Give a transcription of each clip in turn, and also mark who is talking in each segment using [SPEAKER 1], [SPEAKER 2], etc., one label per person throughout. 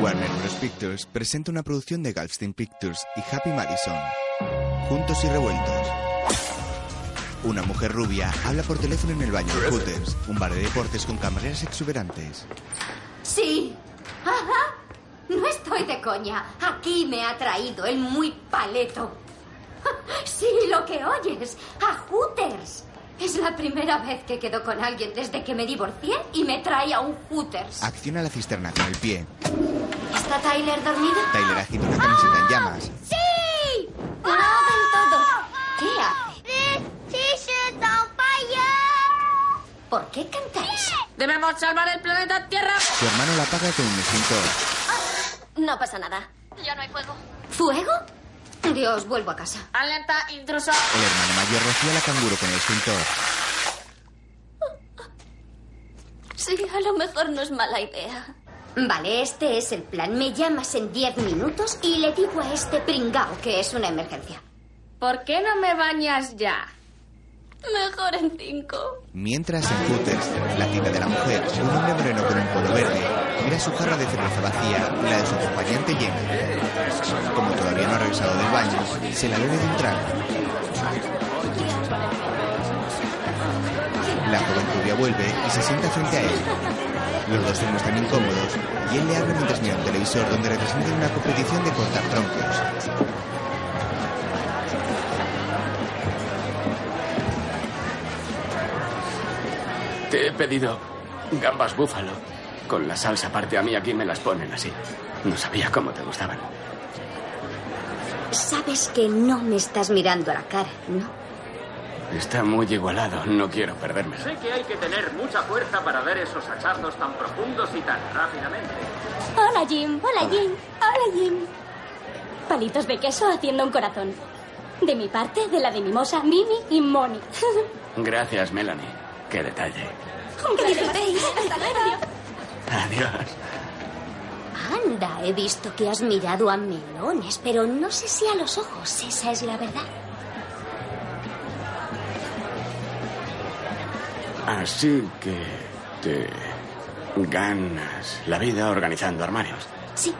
[SPEAKER 1] Warner Bros. Pictures presenta una producción de Gulfstream Pictures y Happy Madison. Juntos y revueltos. Una mujer rubia habla por teléfono en el baño de Hooters, un bar de deportes con camareras exuberantes.
[SPEAKER 2] Sí. Ajá. No estoy de coña. Aquí me ha traído el muy paleto. Sí, lo que oyes. A Hooters. Es la primera vez que quedo con alguien desde que me divorcié y me trae a un Hooters.
[SPEAKER 1] Acciona la cisterna con el pie.
[SPEAKER 2] ¿Está Tyler dormido?
[SPEAKER 1] Tyler agita una camiseta en llamas.
[SPEAKER 3] ¡Sí!
[SPEAKER 2] No del todo. ¿Qué hace?
[SPEAKER 3] ¡This is on fire!
[SPEAKER 2] ¿Por qué canta eso?
[SPEAKER 4] Debemos salvar el planeta Tierra.
[SPEAKER 1] Su hermano la apaga con un extintor.
[SPEAKER 2] No pasa nada.
[SPEAKER 4] Ya no hay fuego.
[SPEAKER 2] ¿Fuego? Dios, vuelvo a casa.
[SPEAKER 4] Alerta, intruso.
[SPEAKER 1] El hermano mayor rocía la canguro con el extintor.
[SPEAKER 5] Sí, a lo mejor no es mala idea.
[SPEAKER 2] Vale, este es el plan. Me llamas en 10 minutos y le digo a este pringao que es una emergencia.
[SPEAKER 4] ¿Por qué no me bañas ya?
[SPEAKER 5] Mejor en cinco.
[SPEAKER 1] Mientras en Hooters, la tienda de la mujer, un hombre moreno con un polo verde, mira su jarra de cerveza vacía y la de su acompañante llena. Como todavía no ha regresado del baño, se la bebe de un trago. La joven rubia vuelve y se sienta frente a él. Los dos se muestran incómodos y él le habla mientras mira un televisor donde retransmiten una competición de cortar troncos.
[SPEAKER 6] Te he pedido gambas búfalo. Con la salsa aparte a mí aquí me las ponen así. No sabía cómo te gustaban.
[SPEAKER 2] Sabes que no me estás mirando a la cara, ¿no?
[SPEAKER 6] Está muy igualado, no quiero perdérmela.
[SPEAKER 7] Sé que hay que tener mucha fuerza para dar esos hachazos tan profundos y tan rápidamente.
[SPEAKER 5] Hola, Jim. Hola, Jim. Hola, Jim. Palitos de queso haciendo un corazón. De mi parte, de la de Mimosa, Mimi y Moni.
[SPEAKER 6] Gracias, Melanie. Qué detalle.
[SPEAKER 5] ¿Qué dices? Hasta luego.
[SPEAKER 6] Adiós.
[SPEAKER 2] Anda, he visto que has mirado a melones, pero no sé si a los ojos. Esa es la verdad.
[SPEAKER 6] Así que te ganas la vida organizando armarios.
[SPEAKER 2] Sí,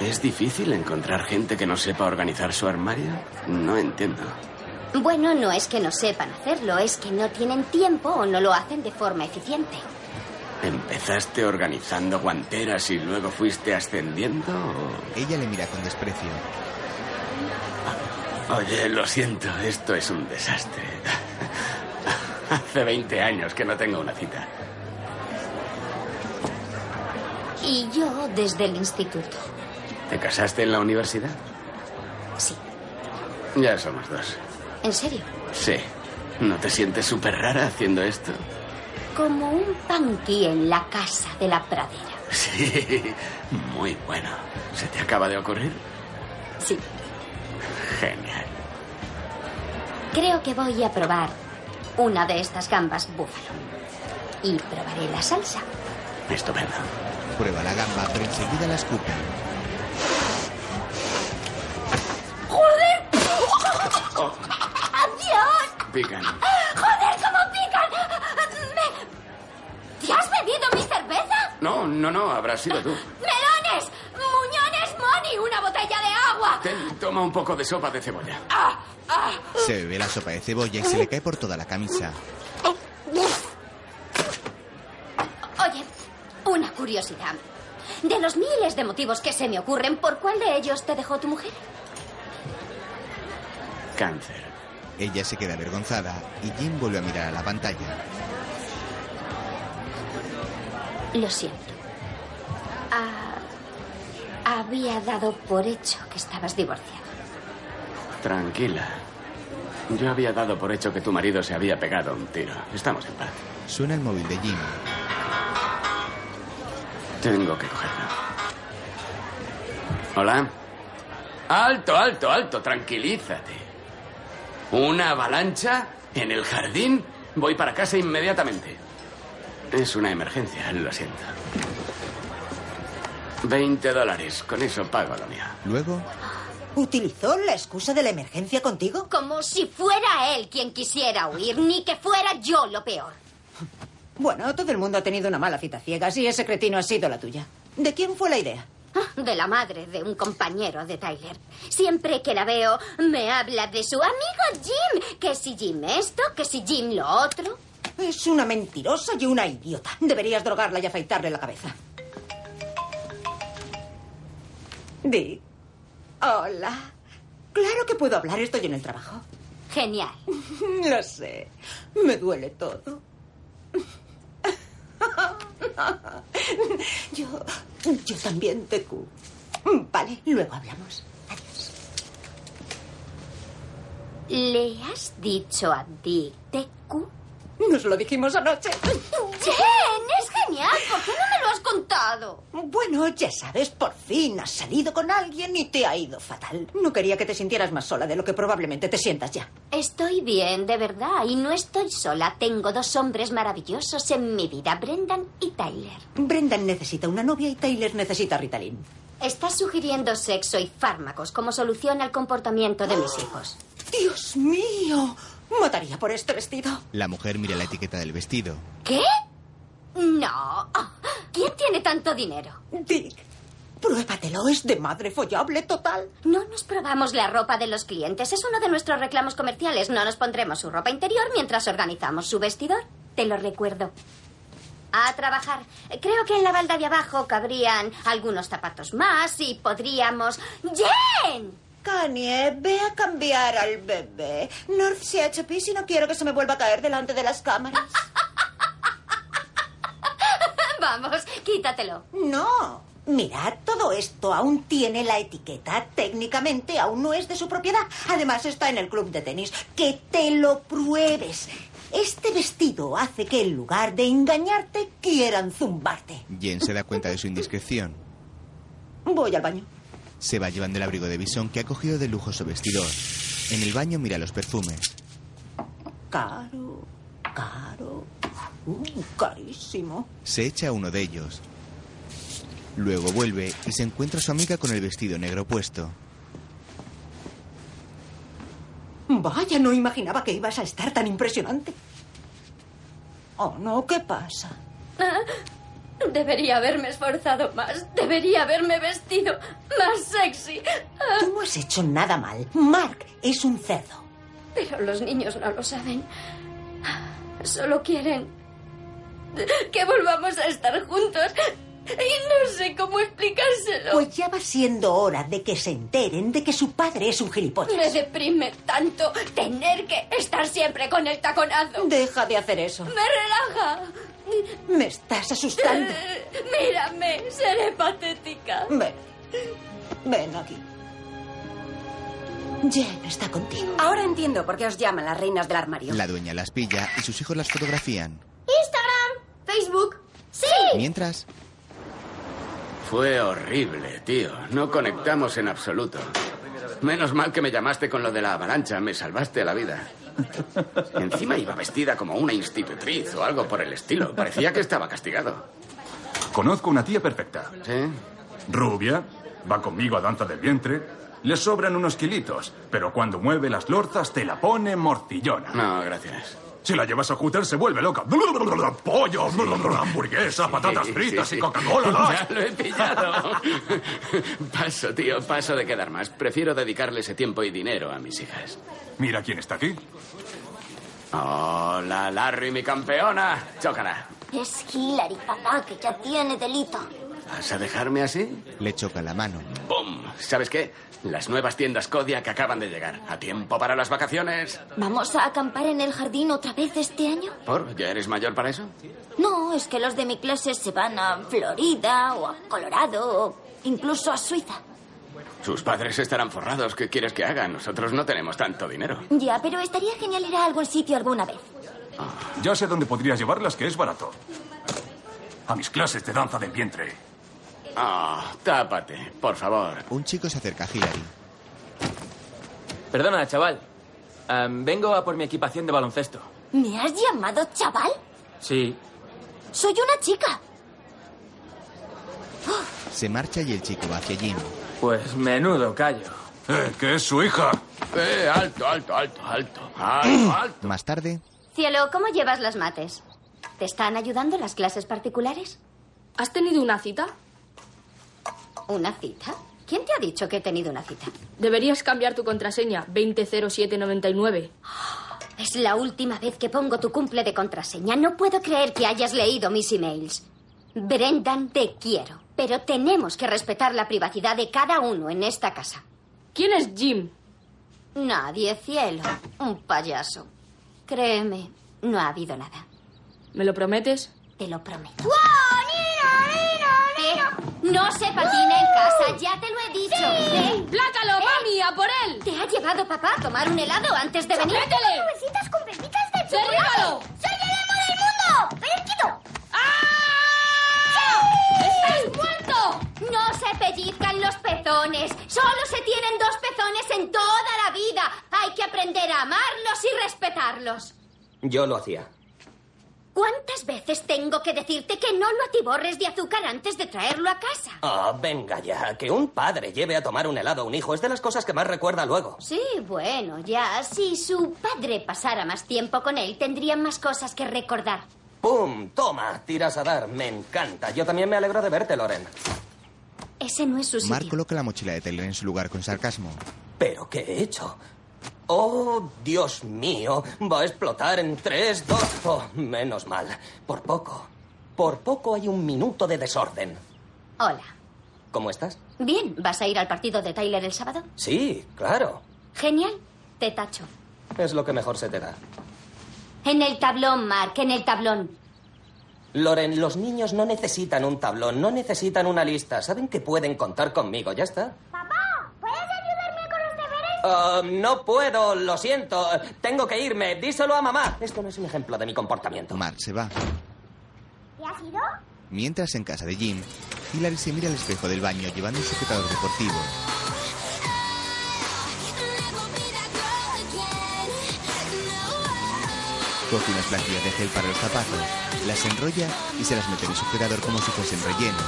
[SPEAKER 6] ¿Es difícil encontrar gente que no sepa organizar su armario? No entiendo.
[SPEAKER 2] Bueno, no es que no sepan hacerlo, es que no tienen tiempo o no lo hacen de forma eficiente.
[SPEAKER 6] ¿Empezaste organizando guanteras y luego fuiste ascendiendo? o-
[SPEAKER 1] Ella le mira con desprecio.
[SPEAKER 6] Ah, Oye, lo siento, esto es un desastre. Hace 20 años que no tengo una cita.
[SPEAKER 2] Y yo desde el instituto.
[SPEAKER 6] ¿Te casaste en la universidad?
[SPEAKER 2] Sí,
[SPEAKER 6] Ya somos dos.
[SPEAKER 2] en serio.
[SPEAKER 6] Sí. ¿No te sientes súper rara haciendo esto?
[SPEAKER 2] Como un punky en la casa de la pradera.
[SPEAKER 6] Sí. Muy bueno. ¿Se te acaba de ocurrir?
[SPEAKER 2] Sí.
[SPEAKER 6] Genial.
[SPEAKER 2] Creo que voy a probar una de estas gambas búfalo. Y probaré la salsa.
[SPEAKER 6] Estupendo.
[SPEAKER 1] Prueba la gamba, pero enseguida la escupe.
[SPEAKER 2] ¡Adiós!
[SPEAKER 6] Oh, Pican.
[SPEAKER 2] ¡Joder, cómo pican! ¿Te has bebido mi cerveza?
[SPEAKER 6] No, no, no, habrás sido tú.
[SPEAKER 2] ¡Melones! ¡Muñones, Moni! ¡Una botella de agua! Ah,
[SPEAKER 6] Ten, toma un poco de sopa de cebolla.
[SPEAKER 1] Se bebe la sopa de cebolla y se le cae por toda la camisa.
[SPEAKER 2] Oh, Oye, una curiosidad. De los miles de motivos que se me ocurren, ¿por cuál de ellos te dejó tu mujer?
[SPEAKER 6] Cáncer.
[SPEAKER 1] Ella se queda avergonzada y Jim vuelve a mirar a la pantalla.
[SPEAKER 2] Lo siento. Ah, había dado por hecho que estabas divorciado.
[SPEAKER 6] Tranquila. Yo había dado por hecho que tu marido se había pegado un tiro. Estamos en paz.
[SPEAKER 1] Suena el móvil de Jim.
[SPEAKER 6] Tengo que cogerlo. Hola. Alto, alto, alto. Tranquilízate. ¿Una avalancha? ¿En el jardín? Voy para casa inmediatamente. Es una emergencia, lo siento. 20 dólares. Con eso pago lo mío.
[SPEAKER 1] Luego,
[SPEAKER 8] ¿Utilizó la excusa de la emergencia contigo?
[SPEAKER 2] Como si fuera él quien quisiera huir, ni que fuera yo lo peor.
[SPEAKER 8] Bueno, todo el mundo ha tenido una mala cita ciega, y ese cretino ha sido la tuya. ¿De quién fue la idea?
[SPEAKER 2] De la madre de un compañero de Tyler. Siempre que la veo, me habla de su amigo Jim. Que si Jim esto, que si Jim lo otro.
[SPEAKER 9] Es una mentirosa y una idiota. Deberías drogarla y afeitarle la cabeza. Di. Hola. Claro que puedo hablar, estoy en el trabajo.
[SPEAKER 2] Genial.
[SPEAKER 9] Lo sé. Me duele todo. Yo. Yo también te cu. Vale, luego hablamos.
[SPEAKER 2] ¿Le has dicho a Dick de Q?
[SPEAKER 9] Nos lo dijimos anoche.
[SPEAKER 2] ¡Jen! ¡Es genial! ¿Por qué no me lo has contado?
[SPEAKER 9] Bueno, ya sabes, por fin has salido con alguien y te ha ido fatal. No quería que te sintieras más sola de lo que probablemente te sientas ya.
[SPEAKER 2] Estoy bien, de verdad, y no estoy sola. Tengo dos hombres maravillosos en mi vida, Brendan y Tyler.
[SPEAKER 9] Brendan necesita una novia y Tyler necesita Ritalin.
[SPEAKER 2] Estás sugiriendo sexo y fármacos como solución al comportamiento de mis hijos.
[SPEAKER 9] Dios mío, mataría por este vestido.
[SPEAKER 1] La mujer mira la etiqueta del vestido.
[SPEAKER 2] ¿Qué? No. ¿Quién tiene tanto dinero?
[SPEAKER 9] Dick, pruébatelo, es de madre follable total.
[SPEAKER 2] No nos probamos la ropa de los clientes. Es uno de nuestros reclamos comerciales. No nos pondremos su ropa interior mientras organizamos su vestidor. Te lo recuerdo. A trabajar. Creo que en la balda de abajo cabrían algunos zapatos más y podríamos. ¡Jen!
[SPEAKER 9] Kanye, ve a cambiar al bebé. North se ha hecho pis y no quiero que se me vuelva a caer delante de las cámaras.
[SPEAKER 2] Vamos, quítatelo.
[SPEAKER 9] No. Mirad, todo esto aún tiene la etiqueta. Técnicamente aún no es de su propiedad. Además está en el club de tenis. Que te lo pruebes. Este vestido hace que en lugar de engañarte quieran zumbarte.
[SPEAKER 1] Jen se da cuenta de su indiscreción.
[SPEAKER 9] Voy al baño.
[SPEAKER 1] Se va llevando el abrigo de bisón que ha cogido de lujoso vestidor. En el baño mira los perfumes.
[SPEAKER 9] Caro, caro. Uh, carísimo.
[SPEAKER 1] Se echa uno de ellos. Luego vuelve y se encuentra a su amiga con el vestido negro puesto.
[SPEAKER 9] Vaya, no imaginaba que ibas a estar tan impresionante. Oh, no, ¿qué pasa?
[SPEAKER 10] Debería haberme esforzado más. Debería haberme vestido más sexy.
[SPEAKER 9] Tú no has hecho nada mal. Mark es un cerdo.
[SPEAKER 10] Pero los niños no lo saben. Solo quieren que volvamos a estar juntos. Y no sé cómo explicárselo.
[SPEAKER 9] Pues ya va siendo hora de que se enteren de que su padre es un
[SPEAKER 10] Me
[SPEAKER 9] gilipollas.
[SPEAKER 10] deprime tanto tener que estar siempre con el taconazo.
[SPEAKER 9] Deja de hacer eso.
[SPEAKER 10] Me relaja.
[SPEAKER 9] Me estás asustando.
[SPEAKER 10] Mírame, seré patética.
[SPEAKER 9] Ven. Ven aquí. Jen está contigo.
[SPEAKER 11] Ahora entiendo por qué os llaman las reinas del armario.
[SPEAKER 1] La dueña las pilla y sus hijos las fotografían.
[SPEAKER 3] Instagram, Facebook. Sí.
[SPEAKER 1] Mientras,
[SPEAKER 6] Fue horrible, tío. No conectamos en absoluto. Menos mal que me llamaste con lo de la avalancha. Me salvaste la vida. Encima iba vestida como una institutriz o algo por el estilo. Parecía que estaba castigado.
[SPEAKER 12] Conozco una tía perfecta.
[SPEAKER 6] ¿Sí?
[SPEAKER 12] Rubia, va conmigo a danza del vientre. Le sobran unos kilitos, pero cuando mueve las lorzas te la pone morcillona.
[SPEAKER 6] No, gracias.
[SPEAKER 12] Si la llevas a Hooters se vuelve loca. Blablabla, Pollo, blablabla, hamburguesa, patatas
[SPEAKER 6] Sí,
[SPEAKER 12] fritas
[SPEAKER 6] sí,
[SPEAKER 12] y
[SPEAKER 6] sí.
[SPEAKER 12] Coca-Cola.
[SPEAKER 6] Ya
[SPEAKER 12] Light.
[SPEAKER 6] lo he pillado. paso, tío, paso de quedar más. Prefiero dedicarle ese tiempo y dinero a mis hijas.
[SPEAKER 12] Mira quién está aquí.
[SPEAKER 6] Hola, Larry, mi campeona. Chócala.
[SPEAKER 3] Es Hillary, papá, que ya tiene delito.
[SPEAKER 6] ¿Vas a dejarme así?
[SPEAKER 1] le choca la mano.
[SPEAKER 6] ¡Bum! ¿Sabes qué? Las nuevas tiendas Kodiak acaban de llegar. ¿A tiempo para las vacaciones?
[SPEAKER 3] ¿Vamos a acampar en el jardín otra vez este año?
[SPEAKER 6] ¿Por? ¿Ya eres mayor para eso?
[SPEAKER 3] No, es que los de mi clase se van a Florida o a Colorado o incluso a Suiza.
[SPEAKER 6] Sus padres estarán forrados. ¿Qué quieres que haga? Nosotros no tenemos tanto dinero.
[SPEAKER 3] Ya, pero estaría genial ir a algún sitio alguna vez.
[SPEAKER 12] Ya sé dónde podrías llevarlas, que es barato. A mis clases de danza del vientre.
[SPEAKER 6] Ah, tápate, por favor.
[SPEAKER 1] Un chico se acerca a Hillary.
[SPEAKER 13] Perdona, chaval. Am, vengo a por mi equipación de baloncesto.
[SPEAKER 3] ¿Me has llamado chaval?
[SPEAKER 13] Sí.
[SPEAKER 3] Soy una chica.
[SPEAKER 1] Se marcha y el chico va hacia Jim.
[SPEAKER 13] Pues menudo callo.
[SPEAKER 12] Eh, que es su hija.
[SPEAKER 6] Eh, alto, alto, alto, alto. Alto, alto.
[SPEAKER 1] Más tarde,
[SPEAKER 2] Cielo, ¿cómo llevas las mates? ¿Te están ayudando las clases particulares?
[SPEAKER 10] ¿Has tenido una cita?
[SPEAKER 2] ¿Una cita? ¿Quién te ha dicho que he tenido una cita?
[SPEAKER 10] Deberías cambiar tu contraseña, 200799.
[SPEAKER 2] Es la última vez que pongo tu cumple de contraseña. No puedo creer que hayas leído mis emails. Brendan, te quiero, pero tenemos que respetar la privacidad de cada uno en esta casa.
[SPEAKER 10] ¿Quién es Jim?
[SPEAKER 2] Nadie, cielo. Un payaso. Créeme, no ha habido nada.
[SPEAKER 10] ¿Me lo prometes?
[SPEAKER 2] Te lo prometo. Eh, No se patina en casa, ya te lo he dicho.
[SPEAKER 10] ¡Sí!
[SPEAKER 2] ¿Eh?
[SPEAKER 10] ¡Plácalo, mami, a por él!
[SPEAKER 2] ¿Te ha llevado papá a tomar un helado antes de venir?
[SPEAKER 10] ¡Métele!
[SPEAKER 14] ¡Huesitas con pepitas de
[SPEAKER 10] ¡Te
[SPEAKER 14] chocolate!
[SPEAKER 10] regalo!
[SPEAKER 14] ¡Soy el amo del mundo! ¡Periquito!
[SPEAKER 10] ¡Ah!
[SPEAKER 2] ¡Estás muerto! No se pellizcan los pezones. Solo se tienen dos pezones en toda la vida. Hay que aprender a amarlos y respetarlos.
[SPEAKER 7] Yo lo hacía.
[SPEAKER 2] ¿Cuántas veces tengo que decirte que no lo atiborres de azúcar antes de traerlo a casa?
[SPEAKER 7] Oh, venga ya, que un padre lleve a tomar un helado a un hijo es de las cosas que más recuerda luego.
[SPEAKER 2] Sí, bueno, ya. Si su padre pasara más tiempo con él, tendría más cosas que recordar.
[SPEAKER 7] ¡Pum! Toma, tiras a dar. Me encanta. Yo también me alegro de verte, Loren.
[SPEAKER 2] Ese no es su
[SPEAKER 1] Mark coloca la mochila de Taylor en su lugar con sarcasmo.
[SPEAKER 7] ¿Pero qué he hecho? Oh, Dios mío, va a explotar en tres, dos. Oh, menos mal. Por poco. Por poco hay un minuto de desorden.
[SPEAKER 2] Hola.
[SPEAKER 7] ¿Cómo estás?
[SPEAKER 2] Bien, ¿vas a ir al partido de Tyler el sábado?
[SPEAKER 7] Sí, claro.
[SPEAKER 2] Genial, te tacho.
[SPEAKER 7] Es lo que mejor se te da.
[SPEAKER 2] En el tablón, Mark, en el tablón.
[SPEAKER 7] Loren, los niños no necesitan un tablón, no necesitan una lista. Saben que pueden contar conmigo, ya está.
[SPEAKER 14] ¡Papá! ¿Puedes ayudarme con los deberes?
[SPEAKER 7] Ah, no puedo, lo siento. Tengo que irme. Díselo a mamá. Esto no es un ejemplo de mi comportamiento.
[SPEAKER 1] Mark se va.
[SPEAKER 14] ¿Te has ido?
[SPEAKER 1] Mientras en casa de Jim, Hillary se mira al espejo del baño llevando un sujetador deportivo. Coge unas plantillas de gel para los zapatos, las enrolla y se las mete en el sujetador como si fuesen relleno.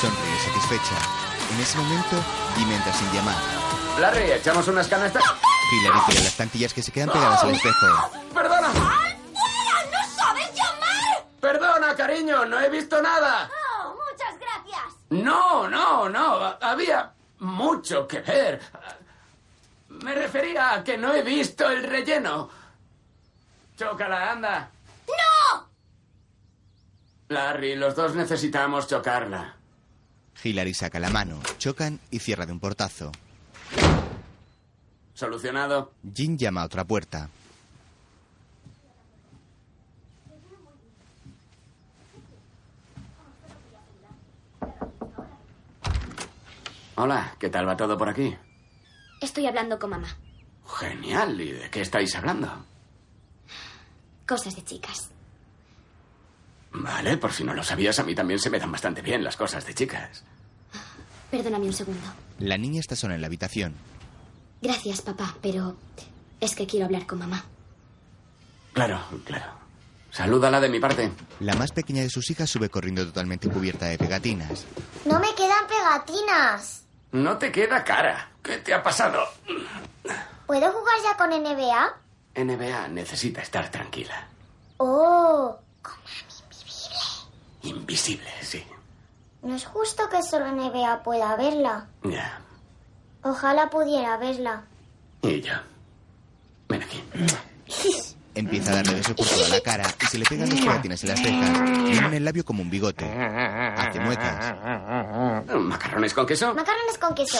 [SPEAKER 1] Sonríe satisfecha. En ese momento, Jim entra sin llamar.
[SPEAKER 6] Larry, ¿echamos unas canastas?
[SPEAKER 1] Hillary tira las plantillas que se quedan pegadas al espejo.
[SPEAKER 6] ¡Perdona!
[SPEAKER 14] ¡Fuera! ¡No sabes llamar!
[SPEAKER 6] ¡Perdona, cariño! ¡No he visto nada!
[SPEAKER 14] ¡Oh, muchas gracias!
[SPEAKER 6] No, no, no. Había mucho que ver. Me refería a que no he visto el relleno. Chócala, anda.
[SPEAKER 14] ¡No!
[SPEAKER 6] Larry, los dos necesitamos chocarla.
[SPEAKER 1] Hillary saca la mano, chocan y cierra de un portazo.
[SPEAKER 6] ¿Solucionado?
[SPEAKER 1] Jim llama a otra puerta.
[SPEAKER 6] Hola, ¿qué tal va todo por aquí?
[SPEAKER 2] Estoy hablando con mamá.
[SPEAKER 6] Genial, ¿y de qué estáis hablando?
[SPEAKER 2] Cosas de chicas.
[SPEAKER 6] Vale, por si no lo sabías, a mí también se me dan bastante bien las cosas de chicas.
[SPEAKER 2] Perdóname un segundo.
[SPEAKER 1] La niña está sola en la habitación.
[SPEAKER 2] Gracias, papá, pero es que quiero hablar con mamá.
[SPEAKER 6] Claro, claro. Salúdala de mi parte.
[SPEAKER 1] La más pequeña de sus hijas sube corriendo totalmente cubierta de pegatinas.
[SPEAKER 14] No me quedan pegatinas.
[SPEAKER 6] No te queda cara. ¿Qué te ha pasado?
[SPEAKER 14] ¿Puedo jugar ya con NBA?
[SPEAKER 6] NBA necesita estar tranquila.
[SPEAKER 14] Oh,
[SPEAKER 6] Invisible, sí.
[SPEAKER 14] no es justo que solo NBA pueda verla.
[SPEAKER 6] Ya.
[SPEAKER 14] Ojalá pudiera verla.
[SPEAKER 6] Y yo.
[SPEAKER 1] Empieza a darle besos por toda la cara y se le pegan las pegatinas en las cejas. Lleva en el labio como un bigote. Hace muecas.
[SPEAKER 6] ¿Macarrones con queso?
[SPEAKER 14] Macarrones con queso.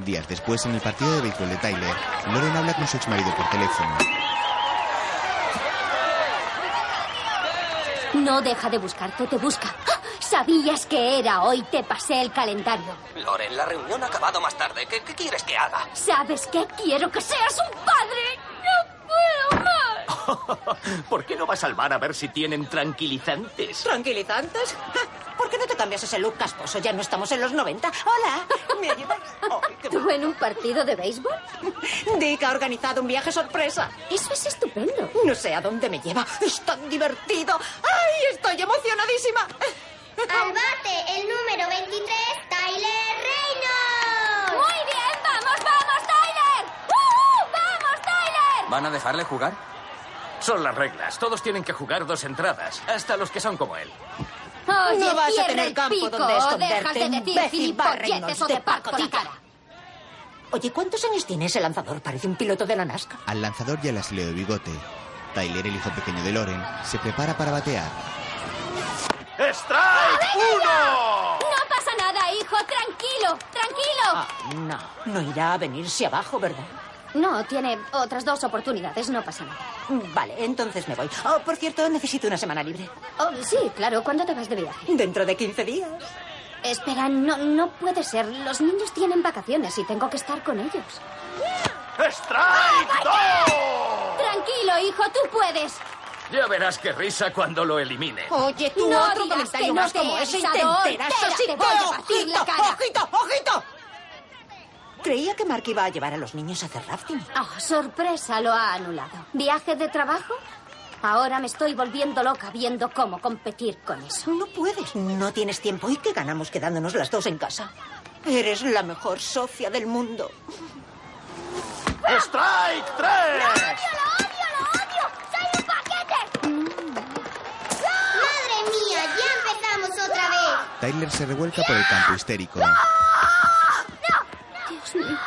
[SPEAKER 1] Días después, en el partido de béisbol de Tyler, Loren habla con su exmarido por teléfono.
[SPEAKER 2] No deja de buscarte, te busca. ¡Ah! Sabías que era hoy, te pasé el calendario.
[SPEAKER 7] Loren, la reunión ha acabado más tarde. ¿Qué, qué quieres que haga?
[SPEAKER 2] ¿Sabes qué? Quiero que seas un padre. No puedo más.
[SPEAKER 15] ¿Por qué no va a salvar a ver si tienen tranquilizantes?
[SPEAKER 9] ¿Tranquilizantes? Ja, ¿Por qué no te cambias ese look casposo? Ya no estamos en los 90. Hola, ¿me ayudas?
[SPEAKER 2] ¿Tú en un partido de béisbol?
[SPEAKER 9] Dick ha organizado un viaje sorpresa.
[SPEAKER 2] Eso es estupendo.
[SPEAKER 9] No sé a dónde me lleva. Es tan divertido. ¡Ay, estoy emocionadísima!
[SPEAKER 14] Al bate, el número 23, Tyler Reynolds.
[SPEAKER 2] ¡Muy bien! ¡Vamos,
[SPEAKER 16] ¿Van a dejarle jugar?
[SPEAKER 17] Son las reglas. Todos tienen que jugar dos entradas, hasta los que son como él.
[SPEAKER 2] Oye,
[SPEAKER 8] No vas a
[SPEAKER 2] cierra
[SPEAKER 8] tener
[SPEAKER 2] el
[SPEAKER 8] campo
[SPEAKER 2] pico
[SPEAKER 8] donde
[SPEAKER 2] o
[SPEAKER 8] esconderte,
[SPEAKER 2] Oh, dejas de decir
[SPEAKER 8] imbécil,
[SPEAKER 2] gilipolleces
[SPEAKER 8] bárrenos
[SPEAKER 2] o
[SPEAKER 8] de
[SPEAKER 2] te parco la cara.
[SPEAKER 9] Oye, ¿cuántos años tiene ese lanzador? Parece un piloto de la NASCAR.
[SPEAKER 1] Al lanzador ya las leo de bigote. Tyler, el hijo pequeño de Loren, se prepara para batear.
[SPEAKER 17] ¡Strike uno!
[SPEAKER 4] No pasa nada, hijo. Tranquilo, tranquilo.
[SPEAKER 9] No, no irá a venirse abajo, ¿verdad?
[SPEAKER 4] No, tiene otras dos oportunidades. No pasa nada.
[SPEAKER 9] Vale, entonces me voy. Oh, por cierto, necesito una semana libre.
[SPEAKER 4] Oh, sí, claro. ¿Cuándo te vas de viaje?
[SPEAKER 9] Dentro de 15 días.
[SPEAKER 4] Espera, no, no puede ser. Los niños tienen vacaciones y tengo que estar con ellos.
[SPEAKER 13] ¡Ah,
[SPEAKER 17] ¡Strike dos!
[SPEAKER 2] Tranquilo, hijo, tú puedes.
[SPEAKER 17] Ya verás qué risa cuando lo elimine.
[SPEAKER 8] Oye, tú
[SPEAKER 2] No
[SPEAKER 8] otro
[SPEAKER 2] digas
[SPEAKER 8] comentario
[SPEAKER 2] que no
[SPEAKER 8] más
[SPEAKER 2] te
[SPEAKER 8] como
[SPEAKER 2] he
[SPEAKER 8] ese y te
[SPEAKER 2] avisado.
[SPEAKER 8] enteras así.
[SPEAKER 2] Entérate, voy a partir la cara.
[SPEAKER 8] ¡Ojito, ojito! Creía que Mark iba a llevar a los niños a hacer rafting.
[SPEAKER 2] Oh, sorpresa, lo ha anulado. ¿Viaje de trabajo? Ahora me estoy volviendo loca viendo cómo competir con eso.
[SPEAKER 8] No puedes, no tienes tiempo. ¿Y qué ganamos quedándonos las dos en casa? Eres la mejor socia del mundo.
[SPEAKER 17] ¡Strike tres!
[SPEAKER 14] ¡Madre mía! ¡Ya empezamos otra vez!
[SPEAKER 1] Tyler se revuelca por el campo histérico.
[SPEAKER 2] Dios mío.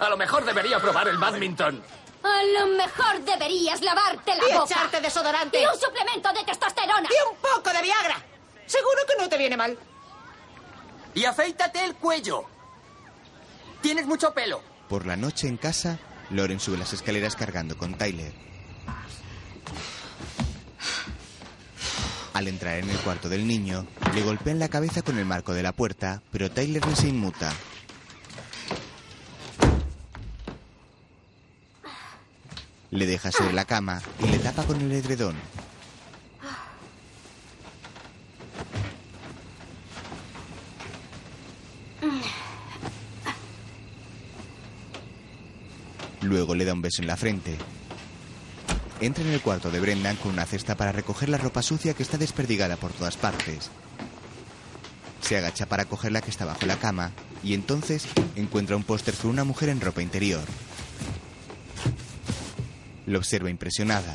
[SPEAKER 17] A lo mejor debería probar el badminton.
[SPEAKER 2] A lo mejor deberías lavarte la
[SPEAKER 8] Y
[SPEAKER 2] boca.
[SPEAKER 8] echarte desodorante.
[SPEAKER 2] Y un suplemento de testosterona.
[SPEAKER 8] Y un poco de Viagra. Seguro que no te viene mal.
[SPEAKER 18] Y afeítate el cuello. Tienes mucho pelo.
[SPEAKER 1] Por la noche en casa, Loren sube las escaleras cargando con Tyler. Al entrar en el cuarto del niño, le golpean la cabeza con el marco de la puerta, pero Tyler no se inmuta. Le deja sobre la cama y le tapa con el edredón. Luego le da un beso en la frente. Entra en el cuarto de Brendan con una cesta para recoger la ropa sucia que está desperdigada por todas partes. Se agacha para coger la que está bajo la cama y entonces encuentra un póster con una mujer en ropa interior. Lo observa impresionada.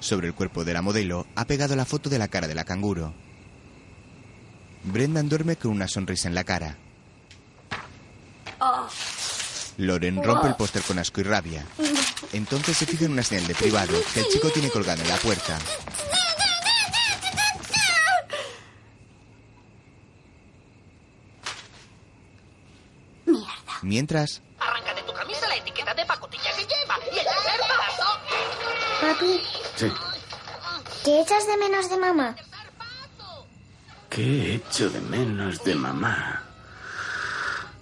[SPEAKER 1] Sobre el cuerpo de la modelo ha pegado la foto de la cara de la canguro. Brendan duerme con una sonrisa en la cara.
[SPEAKER 2] Oh.
[SPEAKER 1] Loren rompe el póster con asco y rabia. Entonces se fija en una señal de privado que el chico tiene colgada en la puerta. Mientras,
[SPEAKER 13] Arranca de tu camisa la etiqueta de pacotilla que lleva y el tercer pedazo.
[SPEAKER 14] Papi,
[SPEAKER 6] Sí.
[SPEAKER 14] ¿qué echas de menos de mamá?
[SPEAKER 6] ¿Qué he hecho de menos de mamá?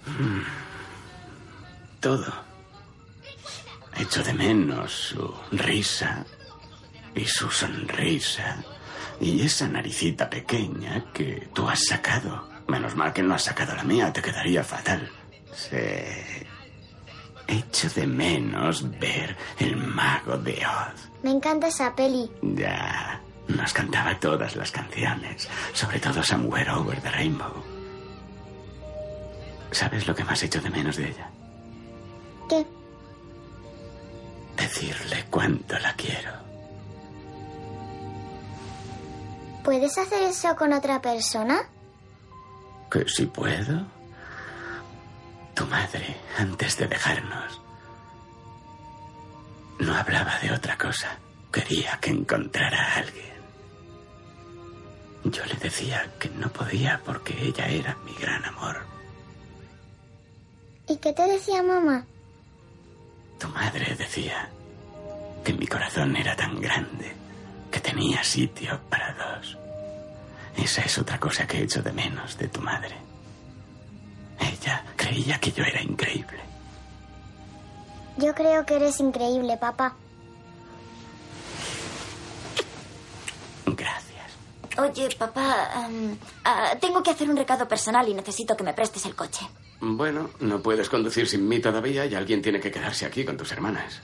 [SPEAKER 6] Mm. Todo. Echo de menos su risa y su sonrisa y esa naricita pequeña que tú has sacado. Menos mal que no has sacado la mía, te quedaría fatal. Sí. Echo de menos ver el mago de Oz.
[SPEAKER 14] Me encanta esa peli.
[SPEAKER 6] Ya, nos cantaba todas las canciones, sobre todo Somewhere Over the Rainbow. ¿Sabes lo que más hecho de menos de ella?
[SPEAKER 14] ¿Qué?
[SPEAKER 6] Decirle cuánto la quiero.
[SPEAKER 14] ¿Puedes hacer eso con otra persona?
[SPEAKER 6] Que si puedo. Tu madre, antes de dejarnos, no hablaba de otra cosa. Quería que encontrara a alguien. Yo le decía que no podía porque ella era mi gran amor.
[SPEAKER 14] ¿Y qué te decía mamá?
[SPEAKER 6] Tu madre decía que mi corazón era tan grande que tenía sitio para dos. Esa es otra cosa que echo de menos de tu madre. Ella creía que yo era increíble.
[SPEAKER 14] Yo creo que eres increíble, papá.
[SPEAKER 6] Gracias.
[SPEAKER 3] Oye, papá, em, ah, tengo que hacer un recado personal y necesito que me prestes el coche.
[SPEAKER 6] Bueno, no puedes conducir sin mí todavía y alguien tiene que quedarse aquí con tus hermanas.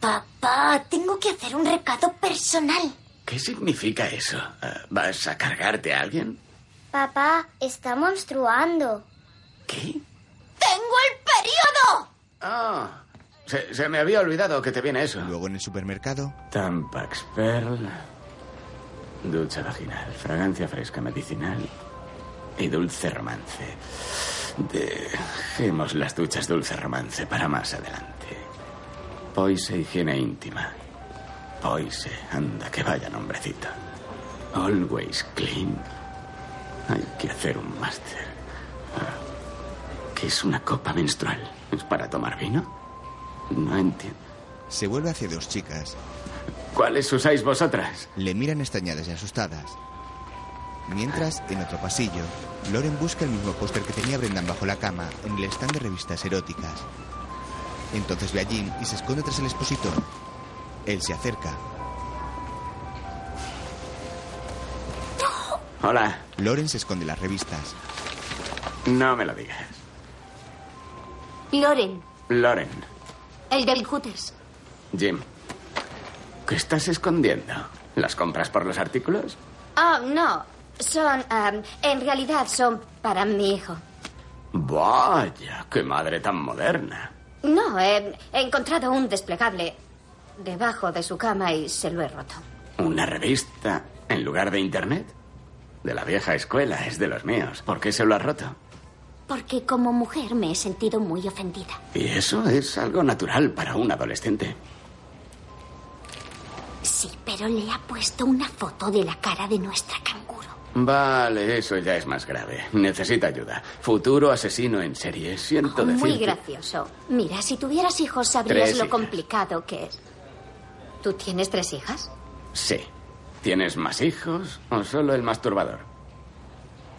[SPEAKER 3] Papá, tengo que hacer un recado personal.
[SPEAKER 6] ¿Qué significa eso? Eh, ¿Vas a cargarte a alguien?
[SPEAKER 14] Papá, está monstruando.
[SPEAKER 6] ¿Qué?
[SPEAKER 13] ¡Tengo el periodo!
[SPEAKER 6] Ah, se, se me había olvidado que te viene eso.
[SPEAKER 1] Luego en el supermercado.
[SPEAKER 6] Tampax Pearl. Ducha vaginal, fragancia fresca medicinal y dulce romance. Dejemos las duchas dulce romance para más adelante. Poise, higiene íntima. Poise, anda, que vaya nombrecito. Always clean. Hay que hacer un máster. Ah, ¿Qué es una copa menstrual? ¿Es para tomar vino? No entiendo.
[SPEAKER 1] Se vuelve hacia dos chicas.
[SPEAKER 6] ¿Cuáles usáis vosotras?
[SPEAKER 1] Le miran extrañadas y asustadas. Mientras, en otro pasillo, Loren busca el mismo póster que tenía Brendan bajo la cama en el stand de revistas eróticas. Entonces ve a Jim y se esconde tras el expositor. Él se acerca.
[SPEAKER 6] Hola.
[SPEAKER 1] Loren se esconde las revistas.
[SPEAKER 6] No me lo digas.
[SPEAKER 3] Loren,
[SPEAKER 6] Loren,
[SPEAKER 3] el del Hooters.
[SPEAKER 6] Jim. ¿Qué estás escondiendo? ¿Las compras por los artículos?
[SPEAKER 4] Oh, no. Son, am, en realidad son para mi hijo.
[SPEAKER 6] Vaya, qué madre tan moderna.
[SPEAKER 4] No, em, he encontrado un desplegable debajo de su cama y se lo he roto.
[SPEAKER 6] ¿Una revista en lugar de internet? De la vieja escuela, es de los míos. ¿Por qué se lo has roto?
[SPEAKER 3] Porque como mujer me he sentido muy ofendida.
[SPEAKER 6] Y eso es algo natural para un adolescente.
[SPEAKER 3] Sí, pero le ha puesto una foto de la cara de nuestra canguro.
[SPEAKER 6] Vale, eso ya es más grave. Necesita ayuda. Futuro asesino en serie. Siento decir.
[SPEAKER 4] Muy gracioso. Mira, si tuvieras hijos sabrías
[SPEAKER 6] Tres
[SPEAKER 4] lo
[SPEAKER 6] hijas.
[SPEAKER 4] complicado que es. ¿Tú tienes tres hijas?
[SPEAKER 6] Sí. ¿Tienes más hijos o solo el masturbador?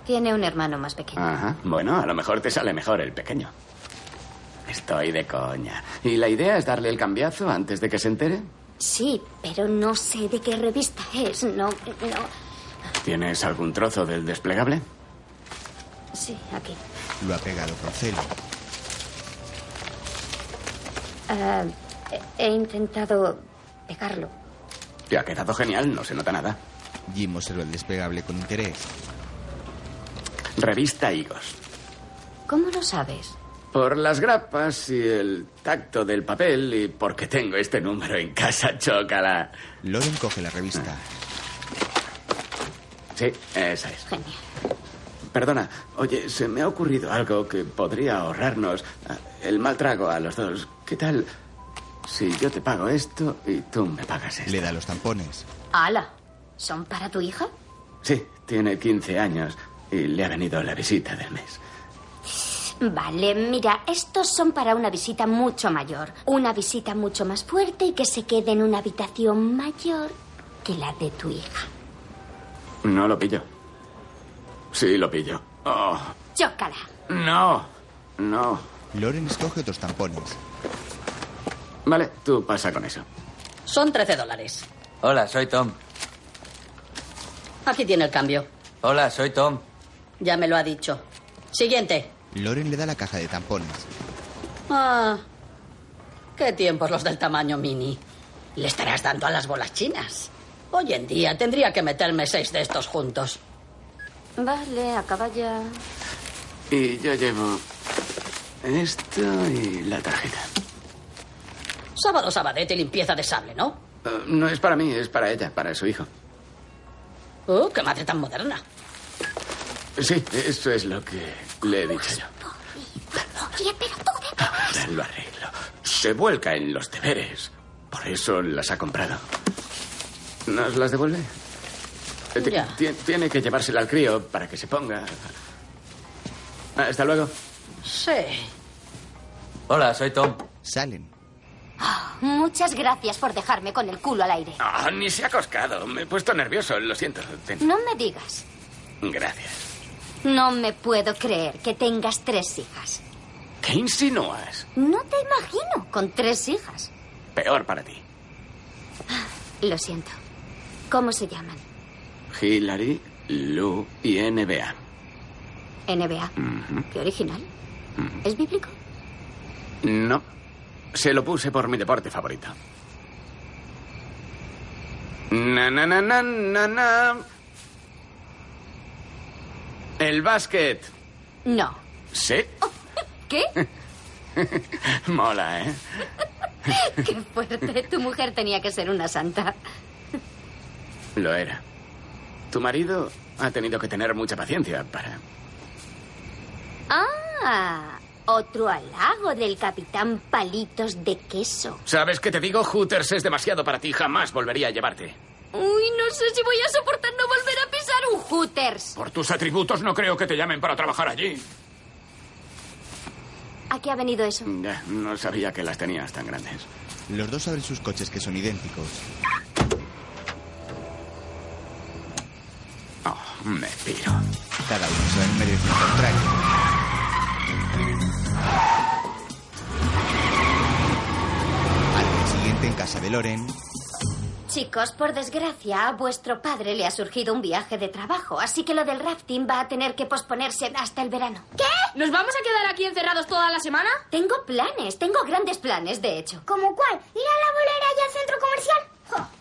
[SPEAKER 4] Tiene un hermano más pequeño.
[SPEAKER 6] Ajá. Bueno, a lo mejor te sale mejor el pequeño. Estoy de coña. ¿Y la idea es darle el cambiazo antes de que se entere?
[SPEAKER 4] Sí, pero no sé de qué revista es. No, no.
[SPEAKER 6] ¿Tienes algún trozo del desplegable?
[SPEAKER 4] Sí, aquí.
[SPEAKER 1] Lo ha pegado con celo.
[SPEAKER 4] Ah,
[SPEAKER 2] Em,
[SPEAKER 4] he he intentado pegarlo.
[SPEAKER 6] Te ha quedado genial, no se nota nada.
[SPEAKER 1] Jim observa el desplegable con interés.
[SPEAKER 6] Revista Higos.
[SPEAKER 4] ¿Cómo lo sabes?
[SPEAKER 6] Por las grapas y el tacto del papel y porque tengo este número en casa, chócala.
[SPEAKER 1] Loren coge la revista.
[SPEAKER 6] Sí, esa es.
[SPEAKER 4] Genial.
[SPEAKER 6] Perdona, oye, se me ha ocurrido algo que podría ahorrarnos ah, el mal trago a los dos. ¿Qué tal si yo te pago esto y tú me pagas esto?
[SPEAKER 1] Le da los tampones.
[SPEAKER 4] Ala, ¿son para tu hija?
[SPEAKER 6] Sí, tiene 15 años y le ha venido la visita del mes.
[SPEAKER 2] Vale, mira, estos son para una visita mucho mayor. Una visita mucho más fuerte y que se quede en una habitación mayor que la de tu hija.
[SPEAKER 6] No lo pillo. Sí, lo pillo. Oh,
[SPEAKER 2] Chócala.
[SPEAKER 6] no, no.
[SPEAKER 1] Loren escoge otros tampones.
[SPEAKER 6] Vale, tú pasa con eso.
[SPEAKER 19] Son 13 dólares.
[SPEAKER 16] Hola, soy Tom.
[SPEAKER 19] Aquí tiene el cambio.
[SPEAKER 16] Hola, soy Tom.
[SPEAKER 19] Ya me lo ha dicho. Siguiente.
[SPEAKER 1] Loren le da la caja de tampones.
[SPEAKER 19] Ah, qué tiempos los del tamaño mini. Le estarás dando a las bolas chinas. Hoy en día tendría que meterme seis de estos juntos.
[SPEAKER 4] Vale, acaba ya.
[SPEAKER 6] Y yo llevo esto y la tarjeta.
[SPEAKER 19] Sábado, sabadete y limpieza de sable, ¿no?
[SPEAKER 6] Eh, no es para mí, es para ella, para su hijo.
[SPEAKER 19] Oh, qué madre tan moderna.
[SPEAKER 6] Sí, eso es lo que le he dicho yo.
[SPEAKER 13] Oye, pero tú
[SPEAKER 16] Pues,
[SPEAKER 6] Ahora lo arreglo. Se vuelca en los deberes. Por eso las ha comprado. ¿Nos las devuelve? Eh, ti-
[SPEAKER 19] Ya.
[SPEAKER 6] ti- Tiene que llevársela al crío para que se ponga. Hasta luego.
[SPEAKER 19] Sí.
[SPEAKER 16] Hola, soy Tom.
[SPEAKER 1] Salen.
[SPEAKER 2] Ah, Muchas gracias por dejarme con el culo al aire.
[SPEAKER 6] Ah, ni se ha coscado. Me he puesto nervioso, lo siento. Ten-
[SPEAKER 2] No me digas.
[SPEAKER 6] Gracias.
[SPEAKER 2] No me puedo creer que tengas tres hijas.
[SPEAKER 6] ¿Qué insinúas?
[SPEAKER 2] No te imagino con tres hijas.
[SPEAKER 6] Peor para ti.
[SPEAKER 2] Lo siento. ¿Cómo se llaman?
[SPEAKER 6] Hillary, Lou y NBA.
[SPEAKER 2] NBA.
[SPEAKER 6] Ujú.
[SPEAKER 2] Qué original. ¿Es bíblico?
[SPEAKER 6] No. Se lo puse por mi deporte favorito. Na, na, na, na, na, na. El básquet.
[SPEAKER 2] No.
[SPEAKER 6] Sí.
[SPEAKER 2] ¿Qué?
[SPEAKER 6] Mola, ¿eh?
[SPEAKER 2] Qué fuerte. Tu mujer tenía que ser una santa.
[SPEAKER 6] Lo era. Tu marido ha tenido que tener mucha paciencia para...
[SPEAKER 2] Ah, otro halago del capitán Palitos de Queso.
[SPEAKER 6] ¿Sabes qué te digo? Hooters es demasiado para ti. Jamás volvería a llevarte.
[SPEAKER 2] Uy, no sé si voy a soportar no volver a pisar un Hooters.
[SPEAKER 6] Por tus atributos no creo que te llamen para trabajar allí.
[SPEAKER 2] ¿A qué ha venido eso?
[SPEAKER 6] Ya, no sabía que las tenías tan grandes.
[SPEAKER 1] Los dos abren sus coches que son idénticos.
[SPEAKER 6] Oh, me piro.
[SPEAKER 1] Cada uno se va en dirección contraria. Al día siguiente, en casa de Loren,
[SPEAKER 2] Chicos, por desgracia, a vuestro padre le ha surgido un viaje de trabajo, así que lo del rafting va a tener que posponerse hasta el verano. ¿Qué?
[SPEAKER 10] ¿Nos vamos a quedar aquí encerrados toda la semana?
[SPEAKER 2] Tengo planes, tengo grandes planes, de hecho.
[SPEAKER 14] ¿Como cuál? ¿Ir a la bolera y al centro comercial?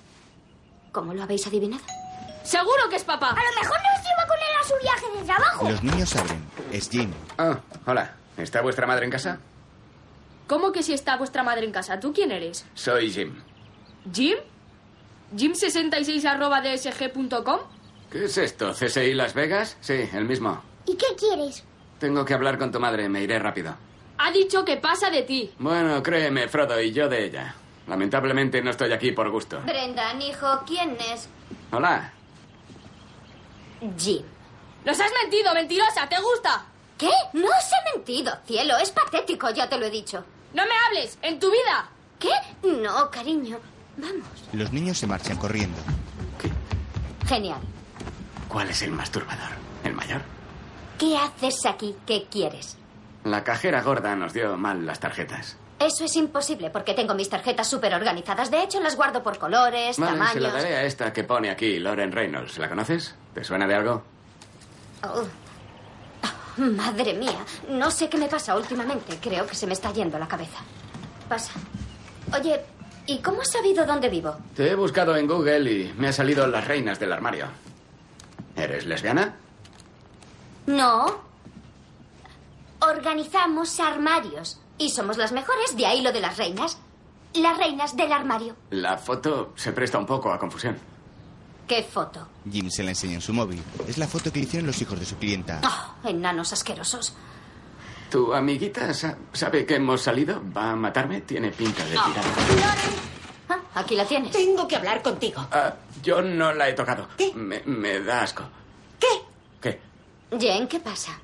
[SPEAKER 2] ¿Cómo lo habéis adivinado?
[SPEAKER 10] Seguro que es
[SPEAKER 14] A
[SPEAKER 10] papá.
[SPEAKER 14] lo mejor nos lleva con él a su viaje de trabajo.
[SPEAKER 1] los niños abren. Es Jim.
[SPEAKER 6] Ah, hola. ¿Está vuestra madre en casa?
[SPEAKER 10] ¿Cómo que si está vuestra madre en casa? ¿Tú quién eres?
[SPEAKER 6] Soy Jim.
[SPEAKER 10] ¿Jim? ¿Jim66 arroba dsg.com?
[SPEAKER 6] ¿Qué es esto? ¿CSI Las Vegas? Sí, el mismo.
[SPEAKER 14] ¿Y qué quieres?
[SPEAKER 6] Tengo que hablar con tu madre, me iré rápido.
[SPEAKER 10] Ha dicho que pasa de ti.
[SPEAKER 6] Bueno, créeme, Frodo, y yo de ella. Lamentablemente no estoy aquí por gusto.
[SPEAKER 2] Brendan, hijo, ¿quién es?
[SPEAKER 6] Hola.
[SPEAKER 2] Jim.
[SPEAKER 10] ¡Nos has mentido, mentirosa! ¿Te gusta?
[SPEAKER 2] ¿Qué? No os he mentido, cielo. Es patético, ya te lo he dicho.
[SPEAKER 10] ¡No me hables! ¡En tu vida!
[SPEAKER 2] ¿Qué? No, cariño. Vamos.
[SPEAKER 1] Los niños se marchan corriendo.
[SPEAKER 2] Genial.
[SPEAKER 6] ¿Cuál es el masturbador? ¿El mayor?
[SPEAKER 2] ¿Qué haces aquí? ¿Qué quieres?
[SPEAKER 6] La cajera gorda nos dio mal las tarjetas.
[SPEAKER 2] Eso es imposible porque tengo mis tarjetas súper organizadas. De hecho, las guardo por colores,
[SPEAKER 6] vale,
[SPEAKER 2] tamaños.
[SPEAKER 6] se la daré a esta que pone aquí, Lauren Reynolds. ¿La conoces? ¿Te suena de algo?
[SPEAKER 2] Oh. Oh, Madre mía, no sé qué me pasa últimamente. Creo que se me está yendo la cabeza. Pasa. Oye, ¿y cómo has sabido dónde vivo?
[SPEAKER 6] Te he buscado en Google y me ha salido las reinas del armario. ¿Eres lesbiana?
[SPEAKER 2] No. Organizamos armarios y somos las mejores, de ahí lo de las reinas. Las reinas del armario.
[SPEAKER 6] La foto se presta un poco a confusión.
[SPEAKER 2] ¿Qué foto?
[SPEAKER 1] Jim se la enseña en su móvil. Es la foto que le hicieron los hijos de su clienta.
[SPEAKER 6] Ah.
[SPEAKER 2] Oh, enanos asquerosos.
[SPEAKER 6] ¿Tu amiguita sa- sabe que hemos salido? ¿Va a matarme? Tiene pinta de tirada.
[SPEAKER 2] Ah, aquí la tienes.
[SPEAKER 9] Tengo que hablar contigo.
[SPEAKER 6] Ah, yo no la he tocado. Me, me da asco.
[SPEAKER 2] Jen, ¿qué pasa?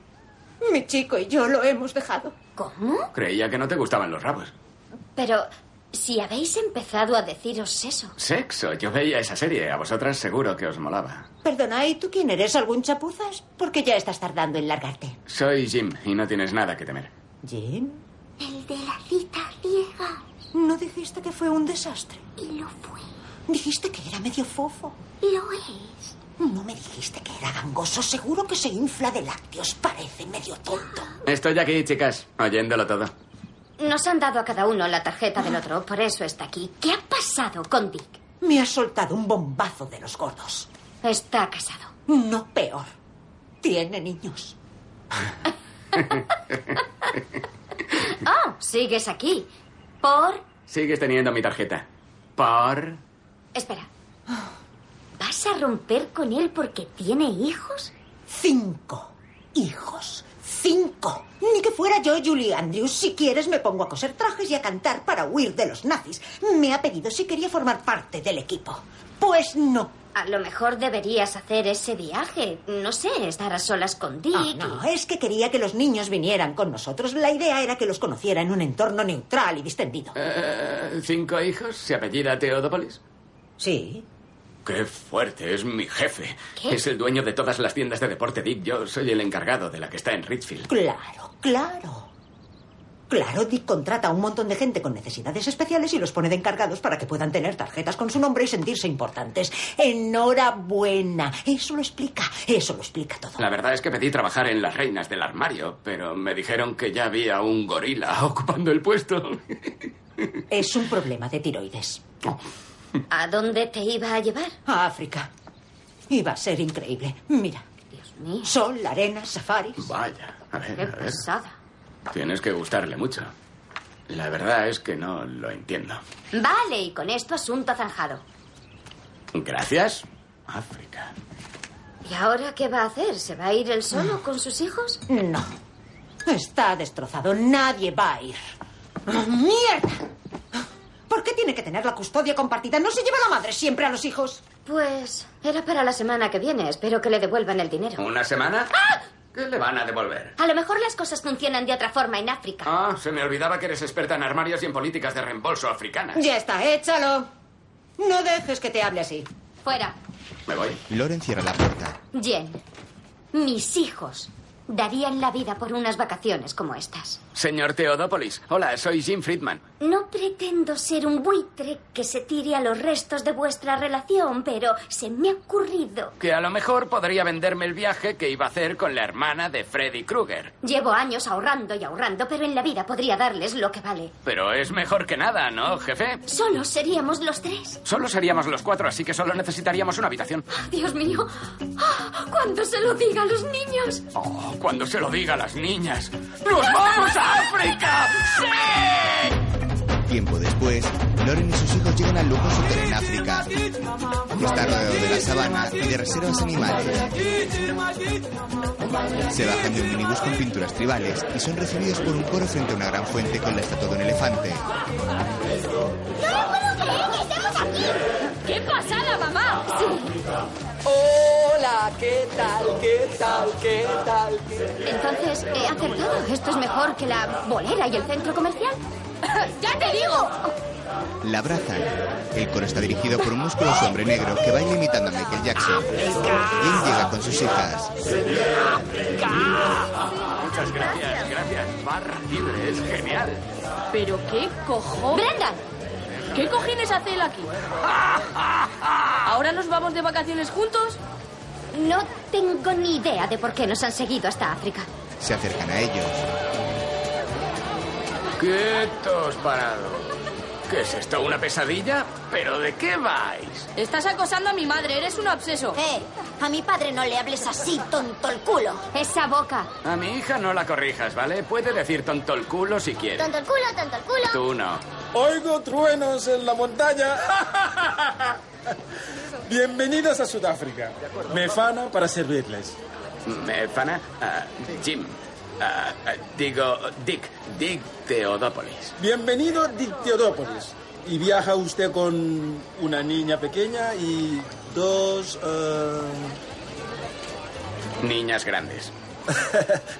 [SPEAKER 9] Mi chico y yo lo hemos dejado.
[SPEAKER 2] ¿Cómo?
[SPEAKER 6] Creía que no te gustaban los rabos.
[SPEAKER 2] Pero si habéis empezado a deciros eso.
[SPEAKER 6] Sexo. Yo veía esa serie. A vosotras seguro que os molaba.
[SPEAKER 9] Perdona, ¿y tú quién eres? ¿Algún chapuzas? Porque ya estás tardando en largarte.
[SPEAKER 6] Soy Jim y no tienes nada que temer.
[SPEAKER 9] ¿Jim?
[SPEAKER 14] El de la cita ciega.
[SPEAKER 9] ¿No dijiste que fue un desastre?
[SPEAKER 14] Y lo fue.
[SPEAKER 9] Dijiste que era medio fofo.
[SPEAKER 14] Lo es.
[SPEAKER 9] No me dijiste que era gangoso. Seguro que se infla de lácteos. Parece medio tonto.
[SPEAKER 6] Estoy aquí, chicas, oyéndolo todo.
[SPEAKER 2] Nos han dado a cada uno la tarjeta del otro, por eso está aquí. ¿Qué ha pasado con Dick?
[SPEAKER 9] Me has soltado un bombazo de los gordos.
[SPEAKER 2] Está casado.
[SPEAKER 9] No peor. Tiene niños.
[SPEAKER 2] Ah, sigues aquí. Por...
[SPEAKER 6] Sigues teniendo mi tarjeta. Por...
[SPEAKER 2] Espera. ¿Vas a romper con él porque
[SPEAKER 14] ¿E
[SPEAKER 2] tiene hijos?
[SPEAKER 9] Cinco hijos. Cinco. Ni que fuera yo, Julie Andrews. Si quieres, me pongo a coser trajes y a cantar para huir de los nazis. Me ha pedido si quería formar parte del equipo. Pues no.
[SPEAKER 2] A lo mejor deberías hacer ese viaje. No sé, estar a solas con Dick.
[SPEAKER 9] Ah, no, es que quería que los niños vinieran con nosotros. La idea era que los conociera en un entorno neutral y distendido.
[SPEAKER 6] Eh, ¿Cinco hijos? ¿Se apellida Teodopolis?
[SPEAKER 9] Sí.
[SPEAKER 6] Qué fuerte, es mi jefe.
[SPEAKER 9] ¿Qué?
[SPEAKER 6] Es el dueño de todas las tiendas de deporte, Dick. Yo soy el encargado de la que está en Richfield.
[SPEAKER 9] Claro, claro. Claro, Dick contrata a un montón de gente con necesidades especiales y los pone de encargados para que puedan tener tarjetas con su nombre y sentirse importantes. Enhorabuena. Eso lo explica, eso lo explica todo.
[SPEAKER 6] La verdad es que pedí trabajar en las reinas del armario, pero me dijeron que ya había un gorila ocupando el puesto. Oh.
[SPEAKER 9] Es un problema de tiroides.
[SPEAKER 2] ¿A dónde te iba a llevar?
[SPEAKER 9] A África. Iba a ser increíble. Mira. Dios mío. Sol, arena, safaris.
[SPEAKER 6] Vaya. eh, A ver,
[SPEAKER 2] Qué
[SPEAKER 6] a ver.
[SPEAKER 2] pesada.
[SPEAKER 6] Tienes que gustarle mucho. La verdad es que no lo entiendo.
[SPEAKER 2] Vale, y con esto asunto zanjado.
[SPEAKER 6] Gracias, África.
[SPEAKER 2] ¿Y ahora qué va a hacer? ¿Se va a ir él solo con sus hijos?
[SPEAKER 8] Ah. No. Está destrozado. Nadie va a ir. ¡Ah, ¡Mierda! ¿Por qué tiene que tener la custodia compartida? ¿No se lleva la madre siempre a los hijos?
[SPEAKER 2] Pues era para la semana que viene. Espero que le devuelvan el dinero.
[SPEAKER 6] ¿Una semana?
[SPEAKER 9] ¡Ah!
[SPEAKER 6] ¿Qué le van a devolver?
[SPEAKER 2] A lo mejor las cosas funcionan de otra forma en África.
[SPEAKER 6] Ah, se me olvidaba que eres experta en armarios y en políticas de reembolso africanas.
[SPEAKER 8] Ya está, échalo. No dejes que te hable así.
[SPEAKER 2] Fuera.
[SPEAKER 6] Me voy.
[SPEAKER 1] Loren cierra la puerta.
[SPEAKER 2] Jen, mis hijos darían la vida por unas vacaciones como estas.
[SPEAKER 6] Señor Teodópolis, hola, soy Jim Friedman.
[SPEAKER 2] No pretendo ser un buitre que se tire a los restos de vuestra relación, pero se me ha ocurrido.
[SPEAKER 6] Que a lo mejor podría venderme el viaje que iba a hacer con la hermana de Freddy Krueger.
[SPEAKER 2] Llevo años ahorrando y ahorrando, pero en la vida podría darles lo que vale.
[SPEAKER 6] Pero es mejor que nada, ¿no, jefe?
[SPEAKER 2] Solo seríamos los tres.
[SPEAKER 6] Solo seríamos los cuatro, así que solo necesitaríamos una habitación.
[SPEAKER 2] Dios mío, ¡Ah! cuando se lo diga a los niños.
[SPEAKER 6] Oh, cuando se lo diga a las niñas. ¡Nos vamos a África! ¡Sí!
[SPEAKER 1] Tiempo después, Loren y sus hijos llegan al lujoso hotel en África. Está rodeado de la sabana y de reservas animales. Se bajan de un minibús con pinturas tribales y son recibidos por un coro frente a una gran fuente con la estatua de un elefante.
[SPEAKER 10] ¡Qué pasada, mamá!
[SPEAKER 12] Hola, ¿qué tal? ¿Qué tal? ¿Qué tal?
[SPEAKER 2] Entonces, he acertado. Esto es mejor que la bolera y el centro comercial.
[SPEAKER 10] ¡Ya te digo!
[SPEAKER 1] La abrazan. El coro está dirigido por un musculoso hombre negro que baila imitando a Michael Jackson. Jim llega con sus hijas.
[SPEAKER 6] Muchas gracias, gracias. Barra libre, es genial.
[SPEAKER 10] ¿Pero qué cojones?
[SPEAKER 2] ¡Brendan!
[SPEAKER 10] ¿Qué cojines hace él aquí? ¿Ahora nos vamos de vacaciones juntos?
[SPEAKER 2] No tengo ni idea de por qué nos han seguido hasta África.
[SPEAKER 1] Se acercan a ellos.
[SPEAKER 6] Quietos, parado. ¿Qué es esto? ¿Una pesadilla? ¿Pero de qué vais?
[SPEAKER 10] Estás acosando a mi madre, eres un obseso.
[SPEAKER 3] Eh, a mi padre no le hables así, tonto el culo.
[SPEAKER 2] Esa boca.
[SPEAKER 6] A mi hija no la corrijas, ¿vale? Puede decir tonto el culo si quiere.
[SPEAKER 14] Tonto el culo, tonto el culo.
[SPEAKER 6] Tú no.
[SPEAKER 12] Oigo truenos en la montaña. Bienvenidos a Sudáfrica. Me fana para servirles.
[SPEAKER 6] Me fana, ah, Jim. Ah, ah, digo, Dick. Dick Teodópolis.
[SPEAKER 12] Bienvenido Dick Teodópolis. Y viaja usted con una niña pequeña y dos... eh,
[SPEAKER 6] Niñas grandes.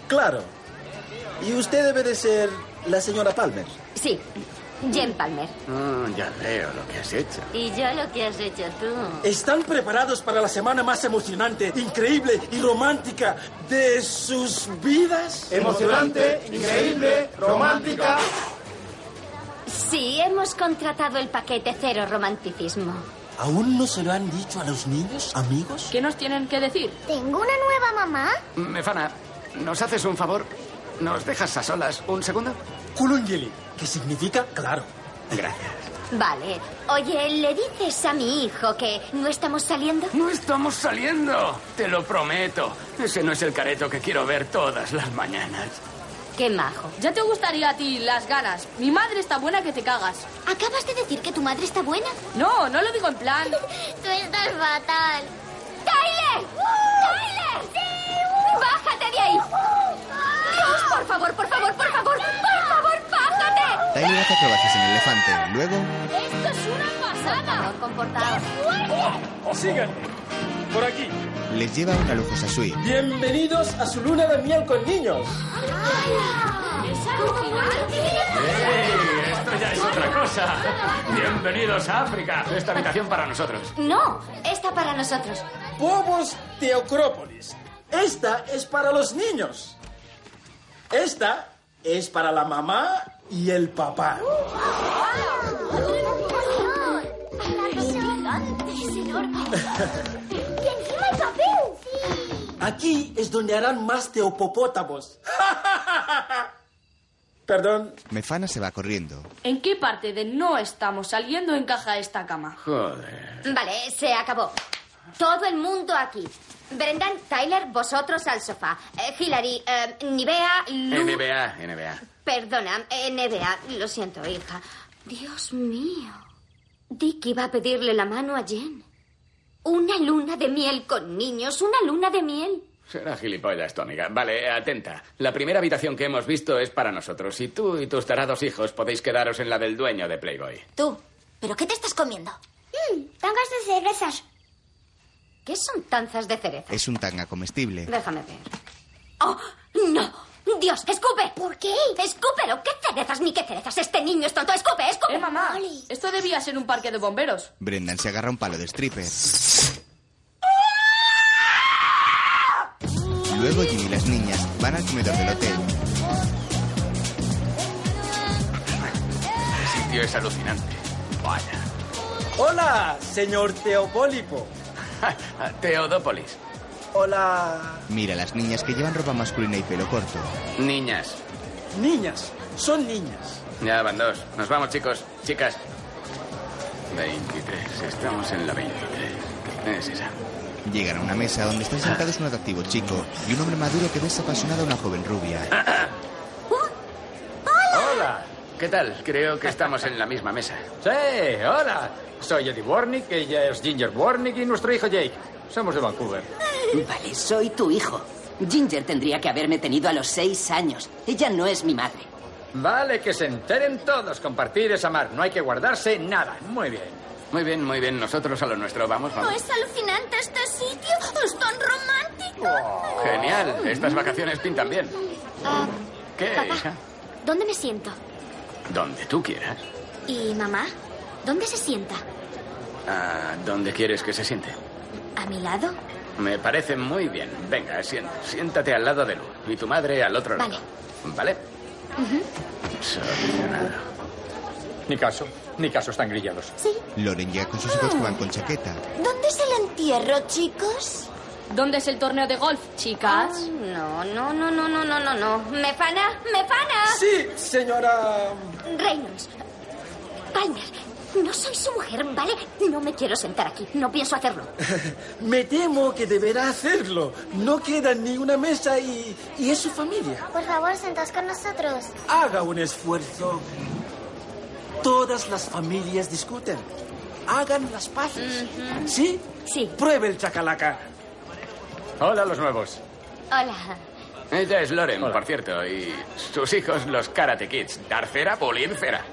[SPEAKER 12] claro. Y usted debe de ser la señora Palmer.
[SPEAKER 2] Sí, Jen Palmer.
[SPEAKER 6] Mm, ya veo lo que has hecho.
[SPEAKER 2] Y yo lo que has hecho tú.
[SPEAKER 12] ¿Están preparados para la semana más emocionante, increíble y romántica de sus vidas?
[SPEAKER 2] Emocionante,
[SPEAKER 12] increíble, romántica.
[SPEAKER 2] Sí, hemos contratado el paquete cero romanticismo.
[SPEAKER 12] ¿Aún no se lo han dicho a los niños, amigos?
[SPEAKER 10] ¿Qué nos tienen que decir?
[SPEAKER 14] ¿Tengo una nueva mamá?
[SPEAKER 6] Mefana, Mm, eh, ¿nos haces un favor? ¿Nos dejas a solas un segundo?
[SPEAKER 12] Kulungeli, que significa claro.
[SPEAKER 6] Gracias.
[SPEAKER 2] Vale. Oye, ¿le dices a mi hijo que no estamos saliendo?
[SPEAKER 6] No estamos saliendo. Te lo prometo. Ese no es el careto que quiero ver todas las mañanas.
[SPEAKER 2] Qué majo.
[SPEAKER 10] Ya te gustaría a ti las ganas. Mi madre está buena que te cagas.
[SPEAKER 14] ¿Acabas de decir que tu madre está buena?
[SPEAKER 10] No, no lo digo en plan.
[SPEAKER 14] Tú estás fatal.
[SPEAKER 2] ¡Tyler! ¡Tyler! ¡Bájate de ahí! ¡Dios, por favor, por favor, por favor! ¡Por favor, bájate!
[SPEAKER 1] Tyler hace acrobacias en el elefante. Luego,
[SPEAKER 10] ¡Esto es una pasada!
[SPEAKER 2] comportaos.
[SPEAKER 6] Oh,
[SPEAKER 12] Síganme. Por aquí.
[SPEAKER 1] les lleva a una lujosa suite.
[SPEAKER 12] Bienvenidos a su luna de miel con niños.
[SPEAKER 10] ¡Es alucinante!
[SPEAKER 6] Esto ya es otra cosa. Bienvenidos a África. Esta habitación para nosotros.
[SPEAKER 2] No, esta para nosotros.
[SPEAKER 12] Pomos Teocrópolis. Esta es para los niños. Esta es para la mamá y el papá.
[SPEAKER 14] Es gigante. Es enorme. y encima hay papel.
[SPEAKER 12] Aquí es donde harán más teopopótamos. Perdón.
[SPEAKER 1] Mefana se va corriendo.
[SPEAKER 10] ¿En qué parte de no estamos saliendo encaja esta cama?
[SPEAKER 6] Joder.
[SPEAKER 2] Vale, se acabó. Todo el mundo aquí. Brendan, Tyler, vosotros al sofá. Eh, Hillary, eh, Nivea, Lu...
[SPEAKER 6] NBA, NBA.
[SPEAKER 2] Perdona, eh, Nivea. Lo siento, hija. Dios mío. Dick iba a pedirle la mano a Jen. Una luna de miel con niños, una luna de miel.
[SPEAKER 6] Será gilipollas tu amiga. Vale, atenta. La primera habitación que hemos visto es para nosotros y tú y tus tarados hijos podéis quedaros en la del dueño de Playboy.
[SPEAKER 3] Tú, ¿pero qué te estás comiendo?
[SPEAKER 2] tangas de cerezas. ¿Qué son tanzas de cereza?
[SPEAKER 1] Es un tanga comestible.
[SPEAKER 2] Déjame ver. ¡Oh, no! ¡Dios, escupe! ¿Por qué? ¡Escúpelo! ¿Qué cerezas ni qué cerezas? Este niño es tonto. ¡Escupe, escupe!
[SPEAKER 10] Eh, mamá, esto debía ser un parque de bomberos.
[SPEAKER 1] Brendan se agarra un palo de stripper. Luego Jim y las niñas van al comedor del hotel.
[SPEAKER 6] El sitio es alucinante. Vaya.
[SPEAKER 12] Hola, señor Teopólipo.
[SPEAKER 6] Teodópolis.
[SPEAKER 12] Hola.
[SPEAKER 1] Mira a las niñas que llevan ropa masculina y pelo corto.
[SPEAKER 6] Niñas.
[SPEAKER 12] Niñas, son niñas.
[SPEAKER 6] Ya van dos. Nos vamos, chicos. Chicas. 23. Estamos en la 23. Es esa.
[SPEAKER 1] Llegan a una mesa donde están sentados un atractivo chico y un hombre maduro que besa apasionado a una joven rubia.
[SPEAKER 6] Hola. ¿Qué tal? Creo que estamos en la misma mesa.
[SPEAKER 17] Sí, hola. Soy Eddie Warnick, ella es Ginger Warnick y nuestro hijo Jake. Somos de Vancouver.
[SPEAKER 20] Vale, soy tu hijo. Ginger tendría que haberme tenido a los seis años. Ella no es mi madre.
[SPEAKER 17] Vale, que se enteren todos. Compartir es amar. No hay que guardarse nada. Muy bien.
[SPEAKER 6] Muy bien, muy bien. Nosotros a lo nuestro. Vamos,
[SPEAKER 14] ¿No
[SPEAKER 6] vamos.
[SPEAKER 14] es alucinante este sitio? ¡Es tan romántico!
[SPEAKER 6] Oh, Genial. Estas vacaciones pintan bien.
[SPEAKER 14] Ah,
[SPEAKER 6] ¿Qué,
[SPEAKER 14] Papá.
[SPEAKER 6] hija?
[SPEAKER 14] ¿Dónde me siento?
[SPEAKER 6] Donde tú quieras.
[SPEAKER 14] ¿Y mamá? ¿Dónde se sienta?
[SPEAKER 6] Ah, ¿Dónde quieres que se siente?
[SPEAKER 14] ¿A mi lado?
[SPEAKER 6] Me parece muy bien. Venga, sien- siéntate al lado de Lu y tu madre al otro lado. ¿Vale? Solucionado.
[SPEAKER 17] Ni caso. Ni caso, están grillados.
[SPEAKER 1] Loren llega con sus hijos que van con chaqueta.
[SPEAKER 10] ¿Dónde es el entierro, chicos? ¿Dónde es el torneo de golf, chicas?
[SPEAKER 2] no, no, no, no, no, no, no, no. ¿Mefana? ¿Mefana?
[SPEAKER 12] Sí, señora.
[SPEAKER 2] Reynolds. Palmer, no soy su mujer, ¿vale? No me quiero sentar aquí. No pienso hacerlo.
[SPEAKER 12] Me temo que deberá hacerlo. No queda ni una mesa y, y es su familia.
[SPEAKER 14] Por favor, sentaos con nosotros.
[SPEAKER 12] Haga un esfuerzo. Todas las familias discuten. Hagan las paces. ¿Sí? Sí. Pruebe el chacalaca.
[SPEAKER 6] Hola, los nuevos.
[SPEAKER 2] Hola.
[SPEAKER 6] Ella es Loren, por cierto, y sus hijos los Karate Kids. Darcera, Bulín, Cera.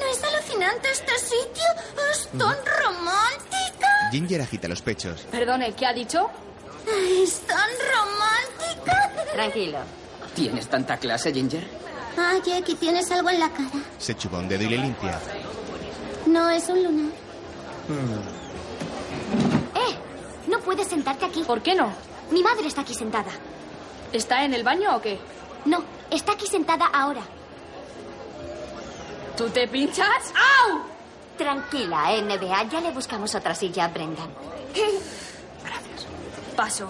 [SPEAKER 14] ¿No es alucinante este sitio? ¡Es tan romántico!
[SPEAKER 1] Ginger agita los pechos.
[SPEAKER 10] Perdone, ¿qué ha dicho?
[SPEAKER 14] ¡Es tan romántico!
[SPEAKER 2] Tranquilo.
[SPEAKER 20] ¿Tienes tanta clase, Ginger?
[SPEAKER 14] Ah, Jackie, tienes algo en la cara.
[SPEAKER 1] Se chupa un dedo y le limpia.
[SPEAKER 14] No es un lunar.
[SPEAKER 20] Mm.
[SPEAKER 2] ¡Eh! No puedes sentarte aquí.
[SPEAKER 10] ¿Por qué no?
[SPEAKER 2] Mi madre está aquí sentada.
[SPEAKER 10] ¿Está en el baño o qué?
[SPEAKER 14] No, está aquí sentada ahora.
[SPEAKER 10] ¿Tú te pinchas?
[SPEAKER 2] ¡Au! Tranquila, NBA. Ya le buscamos otra silla a Brendan.
[SPEAKER 10] Paso.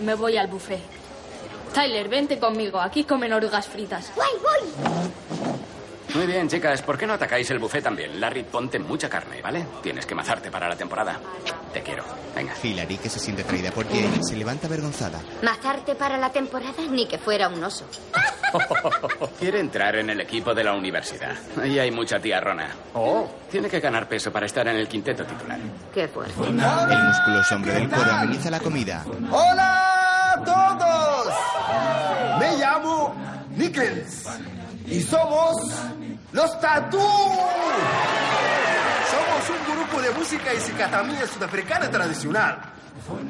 [SPEAKER 10] Me voy al buffet. Tyler, vente conmigo. Aquí comen orugas fritas.
[SPEAKER 14] ¡Voy, voy!
[SPEAKER 6] Muy bien, chicas, ¿por qué no atacáis el buffet también? Larry, ponte mucha carne, ¿vale? Tienes que mazarte para la temporada. Te quiero. Venga.
[SPEAKER 1] Hillary, que se siente atraída por Jane, se levanta avergonzada.
[SPEAKER 2] Mazarte para la temporada ni que fuera un oso.
[SPEAKER 6] Quiere entrar en el equipo de la universidad. Ahí hay mucha tía Rona. Tiene que ganar peso para estar en el quinteto titular.
[SPEAKER 2] Qué fuerte.
[SPEAKER 1] El musculoso hombre del coro ameniza la comida.
[SPEAKER 21] ¡Hola a todos! Me llamo Nichols y somos los Tatú. Somos un grupo de música y cicatamía sudafricana tradicional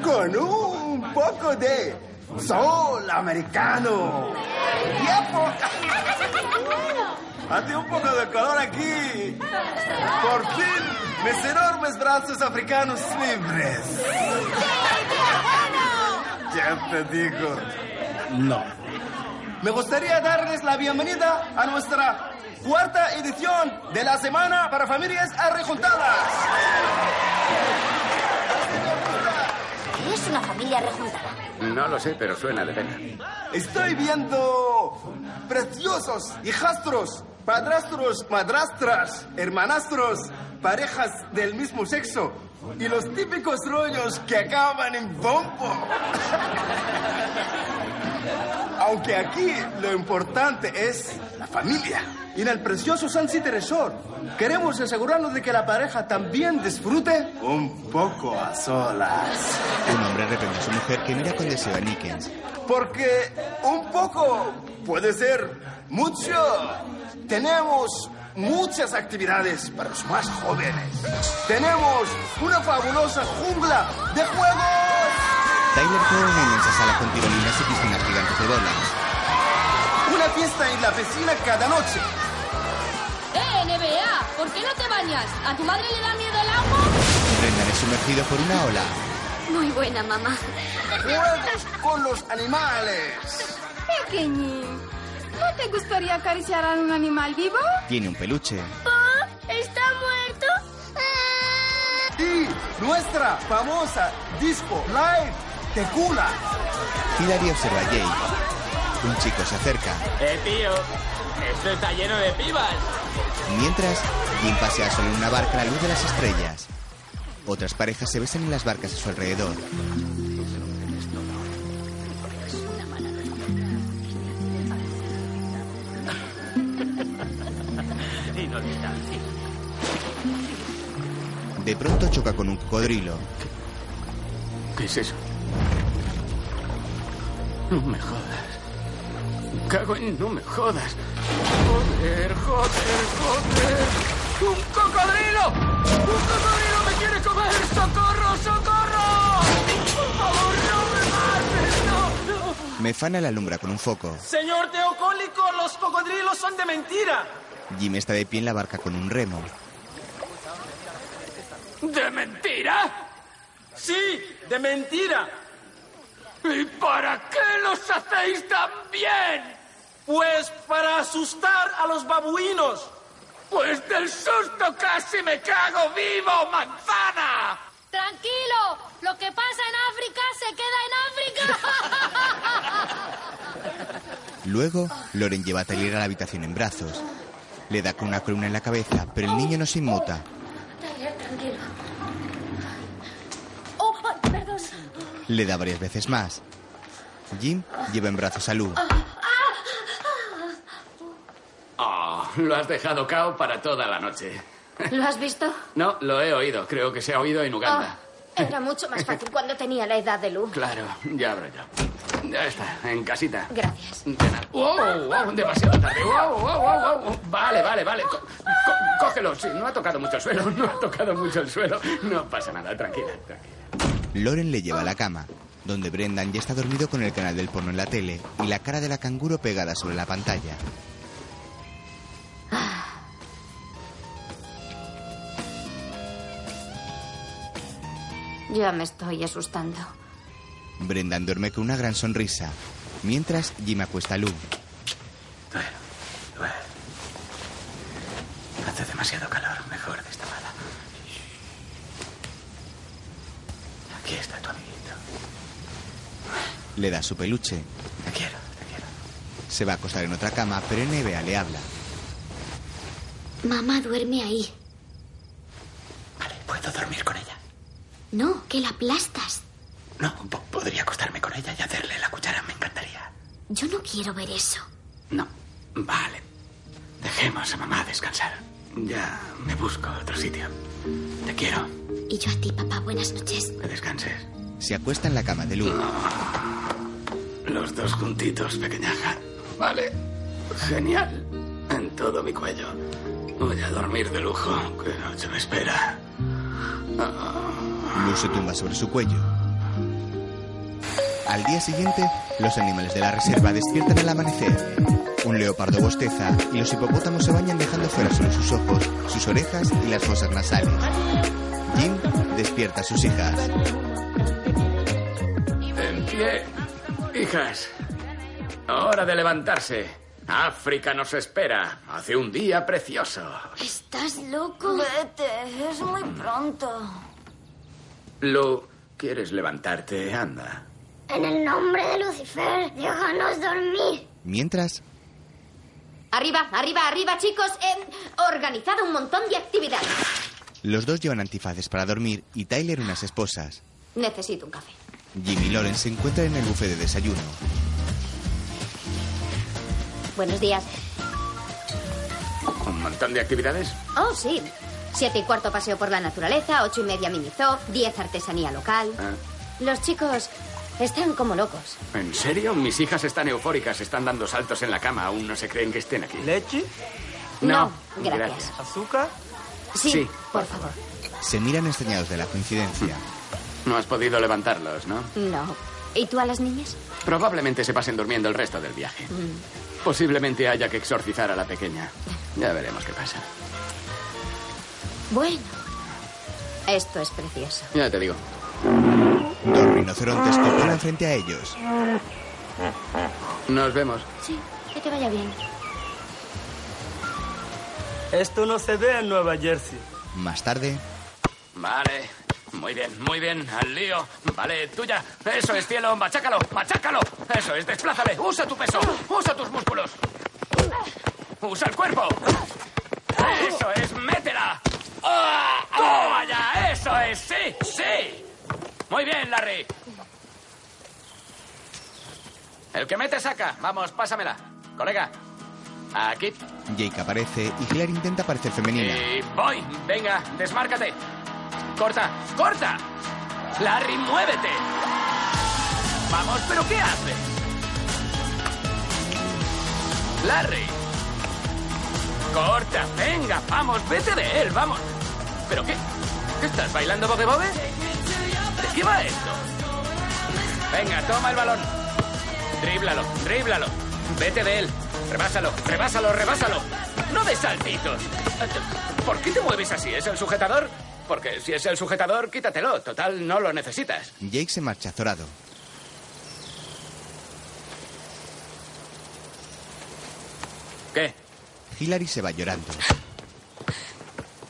[SPEAKER 21] con un poco de soul americano. Y poca. Hace un poco de calor aquí. Por fin, mis enormes brazos africanos libres. Ya te digo. No. Me gustaría darles la bienvenida a nuestra cuarta edición de la Semana para Familias Arrejuntadas.
[SPEAKER 3] ¿Qué es una familia rejuntada?
[SPEAKER 6] No lo sé, pero suena de pena.
[SPEAKER 21] Estoy viendo preciosos hijastros, padrastros, madrastras, hermanastros, parejas del mismo sexo, y los típicos rollos que acaban en bombo. Aunque aquí lo importante es la familia. Y en el precioso San City Resort queremos asegurarnos de que la pareja también disfrute un poco a solas.
[SPEAKER 1] Un hombre reprende a su mujer que mira con deseo a Nickens.
[SPEAKER 21] Porque un poco puede ser mucho. Tenemos muchas actividades para los más jóvenes. Tenemos una fabulosa jungla de juegos.
[SPEAKER 1] Tyler juega en una inmensa sala con tirolinas y piscinas gigantes de bolas.
[SPEAKER 21] Una fiesta en la piscina cada noche.
[SPEAKER 10] ¡Eh, NBA! ¿Por qué no te bañas? ¿A tu madre le da miedo el agua?
[SPEAKER 1] Brendan es sumergido por una ola.
[SPEAKER 2] Muy buena, mamá.
[SPEAKER 21] Juegos con los animales.
[SPEAKER 22] Pequeñín, ¿no te gustaría acariciar a un animal vivo?
[SPEAKER 1] Tiene un peluche.
[SPEAKER 22] Oh, ¿Está muerto?
[SPEAKER 21] Y nuestra famosa disco live Tecula.
[SPEAKER 1] Hilary observa a Jake. Un chico se acerca.
[SPEAKER 23] Eh, tío, esto está lleno de pibas.
[SPEAKER 1] Mientras, Jim pasea solo en una barca a la luz de las estrellas. Otras parejas se besan en las barcas a su alrededor.
[SPEAKER 23] Inolvidable.
[SPEAKER 1] De pronto choca con un cocodrilo.
[SPEAKER 6] ¿Qué es eso? No me jodas. Cago en no me jodas. Joder, joder, joder. ¡Un cocodrilo! ¡Un cocodrilo me quiere comer! ¡Socorro, socorro! ¡Por favor, no me mates! ¡No!
[SPEAKER 1] Mefana la alumbra con un foco.
[SPEAKER 13] Señor Teocólico, los cocodrilos son de mentira.
[SPEAKER 1] Jim está de pie en la barca con un remo.
[SPEAKER 13] ¿De mentira? Sí, de mentira. ¿Y para qué los hacéis tan bien? Pues para asustar a los babuinos. Pues del susto casi me cago vivo, manzana.
[SPEAKER 10] Tranquilo, lo que pasa en África se queda en África.
[SPEAKER 1] Luego, Loren lleva a Tyler a la habitación en brazos. Le da con una columna en la cabeza, pero el niño no se inmuta.
[SPEAKER 4] Tyler, tranquilo. Oh, ay, perdón.
[SPEAKER 1] Le da varias veces más. Jim lleva en brazos a Lou.
[SPEAKER 6] Oh, lo has dejado cao para toda la noche.
[SPEAKER 4] ¿Lo has visto?
[SPEAKER 6] No, lo he oído. Creo que se ha oído en Uganda.
[SPEAKER 4] Era mucho más fácil cuando tenía la edad de Lu.
[SPEAKER 6] Ah. Claro, ya abro yo. Ya está, en casita.
[SPEAKER 4] Gracias.
[SPEAKER 6] De nada. ¡Wow, wow! Demasiado tarde. ¡Wow, wow, wow, wow! Vale, vale, vale. Co- co- cógelo. Sí, no ha tocado mucho el suelo. No ha tocado mucho el suelo. No pasa nada. Tranquila, tranquila.
[SPEAKER 1] Loren le lleva a la cama, donde Brendan ya está dormido con el canal del porno en la tele y la cara de la canguro pegada sobre la pantalla.
[SPEAKER 2] Ya me estoy asustando.
[SPEAKER 1] Brendan duerme con una gran sonrisa, mientras Jim acuesta a Lou.
[SPEAKER 6] Hace demasiado calor. Mejor de esta mala. Aquí está tu amiguito.
[SPEAKER 1] Le da su peluche.
[SPEAKER 6] Te quiero,
[SPEAKER 1] te quiero. Se va a acostar en otra cama, pero NBA le habla.
[SPEAKER 24] Mamá duerme ahí.
[SPEAKER 6] ¿Puedo dormir con ella?
[SPEAKER 24] No, que la aplastas.
[SPEAKER 6] No, po- podría acostarme con ella y hacerle la cuchara. Me encantaría.
[SPEAKER 24] Yo no quiero ver eso.
[SPEAKER 6] Vale. Dejemos a mamá descansar. Ya me busco otro sitio. Te quiero.
[SPEAKER 24] Y yo a ti, papá, buenas noches.
[SPEAKER 6] Que descanses.
[SPEAKER 1] Se acuesta en la cama de Lou.
[SPEAKER 6] Los dos juntitos, pequeñaja. Vale. Genial. En todo mi cuello. Voy a dormir de lujo. Qué noche me espera. Ah,
[SPEAKER 1] Lou se tumba sobre su cuello. Al día siguiente, los animales de la reserva despiertan al amanecer. Un leopardo bosteza y los hipopótamos se bañan dejando fuera solo sus ojos, sus orejas y las fosas nasales. Jim despierta a sus hijas.
[SPEAKER 6] En pie. Hijas. Hora de levantarse. África nos espera. Hace un día precioso.
[SPEAKER 3] ¿Estás loco? Vete, es muy pronto.
[SPEAKER 6] Lu, ¿quieres levantarte? Anda.
[SPEAKER 24] En el nombre de Lucifer, déjanos dormir.
[SPEAKER 1] Mientras,
[SPEAKER 2] Arriba, arriba, arriba, chicos. He organizado un montón de actividades.
[SPEAKER 1] Los dos llevan antifaces para dormir y Tyler unas esposas.
[SPEAKER 2] Necesito un café.
[SPEAKER 1] Jimmy y Lauren se encuentran en el buffet de desayuno.
[SPEAKER 2] Buenos días.
[SPEAKER 6] Un montón de actividades.
[SPEAKER 2] Oh, sí. Siete y cuarto paseo por la naturaleza, ocho y media mini zoo, diez artesanía local.
[SPEAKER 6] Ah.
[SPEAKER 2] Los chicos están como locos.
[SPEAKER 6] ¿En serio? Mis hijas están eufóricas, están dando saltos en la cama, aún no se creen que estén aquí. ¿Leche? No,
[SPEAKER 2] No, gracias.
[SPEAKER 6] ¿Azúcar?
[SPEAKER 2] Sí,
[SPEAKER 6] Sí.
[SPEAKER 2] por favor.
[SPEAKER 1] Se miran extrañados de la coincidencia.
[SPEAKER 6] No has podido levantarlos, ¿no?
[SPEAKER 2] No. ¿Y tú a las niñas?
[SPEAKER 6] Probablemente se pasen durmiendo el resto del viaje.
[SPEAKER 2] Mm.
[SPEAKER 6] Posiblemente haya que exorcizar a la pequeña. Ya veremos qué pasa.
[SPEAKER 2] Bueno. Esto es precioso.
[SPEAKER 6] Ya te digo.
[SPEAKER 1] Dos rinocerontes cooperan frente a ellos.
[SPEAKER 6] Nos vemos.
[SPEAKER 2] Sí, que te vaya bien.
[SPEAKER 25] Esto no se ve en Nueva Jersey.
[SPEAKER 1] Más tarde,
[SPEAKER 6] Vale. Muy bien, muy bien. Al lío. Vale, tuya. Eso es cielo. Machácalo, machácalo. Eso es, desplázale. Usa tu peso. Usa tus músculos. Usa el cuerpo. Eso es, métela. ¡Ah! ¡Toma ya! Eso es, sí, sí. Muy bien, Larry. El que mete saca. Vamos, pásamela. Colega. Aquí.
[SPEAKER 1] Jake aparece y Claire intenta parecer femenina.
[SPEAKER 6] Y voy. Venga, desmárcate. Corta, corta. Larry, muévete. Vamos, pero ¿qué hace? Larry. Corta, venga, vamos, vete de él, vamos. ¿Pero qué? ¿Qué estás bailando bobe bobe? ¿De qué va esto? Venga, toma el balón. Dríblalo, dríblalo. Vete de él. Rebásalo, rebásalo, rebásalo. No des saltitos. ¿Por qué te mueves así? ¿Es el sujetador? Porque si es el sujetador, quítatelo. Total, no lo necesitas.
[SPEAKER 1] Jake se marcha azorado.
[SPEAKER 6] ¿Qué?
[SPEAKER 1] Hillary se va llorando.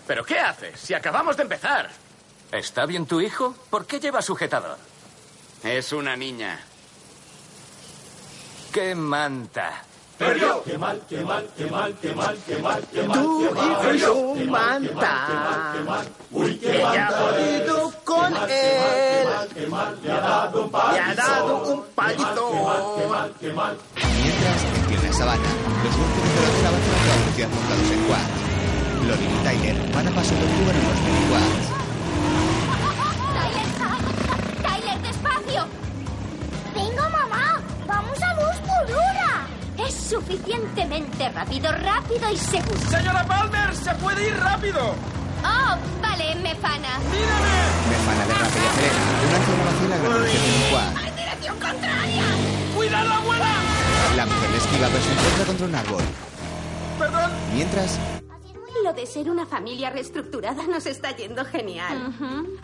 [SPEAKER 6] ¿Pero qué haces? Si acabamos de empezar. ¿Está bien tu hijo? ¿Por qué lleva sujetador? Es una niña. ¡Qué manta!
[SPEAKER 12] Perdió. Qué mal, qué mal, qué mal, qué mal, qué mal, qué mal.
[SPEAKER 21] Tú
[SPEAKER 12] qué mal.
[SPEAKER 21] y su
[SPEAKER 12] Qué mal, qué mal, qué mal, qué
[SPEAKER 21] manta.
[SPEAKER 12] mal. Uy, qué
[SPEAKER 21] Ella
[SPEAKER 12] manta
[SPEAKER 21] ha
[SPEAKER 12] es.
[SPEAKER 21] podido con él.
[SPEAKER 12] Qué mal, le ha dado un
[SPEAKER 21] Le ha dado un
[SPEAKER 12] Qué
[SPEAKER 21] palito.
[SPEAKER 12] mal, qué mal.
[SPEAKER 1] Mientras, en plena sabana, los huéspedes de la hotel avanzan a toda velocidad montados en quads. Lorin y Tyler van a paso tortuga en el bosque de quads.
[SPEAKER 13] Tyler, despacio. Venga, mamá. Vamos a Buscurura.
[SPEAKER 2] Es suficientemente rápido, rápido y seguro.
[SPEAKER 12] Señora Palmer, se puede ir rápido.
[SPEAKER 2] Oh, vale, me fana.
[SPEAKER 1] Befana de rápida acelera. Una anciana vacila la conducción de un quad.
[SPEAKER 13] ¡Dirección contraria!
[SPEAKER 12] ¡Cuidado, abuela!
[SPEAKER 1] La mujer le esquiva pero se encuentra contra un árbol.
[SPEAKER 12] Perdón.
[SPEAKER 1] Mientras,
[SPEAKER 3] Lo de ser una familia reestructurada nos está yendo genial.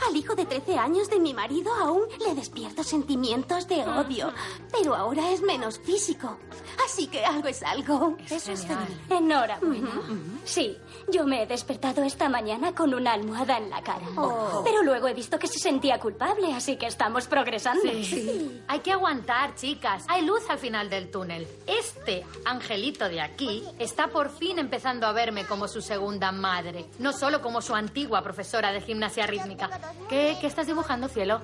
[SPEAKER 3] Al hijo de 13 años de mi marido aún le despierto sentimientos de odio, pero ahora es menos físico. Así que algo es algo. Eso es genial.
[SPEAKER 14] Enhorabuena. Sí, yo me he despertado esta mañana con una almohada en la cara. Oh. Pero luego he visto que se sentía culpable, así que estamos progresando.
[SPEAKER 9] Sí. Hay que aguantar, chicas. Hay luz al final del túnel. Este angelito de aquí está por fin empezando a verme como su segunda madre, no solo como su antigua profesora de gimnasia rítmica. ¿Qué, qué estás dibujando, cielo?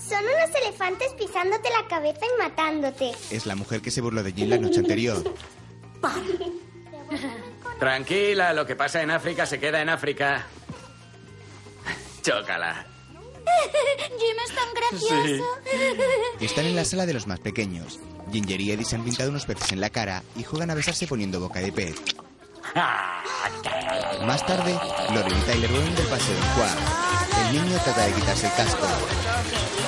[SPEAKER 14] Son unos elefantes pisándote la cabeza y matándote.
[SPEAKER 1] es la mujer que se burló de Jim la noche anterior.
[SPEAKER 6] Tranquila, lo que pasa en África se queda en África. Chócala.
[SPEAKER 13] Jim es tan gracioso.
[SPEAKER 1] Están en la sala de los más pequeños. Ginger y Eddie se han pintado unos peces en la cara y juegan a besarse poniendo boca de pez. Más tarde, Lauren y Tyler vuelven del paseo en quad. El niño trata de quitarse el casco.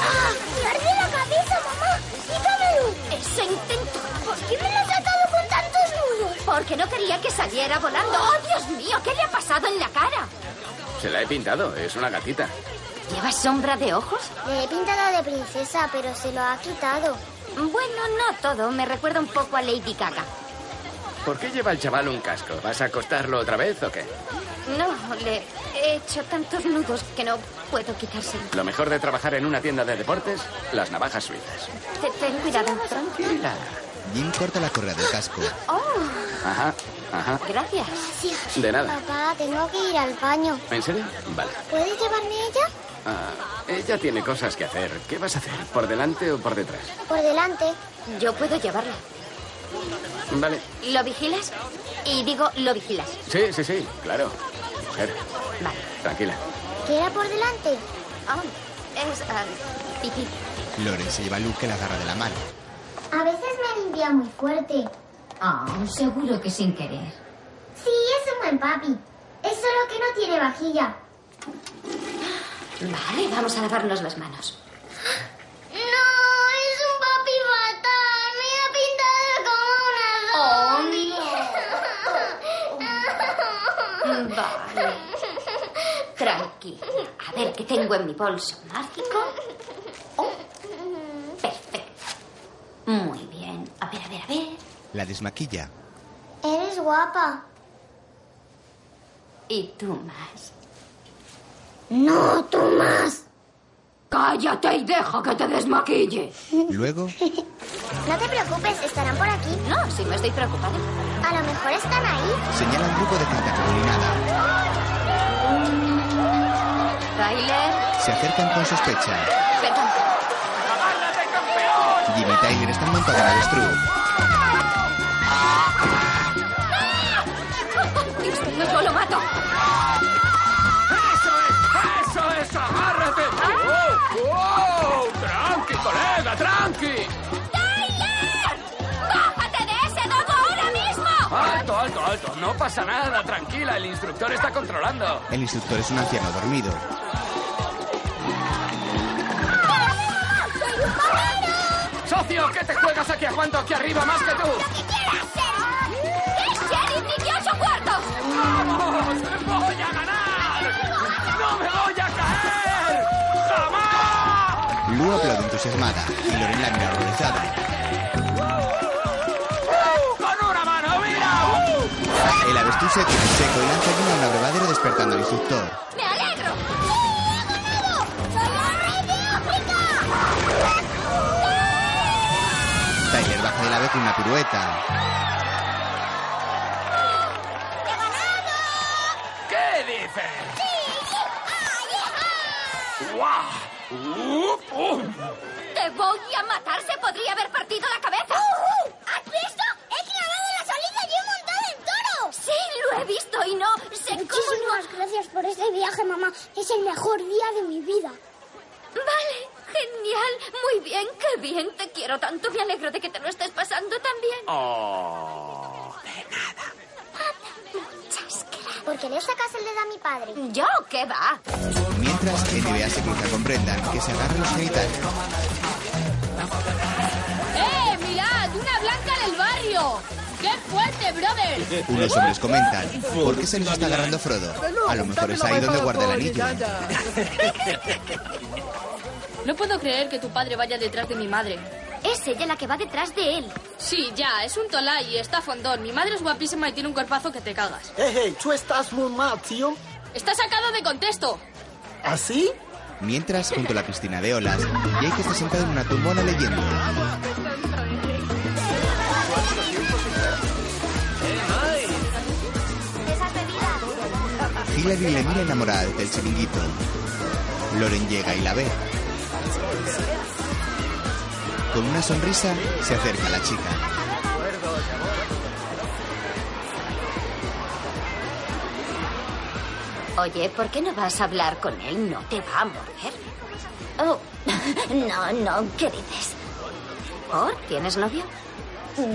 [SPEAKER 13] ¡Ah! ¡Me arde la cabeza, mamá! ¡Quítamelo!
[SPEAKER 2] Eso intento. ¿Por qué me lo has atado con tantos nudos? Porque no quería que saliera volando. ¡Oh, Dios mío! ¿Qué le ha pasado en la cara?
[SPEAKER 6] Se la he pintado, es una gatita.
[SPEAKER 2] ¿Lleva sombra de ojos?
[SPEAKER 14] Le he pintado de princesa, pero se lo ha quitado.
[SPEAKER 2] Bueno, no todo. Me recuerda un poco a Lady Gaga.
[SPEAKER 6] ¿Por qué lleva el chaval un casco? ¿Vas a acostarlo otra vez o qué?
[SPEAKER 2] No, le he hecho tantos nudos que no puedo quitárselo.
[SPEAKER 6] Lo mejor de trabajar en una tienda de deportes, las navajas suizas.
[SPEAKER 2] Te- Ten cuidado.
[SPEAKER 1] Jim corta la correa del casco.
[SPEAKER 2] Oh,
[SPEAKER 6] Ajá.
[SPEAKER 14] ah.
[SPEAKER 6] Ajá.
[SPEAKER 24] Gracias.
[SPEAKER 14] Gracias.
[SPEAKER 6] De nada.
[SPEAKER 14] Papá, tengo que ir al baño.
[SPEAKER 6] ¿En serio? Vale.
[SPEAKER 14] ¿Puede llevarme ella?
[SPEAKER 6] Ah, ella tiene cosas que hacer. ¿Qué vas a hacer? ¿Por delante o por detrás?
[SPEAKER 14] Por delante.
[SPEAKER 2] Yo puedo llevarla.
[SPEAKER 6] Vale.
[SPEAKER 2] ¿Lo vigilas? Y digo, lo vigilas.
[SPEAKER 6] Sí, sí, sí, claro. Mujer. Vale. Tranquila.
[SPEAKER 14] ¿Que era por delante?
[SPEAKER 2] Ah, es... ah, pipí.
[SPEAKER 1] Loren se lleva a Luke que la agarra de la mano.
[SPEAKER 14] A veces me limpia muy fuerte.
[SPEAKER 9] Ah, seguro que sin querer.
[SPEAKER 14] Sí, es un buen papi. Es solo que no tiene vajilla.
[SPEAKER 2] Vale, vamos a lavarnos las manos.
[SPEAKER 14] No, es un papi fatal. Me ha pintado como una Oh,
[SPEAKER 2] Mm, Vale. Tranquila. A ver qué tengo en mi bolso mágico. Oh, perfecto. Muy bien. A ver, a ver, a ver.
[SPEAKER 1] La desmaquilla.
[SPEAKER 14] Eres guapa.
[SPEAKER 2] Y tú más.
[SPEAKER 14] No, tú más.
[SPEAKER 2] Cállate y deja que te desmaquille.
[SPEAKER 1] Luego,
[SPEAKER 14] No te preocupes, estarán por aquí.
[SPEAKER 2] No, sí me estoy preocupada.
[SPEAKER 14] A lo mejor están ahí.
[SPEAKER 1] señala un grupo de gente arremolinada.
[SPEAKER 2] Tyler,
[SPEAKER 1] Se acercan con sospecha.
[SPEAKER 2] perdón.
[SPEAKER 1] Jimmy y Tyler están montados en avestruz.
[SPEAKER 14] Este
[SPEAKER 2] No, yo lo mato.
[SPEAKER 13] ¡Eso es! ¡Eso es! ¡Agárrate! ¡Wow! ¡Wow! ¡Tranqui, colega! ¡Tranqui!
[SPEAKER 14] ¡Bájate de ese dodo ahora
[SPEAKER 13] Ah.
[SPEAKER 14] mismo!
[SPEAKER 6] Alto, alto, alto. No pasa nada. Tranquila, el instructor está controlando.
[SPEAKER 1] El instructor es un anciano dormido.
[SPEAKER 6] Socio, ¿qué te juegas aquí a cuánto aquí arriba más que tú?
[SPEAKER 14] ¡Es sheriff de ocho cuartos!
[SPEAKER 13] ¡Vamos! ¡Voy a ganar! ¡No me voy a caer! ¡Jamás!
[SPEAKER 1] Lu aplaude entusiasmada y Loren la mira horrorizada.
[SPEAKER 13] ¡Uh! ¡Con una mano, mira! ¡Uh!
[SPEAKER 1] El avestruz se queda en seco y lanza a un abrevadero despertando al instructor.
[SPEAKER 14] ¡Me alegro! ¡Sí, he ganado! ¡Soy la rey de África!
[SPEAKER 1] Tyler baja del ave con una pirueta.
[SPEAKER 13] ¿Qué dices? ¡Guau! ¡Up, up!
[SPEAKER 2] Te voy a matar. Se podría haber partido la cabeza. Uh,
[SPEAKER 14] ¿Has visto? ¡He clavado la solita y he montado el toro!
[SPEAKER 2] Sí, lo he visto y no sé cómo.
[SPEAKER 14] Muchísimas gracias por este viaje, mamá. Es el mejor día de mi vida.
[SPEAKER 2] Vale, genial. Muy bien, qué bien. Te quiero tanto. Me alegro de que te lo estés pasando tan bien.
[SPEAKER 6] Oh.
[SPEAKER 14] ¿Por qué le sacas el dedo a mi padre?
[SPEAKER 2] ¿Yo qué va?
[SPEAKER 1] Mientras, NBA se cruza con Brendan, que se agarra los genitales.
[SPEAKER 10] ¡Eh, mirad! ¡Una blanca en el barrio! ¡Qué fuerte, brother!
[SPEAKER 1] Unos hombres comentan, ¿por qué se les está agarrando Frodo? A lo mejor es ahí donde guarda el anillo.
[SPEAKER 10] No puedo creer que tu padre vaya detrás de mi madre.
[SPEAKER 24] Es ella la que va detrás de él.
[SPEAKER 10] Sí, ya, es un tolay y está fondón. Mi madre es guapísima y tiene un cuerpazo que te cagas.
[SPEAKER 12] Eh,
[SPEAKER 7] Hey, hey, tú estás muy mal, tío.
[SPEAKER 10] Está sacado de contexto.
[SPEAKER 7] ¿Así?
[SPEAKER 1] Mientras, junto a la piscina de olas, Jake está sentado en una tumbona leyendo. Hillary le mira enamorada del chiringuito. Loren llega y la ve. Con una sonrisa, se acerca a la chica.
[SPEAKER 2] Oye, ¿por qué no vas a hablar con él? No te va a morder.
[SPEAKER 24] Oh, no, Ah, no, ¿qué dices?
[SPEAKER 2] ¿Por? ¿Tienes novio?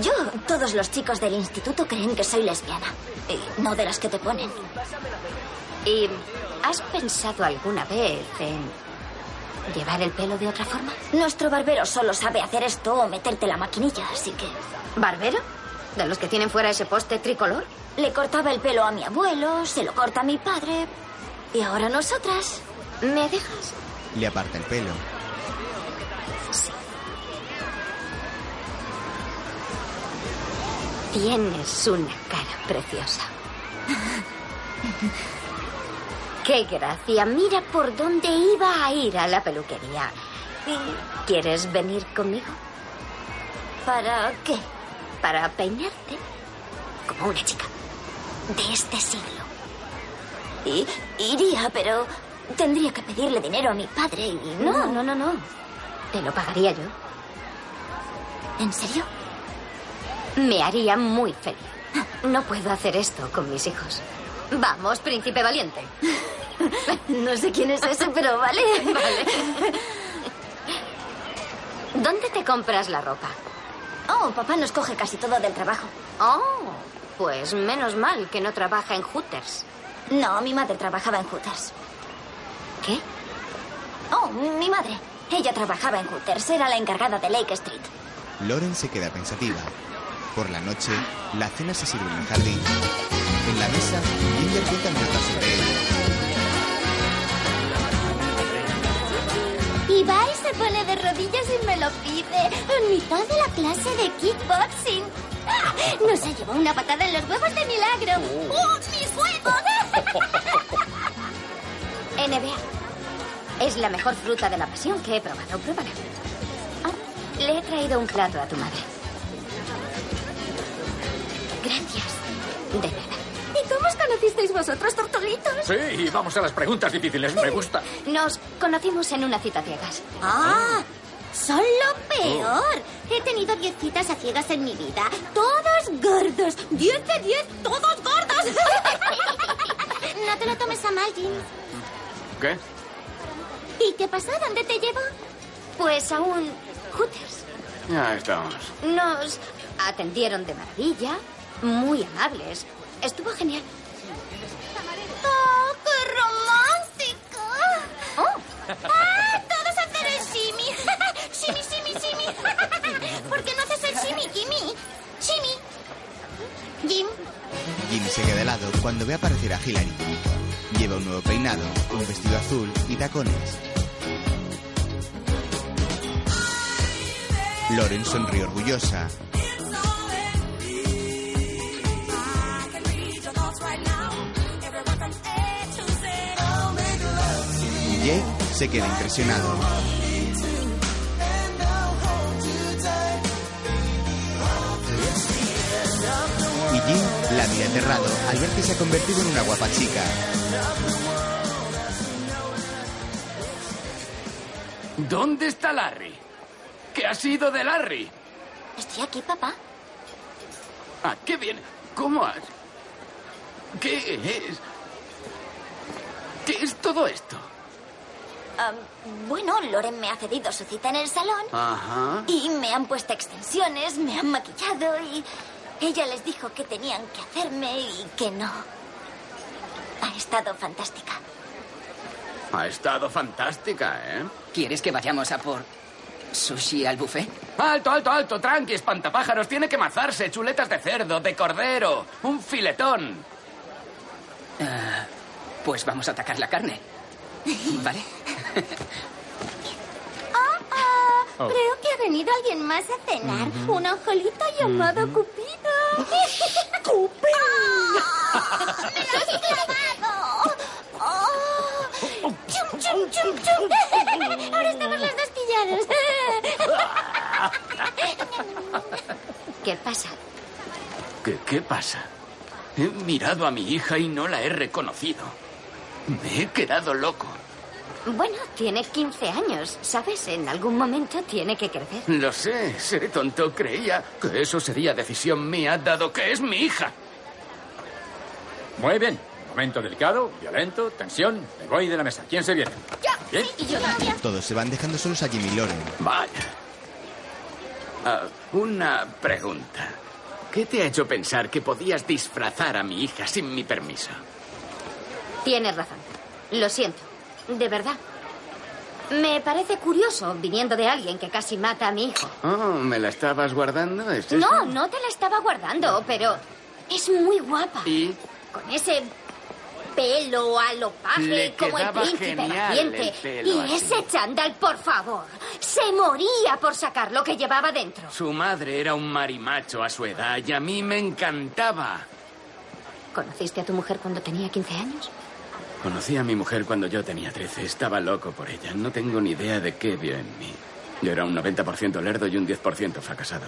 [SPEAKER 24] Yo, todos los chicos del instituto creen que soy lesbiana. Y no de las que te ponen.
[SPEAKER 2] ¿Y has pensado alguna vez en llevar el pelo de otra forma?
[SPEAKER 24] Nuestro barbero solo sabe hacer esto o meterte la maquinilla, así que...
[SPEAKER 2] ¿Barbero? ¿De los que tienen fuera ese poste tricolor?
[SPEAKER 24] Le cortaba el pelo a mi abuelo, se lo corta a mi padre. Y ahora nosotras.
[SPEAKER 2] ¿Me dejas?
[SPEAKER 1] Le aparta el pelo.
[SPEAKER 2] Tienes una cara preciosa. Qué gracia. Mira por dónde iba a ir a la peluquería. ¿Quieres venir conmigo?
[SPEAKER 24] ¿Para Ah, qué?
[SPEAKER 2] Para peinarte. Como una chica.
[SPEAKER 3] de este siglo. I- iría, pero tendría que pedirle dinero a mi padre y no.
[SPEAKER 2] No, no, no, no. Te lo pagaría yo.
[SPEAKER 3] ¿En serio?
[SPEAKER 2] Me haría muy feliz. No puedo hacer esto con mis hijos. Vamos, príncipe valiente.
[SPEAKER 3] No sé quién es ese, pero vale.
[SPEAKER 2] Vale. ¿Dónde te compras la ropa?
[SPEAKER 3] Oh, papá nos coge casi todo del trabajo.
[SPEAKER 2] Oh, pues menos mal que no trabaja en Hooters.
[SPEAKER 3] No, mi madre trabajaba en Hooters.
[SPEAKER 2] ¿Qué?
[SPEAKER 3] Oh, mi madre. Ella trabajaba en Hooters, era la encargada de Lake Street.
[SPEAKER 1] Lauren se queda pensativa. Por la noche, la cena se sirve en el jardín. En la mesa, Ginger cuenta anécdotas sobre ello.
[SPEAKER 14] Ibai se pone de rodillas y me lo pide. En mitad de la clase de kickboxing. ¡Ah! No se llevó una patada en los huevos de milagro. ¡Oh, mis huevos!
[SPEAKER 2] NBA. Es la mejor fruta de la pasión que he probado. Pruébala. Ah, le he traído un plato a tu madre. Gracias. De nada.
[SPEAKER 26] ¿Y cómo os conocisteis vosotros, tortolitos?
[SPEAKER 17] Sí, vamos a las preguntas difíciles, me gusta.
[SPEAKER 2] Nos conocimos en una cita a ciegas.
[SPEAKER 14] ¡Ah! Son lo peor. He tenido diez citas a ciegas en mi vida. Todos gordos. Diez de diez, todos gordos. no te lo tomes a mal, Jim.
[SPEAKER 6] ¿Qué?
[SPEAKER 14] ¿Y qué pasó? ¿Dónde te llevo?
[SPEAKER 2] Pues aún. Hooters.
[SPEAKER 6] Ya estamos.
[SPEAKER 2] Nos atendieron de maravilla, muy amables. Estuvo genial.
[SPEAKER 14] ¡Oh, qué romántico!
[SPEAKER 20] Oh.
[SPEAKER 14] ¡Ah, todos hacen el shimmy! ¡Shimmy, shimmy, shimmy! ¿Por qué no haces el shimmy, Jimmy? ¡Shimmy! Jim,
[SPEAKER 1] Jimmy se queda helado cuando ve aparecer a Hillary. Lleva un nuevo peinado, un vestido azul y tacones. Lauren sonríe orgullosa. Y Jake se queda impresionado. Y Jim la mira aterrado al ver que se ha convertido en una guapa chica.
[SPEAKER 6] ¿Dónde está Larry? ¿Qué ha sido de Larry?
[SPEAKER 3] Estoy aquí, papá.
[SPEAKER 6] ¿A Ah, qué viene? ¿Cómo has...? ¿Qué es? ¿Qué es todo esto?
[SPEAKER 3] Am, bueno, Loren me ha cedido su cita en el salón.
[SPEAKER 6] Ajá.
[SPEAKER 3] Y me han puesto extensiones, me han maquillado y ella les dijo que tenían que hacerme y que no. Ha estado fantástica.
[SPEAKER 6] Ha estado fantástica, ¿eh?
[SPEAKER 20] ¿Quieres que vayamos a por sushi al buffet?
[SPEAKER 6] Alto, alto, alto, tranqui, espantapájaros. Tiene que mazarse chuletas de cerdo, de cordero, un filetón.
[SPEAKER 20] Ah, pues vamos a atacar la carne. ¿Vale?
[SPEAKER 14] Oh. creo que ha venido alguien más a cenar. Un angelito llamado Cupido. ¡Cupido! ¡Me lo has clavado! ¡Oh! ¡Chum, chum, chum, chum! Ahora estamos los dos pillados.
[SPEAKER 2] ¿Qué pasa?
[SPEAKER 6] ¿Qué, qué pasa? He mirado a mi hija y no la he reconocido. Me he quedado loco.
[SPEAKER 2] Bueno, tiene 15 años, ¿sabes? En algún momento tiene que crecer.
[SPEAKER 6] Lo sé, seré tonto. Creía que eso sería decisión mía, dado que es mi hija.
[SPEAKER 17] Muy bien. Momento delicado, violento, tensión. Me voy de la mesa. ¿Quién se viene? ¿Bien?
[SPEAKER 1] Todos se van dejando solos a Jimmy y Lauren.
[SPEAKER 6] Vaya. Ah, una pregunta. ¿Qué te ha hecho pensar que podías disfrazar a mi hija sin mi permiso?
[SPEAKER 2] Tienes razón. Lo siento. De verdad. Me parece curioso viniendo de alguien que casi mata a mi hijo.
[SPEAKER 6] Oh, ¿me la estabas guardando? ¿Es eso?
[SPEAKER 2] No, no te la estaba guardando, pero es muy guapa.
[SPEAKER 6] ¿Y?
[SPEAKER 2] Con ese pelo alopaje
[SPEAKER 6] Le
[SPEAKER 2] como el
[SPEAKER 6] quedaba
[SPEAKER 2] príncipe
[SPEAKER 6] genial
[SPEAKER 2] valiente.
[SPEAKER 6] el pelo
[SPEAKER 2] y
[SPEAKER 6] así.
[SPEAKER 2] ese chándal, por favor. Se moría por sacar lo que llevaba dentro.
[SPEAKER 6] Su madre era un marimacho a su edad y a mí me encantaba.
[SPEAKER 2] ¿Conociste a tu mujer cuando tenía 15 años?
[SPEAKER 6] Conocí a mi mujer cuando yo tenía 13. Estaba loco por ella. No tengo ni idea de qué vio en mí. Yo era un 90% lerdo y un 10% fracasado.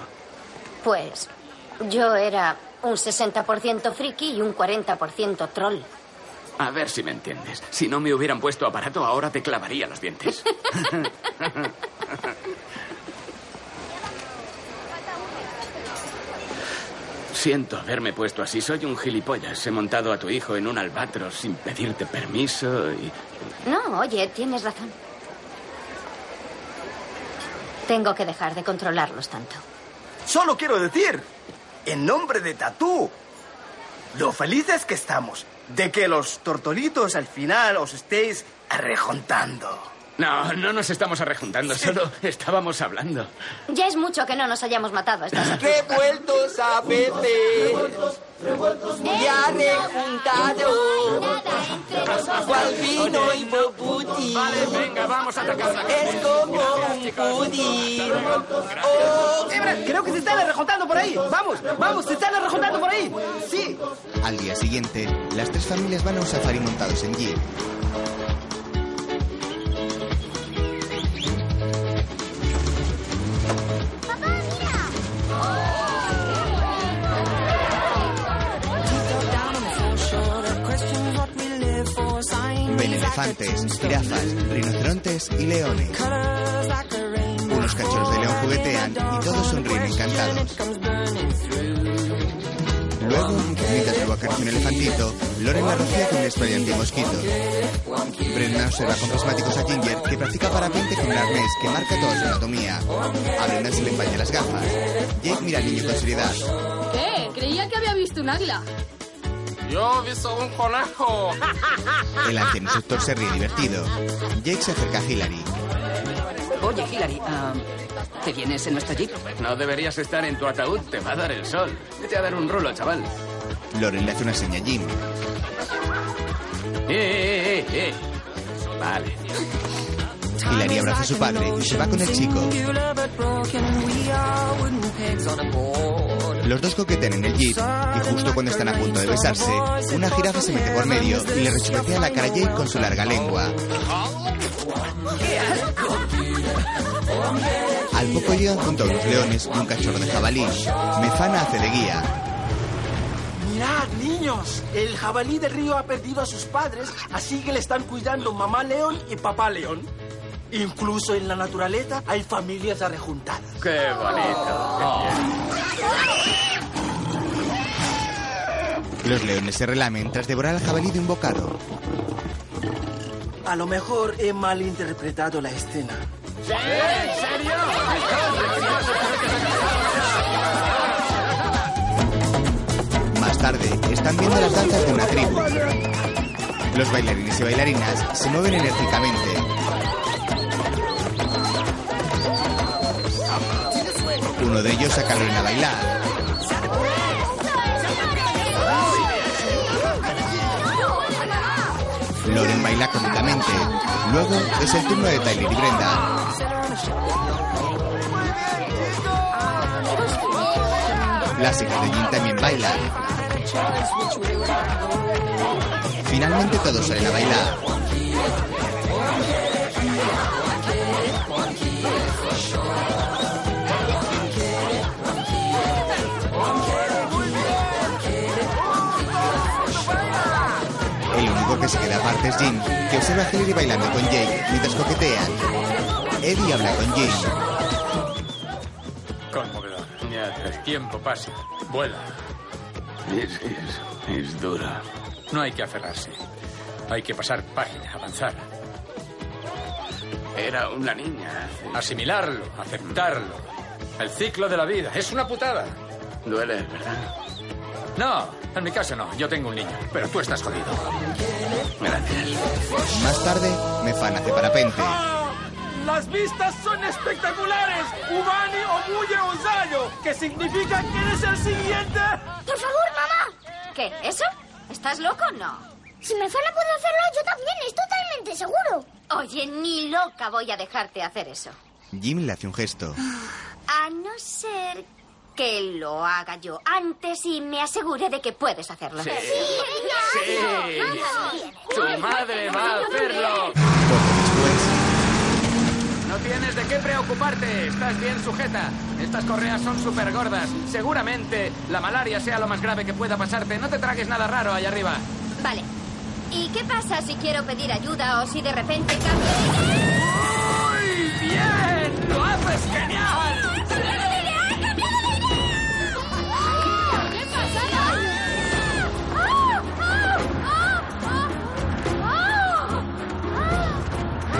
[SPEAKER 2] Pues Yo era un 60% friki y un 40% troll.
[SPEAKER 6] A ver si me entiendes. Si no me hubieran puesto aparato, ahora te clavaría los dientes. Siento haberme puesto así. Soy un gilipollas. He montado a tu hijo en un albatros sin pedirte permiso y...
[SPEAKER 2] No, oye, tienes razón. Tengo que dejar de controlarlos tanto.
[SPEAKER 8] Solo quiero decir, en nombre de Tatú, lo felices que estamos de que los tortolitos al final os estéis arrejontando.
[SPEAKER 6] No, no nos estamos arrejuntando, solo estábamos hablando.
[SPEAKER 2] Ya es mucho que no nos hayamos matado a estas
[SPEAKER 8] Revueltos a
[SPEAKER 21] Eh,
[SPEAKER 8] veces,
[SPEAKER 14] Ya rejuntado.
[SPEAKER 8] cual vino y bobuti. Vale, venga, vamos a atacar. Es como un Oh. pudín.
[SPEAKER 16] Ebra, Eh, creo que se están arrejontando por ahí. Vamos, vamos, se están arrejontando por ahí. Sí.
[SPEAKER 1] Al día siguiente, las tres familias van a un safari montados en jeep. Ven elefantes, jirafas, rinocerontes y leones. Unos cachorros de león juguetean y todos sonríen encantados. Luego, mientras aguacarse un elefantito, Loren la rocía con un spray antimosquito. Brenda observa con prismáticos a Ginger, que practica parapente con un arnés que marca toda su anatomía. A Brenda se le empañan las gafas. Jake mira al niño con seriedad.
[SPEAKER 10] ¿Qué? Creía que había visto un águila.
[SPEAKER 13] Yo he visto un conejo.
[SPEAKER 1] El antenosector se ríe divertido. Jake se acerca a Hillary.
[SPEAKER 20] Oye, Hillary, ah, ¿te vienes en nuestro jeep?
[SPEAKER 6] No deberías estar en tu ataúd, te va a dar el sol. Vete a dar un rulo, chaval.
[SPEAKER 1] Loren le hace una seña a Jim.
[SPEAKER 6] Eh, eh, eh, eh. Vale.
[SPEAKER 1] Hilary abraza a su padre y se va con el chico. Los dos coquetean en el jeep y justo cuando están a punto de besarse, una jirafa se mete por medio y le rechupetea la cara a Jake con su larga lengua. Al poco llegan junto a unos leones y un cachorro de jabalí. Mefana hace de guía.
[SPEAKER 12] Mirad, niños, el jabalí del río ha perdido a sus padres, así que le están cuidando mamá león y papá león. Incluso en la naturaleza hay familias arrejuntadas.
[SPEAKER 6] Qué bonito.
[SPEAKER 1] Los leones se relamen tras devorar al jabalí de un bocado.
[SPEAKER 12] A lo mejor he malinterpretado la escena.
[SPEAKER 14] ¿En
[SPEAKER 1] Más tarde, están viendo las danzas de una tribu. Los bailarines y bailarinas se mueven enérgicamente. Uno de ellos saca a Lorena a bailar. Loren baila cómicamente. Luego es el turno de Tyler y Brenda. Las hijas de Jim también bailan. Finalmente todos salen a bailar. El único que se queda aparte es Jim, que observa a Hillary bailando con Jake mientras coquetean. Eddie habla con Jim.
[SPEAKER 17] Conmovedor. Ya el tiempo pasa. Vuela.
[SPEAKER 6] Es, es, es dura.
[SPEAKER 17] No hay que aferrarse. Hay que pasar página, avanzar.
[SPEAKER 6] Era una niña.
[SPEAKER 17] Asimilarlo, aceptarlo. El ciclo de la vida. Es una putada.
[SPEAKER 6] Duele, ¿verdad?
[SPEAKER 17] No, en mi caso no. Yo tengo un niño. Pero tú estás jodido.
[SPEAKER 1] Más tarde, Mefan hace parapente.
[SPEAKER 13] Las vistas son espectaculares. Ubani Omuye Ozayo, que significa que eres el siguiente.
[SPEAKER 14] Por favor, mamá.
[SPEAKER 2] ¿Qué? ¿Eso? ¿Estás loco o no?
[SPEAKER 14] Si me Mefana puede hacerlo, yo también. Es totalmente seguro.
[SPEAKER 2] Oye, ni loca voy a dejarte hacer eso.
[SPEAKER 1] Jim le hace un gesto.
[SPEAKER 2] A no ser que lo haga yo antes y me asegure de que puedes hacerlo.
[SPEAKER 6] Sí. ¡Tu madre va a hacerlo!
[SPEAKER 1] Poco después,
[SPEAKER 23] No tienes de qué preocuparte, estás bien sujeta. Estas correas son súper gordas. Seguramente la malaria sea lo más grave que pueda pasarte. No te tragues nada raro allá arriba.
[SPEAKER 2] Vale. ¿Y qué pasa si quiero pedir ayuda o si de repente cambio de...
[SPEAKER 13] ¡Muy bien! ¡Lo haces genial!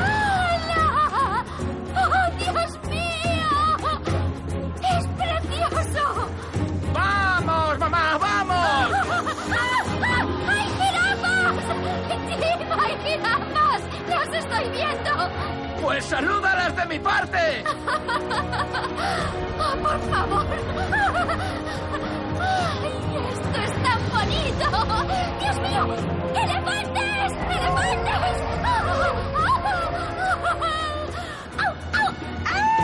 [SPEAKER 14] ¡Hala! ¡Oh, Dios mío! ¡Es precioso!
[SPEAKER 23] ¡Vamos, mamá, vamos!
[SPEAKER 14] ¡Hay jirafas! ¡Tim, hay jirafas! ¡Las estoy viendo!
[SPEAKER 23] Pues salúdalas de mi parte.
[SPEAKER 14] ¡Oh, por favor! ¡Ay, esto es tan bonito! ¡Dios mío! ¡Elefantes! ¡Elefantes! ¡Au, au! ¡Ah!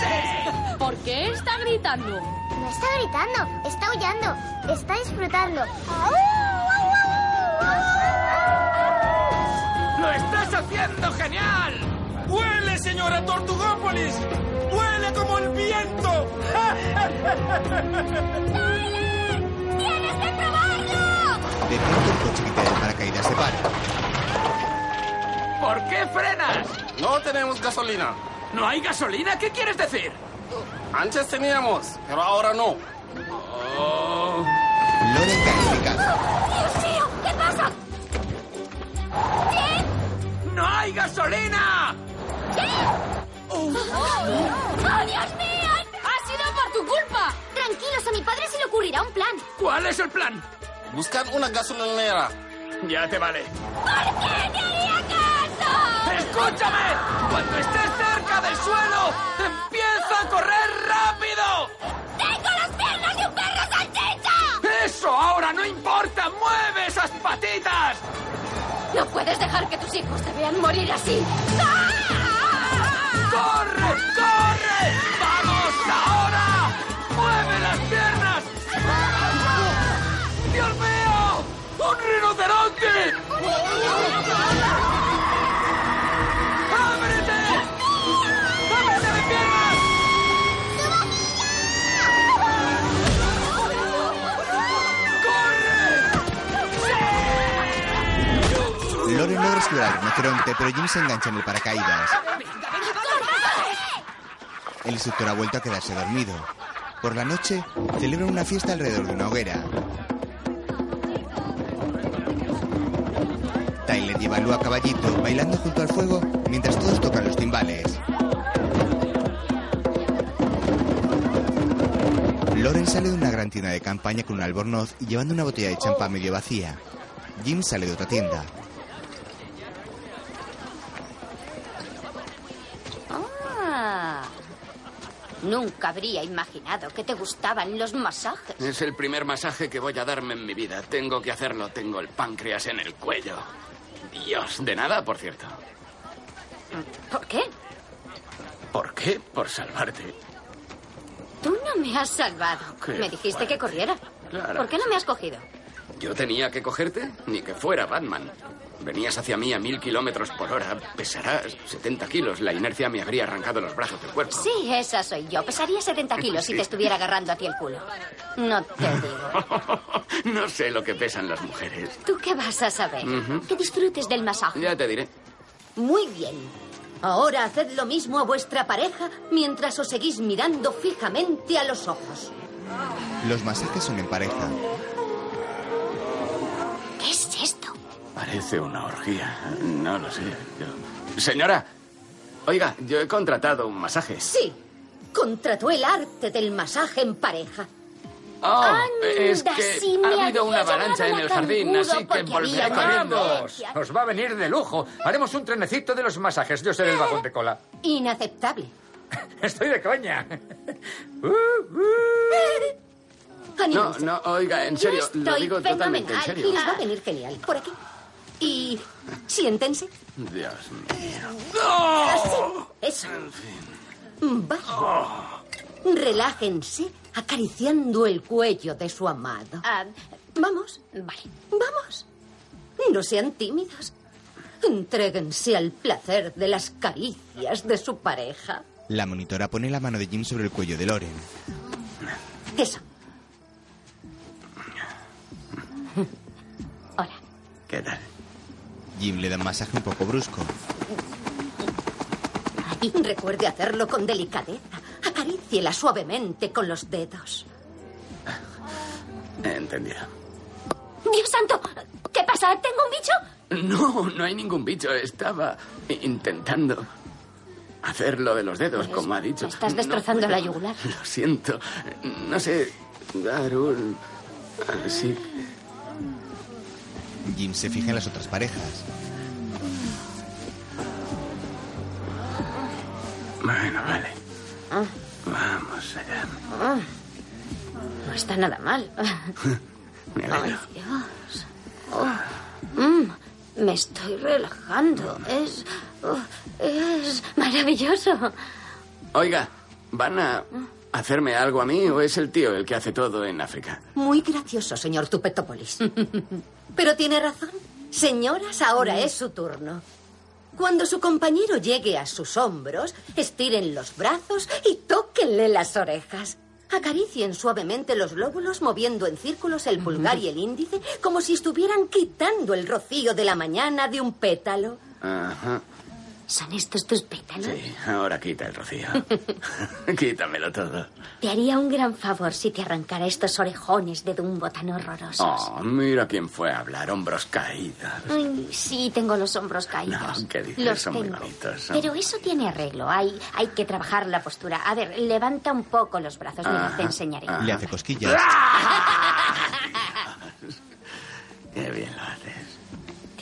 [SPEAKER 13] ¡Eso
[SPEAKER 10] ¿Por qué está gritando?
[SPEAKER 14] No está gritando, está aullando, está disfrutando.
[SPEAKER 13] ¡Lo estás haciendo genial! ¡Huele, señora Tortugópolis! ¡Huele como el viento!
[SPEAKER 14] ¡Tienes que probarlo!
[SPEAKER 1] De pronto el coche que cae de paracaídas se para.
[SPEAKER 13] ¿Por qué frenas?
[SPEAKER 18] No tenemos gasolina.
[SPEAKER 13] ¿No hay gasolina? ¿Qué quieres decir?
[SPEAKER 18] Antes teníamos, pero ahora no.
[SPEAKER 1] Loren cae de casa.
[SPEAKER 14] ¡Dios mío! ¿Qué pasa? ¡Tim!
[SPEAKER 13] ¡No hay gasolina!
[SPEAKER 14] ¡Oh, Dios mío! ¡Ha sido por tu culpa! Tranquilos, a mi padre se le ocurrirá un plan.
[SPEAKER 13] ¿Cuál es el plan?
[SPEAKER 18] Buscad una gasolinera.
[SPEAKER 13] Ya te vale.
[SPEAKER 14] ¿Por qué me haría caso?
[SPEAKER 13] ¡Escúchame! Cuando estés cerca del suelo, empieza a correr rápido.
[SPEAKER 14] ¡Tengo las piernas de un perro salchicha!
[SPEAKER 13] ¡Eso ahora no importa! ¡Mueve esas patitas!
[SPEAKER 2] No puedes dejar que tus hijos te vean morir así.
[SPEAKER 13] ¡Corre! ¡Corre! ¡Vamos ahora! ¡Mueve las piernas! ¡Dios mío! ¡Un rinoceronte! ¡Ábrete! ¡Ábrete mis piernas!
[SPEAKER 1] Loren logra esquivar el rinoceronte, pero Jim se engancha en el paracaídas. El instructor ha vuelto a quedarse dormido. Por la noche, celebran una fiesta alrededor de una hoguera. Tyler lleva a Lou a caballito, bailando junto al fuego, mientras todos tocan los timbales. Loren sale de una gran tienda de campaña con un albornoz y llevando una botella de champán medio vacía. Jim sale de otra tienda.
[SPEAKER 2] Ah. Nunca habría imaginado que te gustaban los masajes.
[SPEAKER 6] Es el primer masaje que voy a darme en mi vida. Tengo que hacerlo. Tengo el páncreas en el cuello. Dios, de nada, por cierto.
[SPEAKER 2] ¿Por qué?
[SPEAKER 6] ¿Por qué? Por salvarte.
[SPEAKER 2] Tú no me has salvado.
[SPEAKER 6] Qué
[SPEAKER 2] me dijiste que corriera.
[SPEAKER 6] Claro.
[SPEAKER 2] ¿Por qué no me has cogido?
[SPEAKER 6] ¿Yo tenía que cogerte? Ni que fuera Batman. Venías hacia mí a mil kilómetros por hora. Pesarás 70 kilos. La inercia me habría arrancado los brazos del cuerpo.
[SPEAKER 2] Sí, esa soy yo. Pesaría 70 kilos si
[SPEAKER 6] Sí.
[SPEAKER 2] te estuviera agarrando a ti el culo. No te digo.
[SPEAKER 6] No sé lo que pesan las mujeres.
[SPEAKER 2] ¿Tú qué vas a saber?
[SPEAKER 6] Ujú.
[SPEAKER 2] Que disfrutes del masaje.
[SPEAKER 6] Ya te diré.
[SPEAKER 2] Muy bien. Ahora haced lo mismo a vuestra pareja mientras os seguís mirando fijamente a los ojos.
[SPEAKER 1] Los masajes son en pareja.
[SPEAKER 2] ¿Qué es esto?
[SPEAKER 6] Parece una orgía. No lo sé. Yo- Señora, oiga, yo he contratado un masaje.
[SPEAKER 2] Sí, contrató el arte del masaje en pareja.
[SPEAKER 6] Oh,
[SPEAKER 2] Anda,
[SPEAKER 6] es que
[SPEAKER 2] sí, me
[SPEAKER 6] ha habido
[SPEAKER 2] había
[SPEAKER 6] una avalancha
[SPEAKER 2] llamado
[SPEAKER 6] en
[SPEAKER 2] la
[SPEAKER 6] el jardín,
[SPEAKER 2] canguro
[SPEAKER 6] así que
[SPEAKER 2] porque
[SPEAKER 6] volveré
[SPEAKER 2] había
[SPEAKER 6] corriendo.
[SPEAKER 2] una bestia.
[SPEAKER 17] Nos va a venir de lujo. Haremos un trenecito de los masajes. Yo seré el vagón de cola.
[SPEAKER 2] Inaceptable.
[SPEAKER 17] Estoy de coña.
[SPEAKER 6] No,
[SPEAKER 2] Anímense.
[SPEAKER 6] no, oiga, en serio,
[SPEAKER 2] Yo estoy
[SPEAKER 6] lo digo
[SPEAKER 2] fenomenal
[SPEAKER 6] totalmente en
[SPEAKER 2] y
[SPEAKER 6] serio.
[SPEAKER 2] les va a venir genial. Por aquí. Y siéntense.
[SPEAKER 6] Dios mío.
[SPEAKER 2] Eso. Vale. Relájense Ah. acariciando el cuello de su amado. vamos. Vale. Vamos.
[SPEAKER 9] No sean tímidos. Entréguense al placer de las caricias de su pareja.
[SPEAKER 1] La monitora pone la mano de Jim sobre el cuello de Loren.
[SPEAKER 9] ¿Qué son?
[SPEAKER 6] ¿Qué tal?
[SPEAKER 1] Jim le da un masaje un poco brusco.
[SPEAKER 9] Y recuerde hacerlo con delicadeza. Acaríciela suavemente con los dedos.
[SPEAKER 6] Entendido.
[SPEAKER 27] ¡Dios santo! ¿Qué pasa? ¿Tengo un bicho?
[SPEAKER 6] No, no hay ningún bicho. Estaba intentando hacer lo de los dedos,
[SPEAKER 2] Pues
[SPEAKER 6] como ha dicho.
[SPEAKER 9] Estás destrozando la yugular.
[SPEAKER 6] Lo siento. No sé dar un... Así
[SPEAKER 1] Jim se fija en las otras parejas.
[SPEAKER 6] Bueno, vale. Vamos allá.
[SPEAKER 9] Ah, no está nada mal.
[SPEAKER 6] Me alegro.
[SPEAKER 9] Ay, Dios. Oh, mm, me estoy relajando. Es. oh, es maravilloso.
[SPEAKER 6] Oiga, ¿van
[SPEAKER 2] Ah.
[SPEAKER 6] a hacerme algo a mí o es el tío el que hace todo en África?
[SPEAKER 9] Muy gracioso, señor Tupetópolis. Pero tiene razón. Señoras, ahora es su turno. Cuando su compañero llegue a sus hombros, estiren los brazos y tóquenle las orejas. Acaricien suavemente los lóbulos moviendo en círculos el pulgar y el índice como si estuvieran quitando el rocío de la mañana de un pétalo.
[SPEAKER 6] Ajá.
[SPEAKER 9] ¿Son estos tus pétalos?
[SPEAKER 6] Sí, ahora quita el rocío. Quítamelo todo.
[SPEAKER 2] Te haría un gran favor si te arrancara estos orejones de Dumbo tan horrorosos.
[SPEAKER 6] Oh, mira quién fue a hablar, hombros caídos.
[SPEAKER 2] Ay, sí, tengo los hombros caídos.
[SPEAKER 6] No, ¿qué dices?
[SPEAKER 2] Los
[SPEAKER 6] Son muy
[SPEAKER 2] tengo.
[SPEAKER 6] bonitos. son-
[SPEAKER 2] Pero eso tiene arreglo. Hay, hay que trabajar la postura. A ver, levanta un poco los brazos. Mira,
[SPEAKER 6] Ajá, ¡Ah!
[SPEAKER 2] te enseñaré.
[SPEAKER 1] Le hace cosquillas.
[SPEAKER 6] Qué bien lo haces.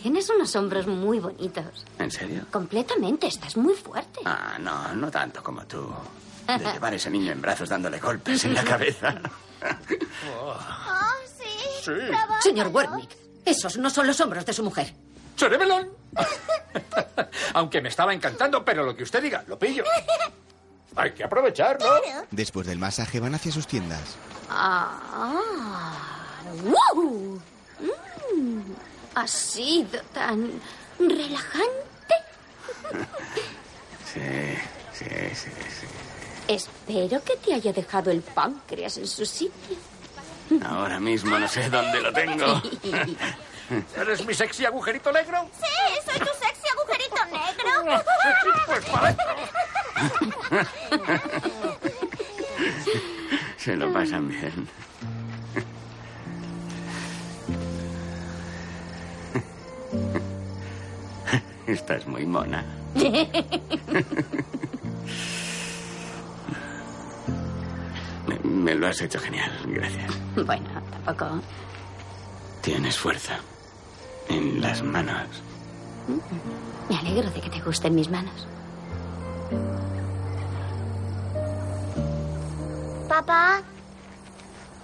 [SPEAKER 2] Tienes unos hombros muy bonitos.
[SPEAKER 6] ¿En serio?
[SPEAKER 2] Completamente, estás muy fuerte.
[SPEAKER 6] Ah, no, no tanto como tú. De llevar ese niño en brazos dándole golpes en la cabeza.
[SPEAKER 14] Oh, sí.
[SPEAKER 9] Señor Wernick, esos no son los hombros de su mujer.
[SPEAKER 13] ¡Cerebelón! Aunque me estaba encantando, pero lo que usted diga, lo pillo. Hay que aprovechar, ¿no?
[SPEAKER 1] Después del masaje van hacia sus tiendas.
[SPEAKER 2] Ah, ¡Wow! Mm, ha sido tan relajante.
[SPEAKER 6] Sí, sí, sí, sí.
[SPEAKER 2] Espero que te haya dejado el páncreas en su sitio.
[SPEAKER 6] Ahora mismo no sé dónde lo tengo.
[SPEAKER 13] ¿Eres mi sexy agujerito negro?
[SPEAKER 14] Sí, soy tu sexy agujerito negro.
[SPEAKER 6] Se lo pasan bien. Estás muy mona. Me, me lo has hecho genial, gracias.
[SPEAKER 2] Bueno, tampoco.
[SPEAKER 6] Tienes fuerza en las manos.
[SPEAKER 2] Me alegro de que te gusten mis manos.
[SPEAKER 14] Papá,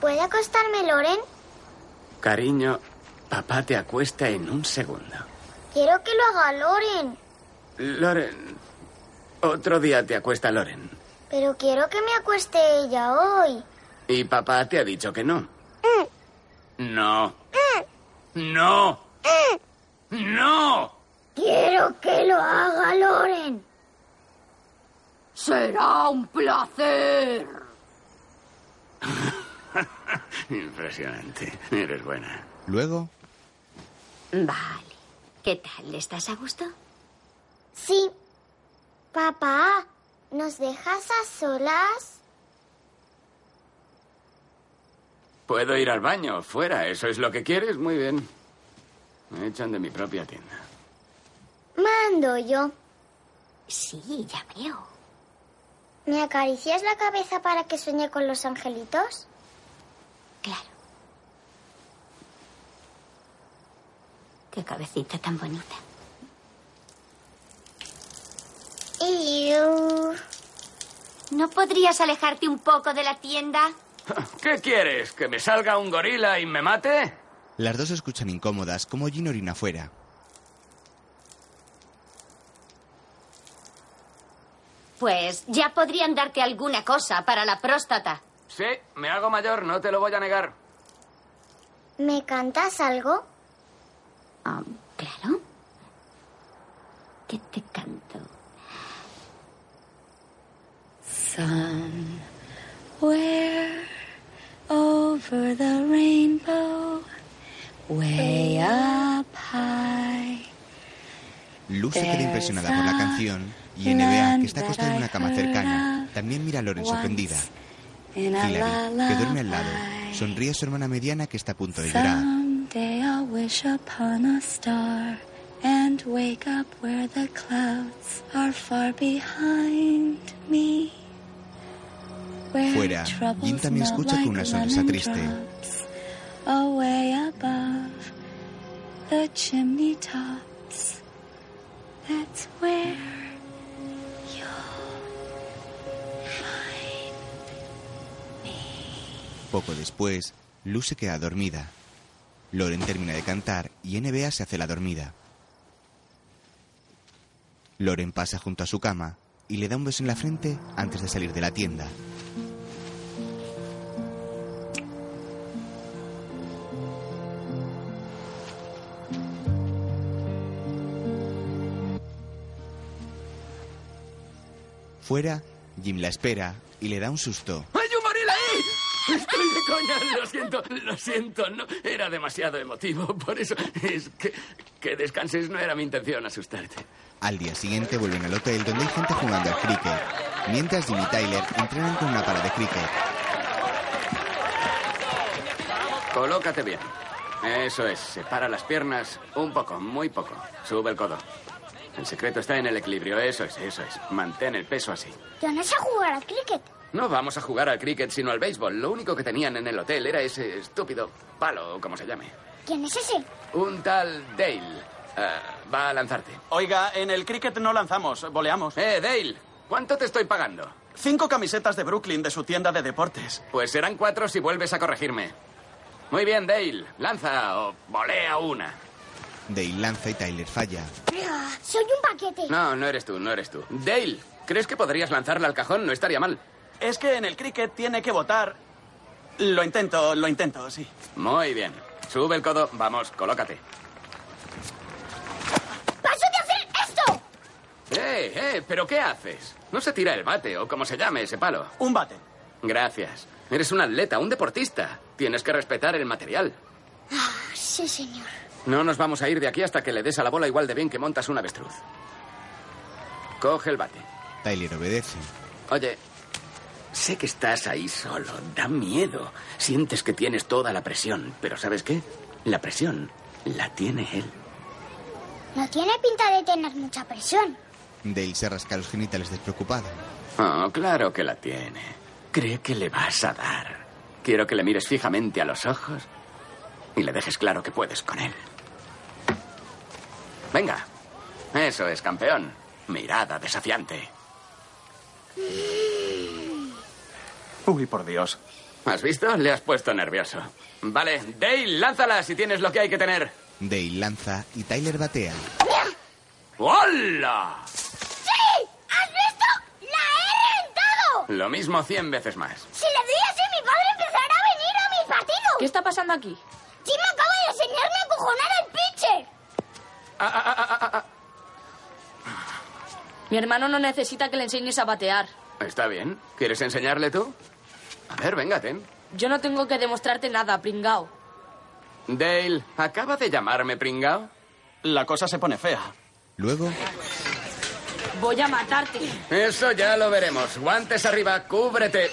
[SPEAKER 14] ¿puede acostarme Loren?
[SPEAKER 6] Cariño, papá te acuesta en un segundo.
[SPEAKER 14] Quiero que lo haga Loren,
[SPEAKER 6] Loren, otro día te acuesta Loren.
[SPEAKER 14] pero quiero que me acueste ella hoy.
[SPEAKER 6] Y papá te ha dicho que no.
[SPEAKER 14] Mm,
[SPEAKER 6] No. No. No.
[SPEAKER 14] Eh, Quiero que lo haga Loren.
[SPEAKER 27] Será un placer.
[SPEAKER 6] Impresionante. Eres buena.
[SPEAKER 1] Luego,
[SPEAKER 2] Vale. ¿Qué tal? ¿Estás a gusto?
[SPEAKER 14] Sí. Papá, ¿nos dejas a solas?
[SPEAKER 6] Puedo ir al baño, fuera. ¿Eso es lo que quieres? Muy bien. Me echan de mi propia tienda.
[SPEAKER 14] Mando yo.
[SPEAKER 2] Sí, ya veo.
[SPEAKER 14] ¿Me acaricias la cabeza para que sueñe con los angelitos?
[SPEAKER 2] Qué cabecita tan bonita. ¿No podrías alejarte un poco de la tienda?
[SPEAKER 6] ¿Qué quieres? ¿Que me salga un gorila y me mate?
[SPEAKER 1] las dos escuchan incómodas como Jim orina fuera.
[SPEAKER 2] Pues ya podrían darte alguna cosa para la próstata.
[SPEAKER 6] Sí, me hago mayor, no te lo voy a negar.
[SPEAKER 14] ¿Me cantas algo?
[SPEAKER 5] Um,
[SPEAKER 24] Ah, claro. ¿Qué te canto?
[SPEAKER 5] Somewhere over the rainbow, way up high.
[SPEAKER 1] Luz se queda impresionada por la canción y NBA, que está acostada en una cama cercana, también mira a Loren sorprendida.
[SPEAKER 5] In a la
[SPEAKER 1] Hilary, que duerme
[SPEAKER 5] la
[SPEAKER 1] al lado, sonríe a su hermana mediana que está a punto de llorar.
[SPEAKER 5] Someday I'll wish upon a star and wake up where the clouds are far behind me. Where
[SPEAKER 1] Fuera, Jim
[SPEAKER 5] troubles
[SPEAKER 1] también
[SPEAKER 5] melt
[SPEAKER 1] escucha con
[SPEAKER 5] like
[SPEAKER 1] una sonrisa
[SPEAKER 5] lemon
[SPEAKER 1] triste.
[SPEAKER 5] drops Away above the chimney tops. That's where
[SPEAKER 1] Poco después, Luz se queda dormida. Loren termina de cantar y NBA se hace la dormida. Loren pasa junto a su cama y le da un beso en la frente antes de salir de la tienda. Fuera, Jim la espera y le da un susto.
[SPEAKER 6] ¡Hay un baril ahí! Estoy de coña, lo siento, lo siento, no, era demasiado emotivo, por eso es que, que descanses, no era mi intención asustarte.
[SPEAKER 1] Al día siguiente vuelven al hotel donde hay gente jugando al cricket, mientras Jim y Tyler entrenan con una pala de cricket.
[SPEAKER 6] Colócate bien. Eso es, separa las piernas un poco, muy poco. Sube el codo. El secreto está en el equilibrio, eso es, eso es. Mantén el peso así.
[SPEAKER 14] Yo no sé jugar al cricket.
[SPEAKER 6] No vamos a jugar al cricket sino al béisbol. Lo único que tenían en el hotel era ese estúpido palo, o como se llame.
[SPEAKER 14] ¿Quién es ese?
[SPEAKER 6] Un tal Dale. Ah, va a lanzarte.
[SPEAKER 19] Oiga, en el cricket no lanzamos, voleamos.
[SPEAKER 6] Eh, Dale, ¿cuánto te estoy pagando?
[SPEAKER 19] Cinco camisetas de Brooklyn de su tienda de deportes.
[SPEAKER 6] Pues serán cuatro si vuelves a corregirme. Muy bien, Dale. Lanza o volea una.
[SPEAKER 1] Dale lanza y Tyler falla.
[SPEAKER 14] Ah, Soy un paquete.
[SPEAKER 6] No, no eres tú, no eres tú. Dale, ¿crees que podrías lanzarla al cajón? No estaría mal.
[SPEAKER 19] Es que en el cricket tiene que votar. Lo intento, lo intento, sí.
[SPEAKER 6] Muy bien. Sube el codo. Vamos, colócate.
[SPEAKER 14] ¡Paso de hacer esto!
[SPEAKER 6] ¡Eh, eh! ¿Pero qué haces? No se tira el bate o como se llame ese palo.
[SPEAKER 19] Un bate.
[SPEAKER 6] Gracias. Eres un atleta, un deportista. Tienes que respetar el material.
[SPEAKER 14] Ah, sí, señor.
[SPEAKER 6] No nos vamos a ir de aquí hasta que le des a la bola igual de bien que montas un avestruz. Coge el bate.
[SPEAKER 1] Tyler obedece.
[SPEAKER 6] Oye, sé que estás ahí solo, da miedo. Sientes que tienes toda la presión, pero ¿sabes qué? La presión la tiene él.
[SPEAKER 14] No tiene pinta de tener mucha presión.
[SPEAKER 1] Dale se rasca los genitales despreocupado.
[SPEAKER 6] Oh, claro que la tiene. Cree que le vas a dar. Quiero que le mires fijamente a los ojos y le dejes claro que puedes con él. Venga. Eso es, campeón. Mirada desafiante.
[SPEAKER 19] Uy, por Dios.
[SPEAKER 6] ¿Has visto? Le has puesto nervioso. Vale, Dale, lánzala si tienes lo que hay que tener.
[SPEAKER 1] Dale lanza y Tyler batea.
[SPEAKER 6] ¡Hola!
[SPEAKER 14] ¡Sí! ¿Has visto? ¡La he rentado!
[SPEAKER 6] Lo mismo cien veces más.
[SPEAKER 14] Si le doy así, mi padre empezará a venir a mi partido. ¿Qué
[SPEAKER 10] está pasando aquí?
[SPEAKER 14] Jim acaba de enseñarme a cojonar al pitcher.
[SPEAKER 10] Mi hermano no necesita que le enseñes a batear.
[SPEAKER 6] Está bien. ¿Quieres enseñarle tú? A ver, venga, ten.
[SPEAKER 10] Yo no tengo que demostrarte nada, pringao.
[SPEAKER 6] Dale, ¿acaba de llamarme pringao?
[SPEAKER 19] La cosa se pone fea.
[SPEAKER 1] Luego.
[SPEAKER 10] Voy a matarte.
[SPEAKER 6] Eso ya lo veremos. Guantes arriba, cúbrete.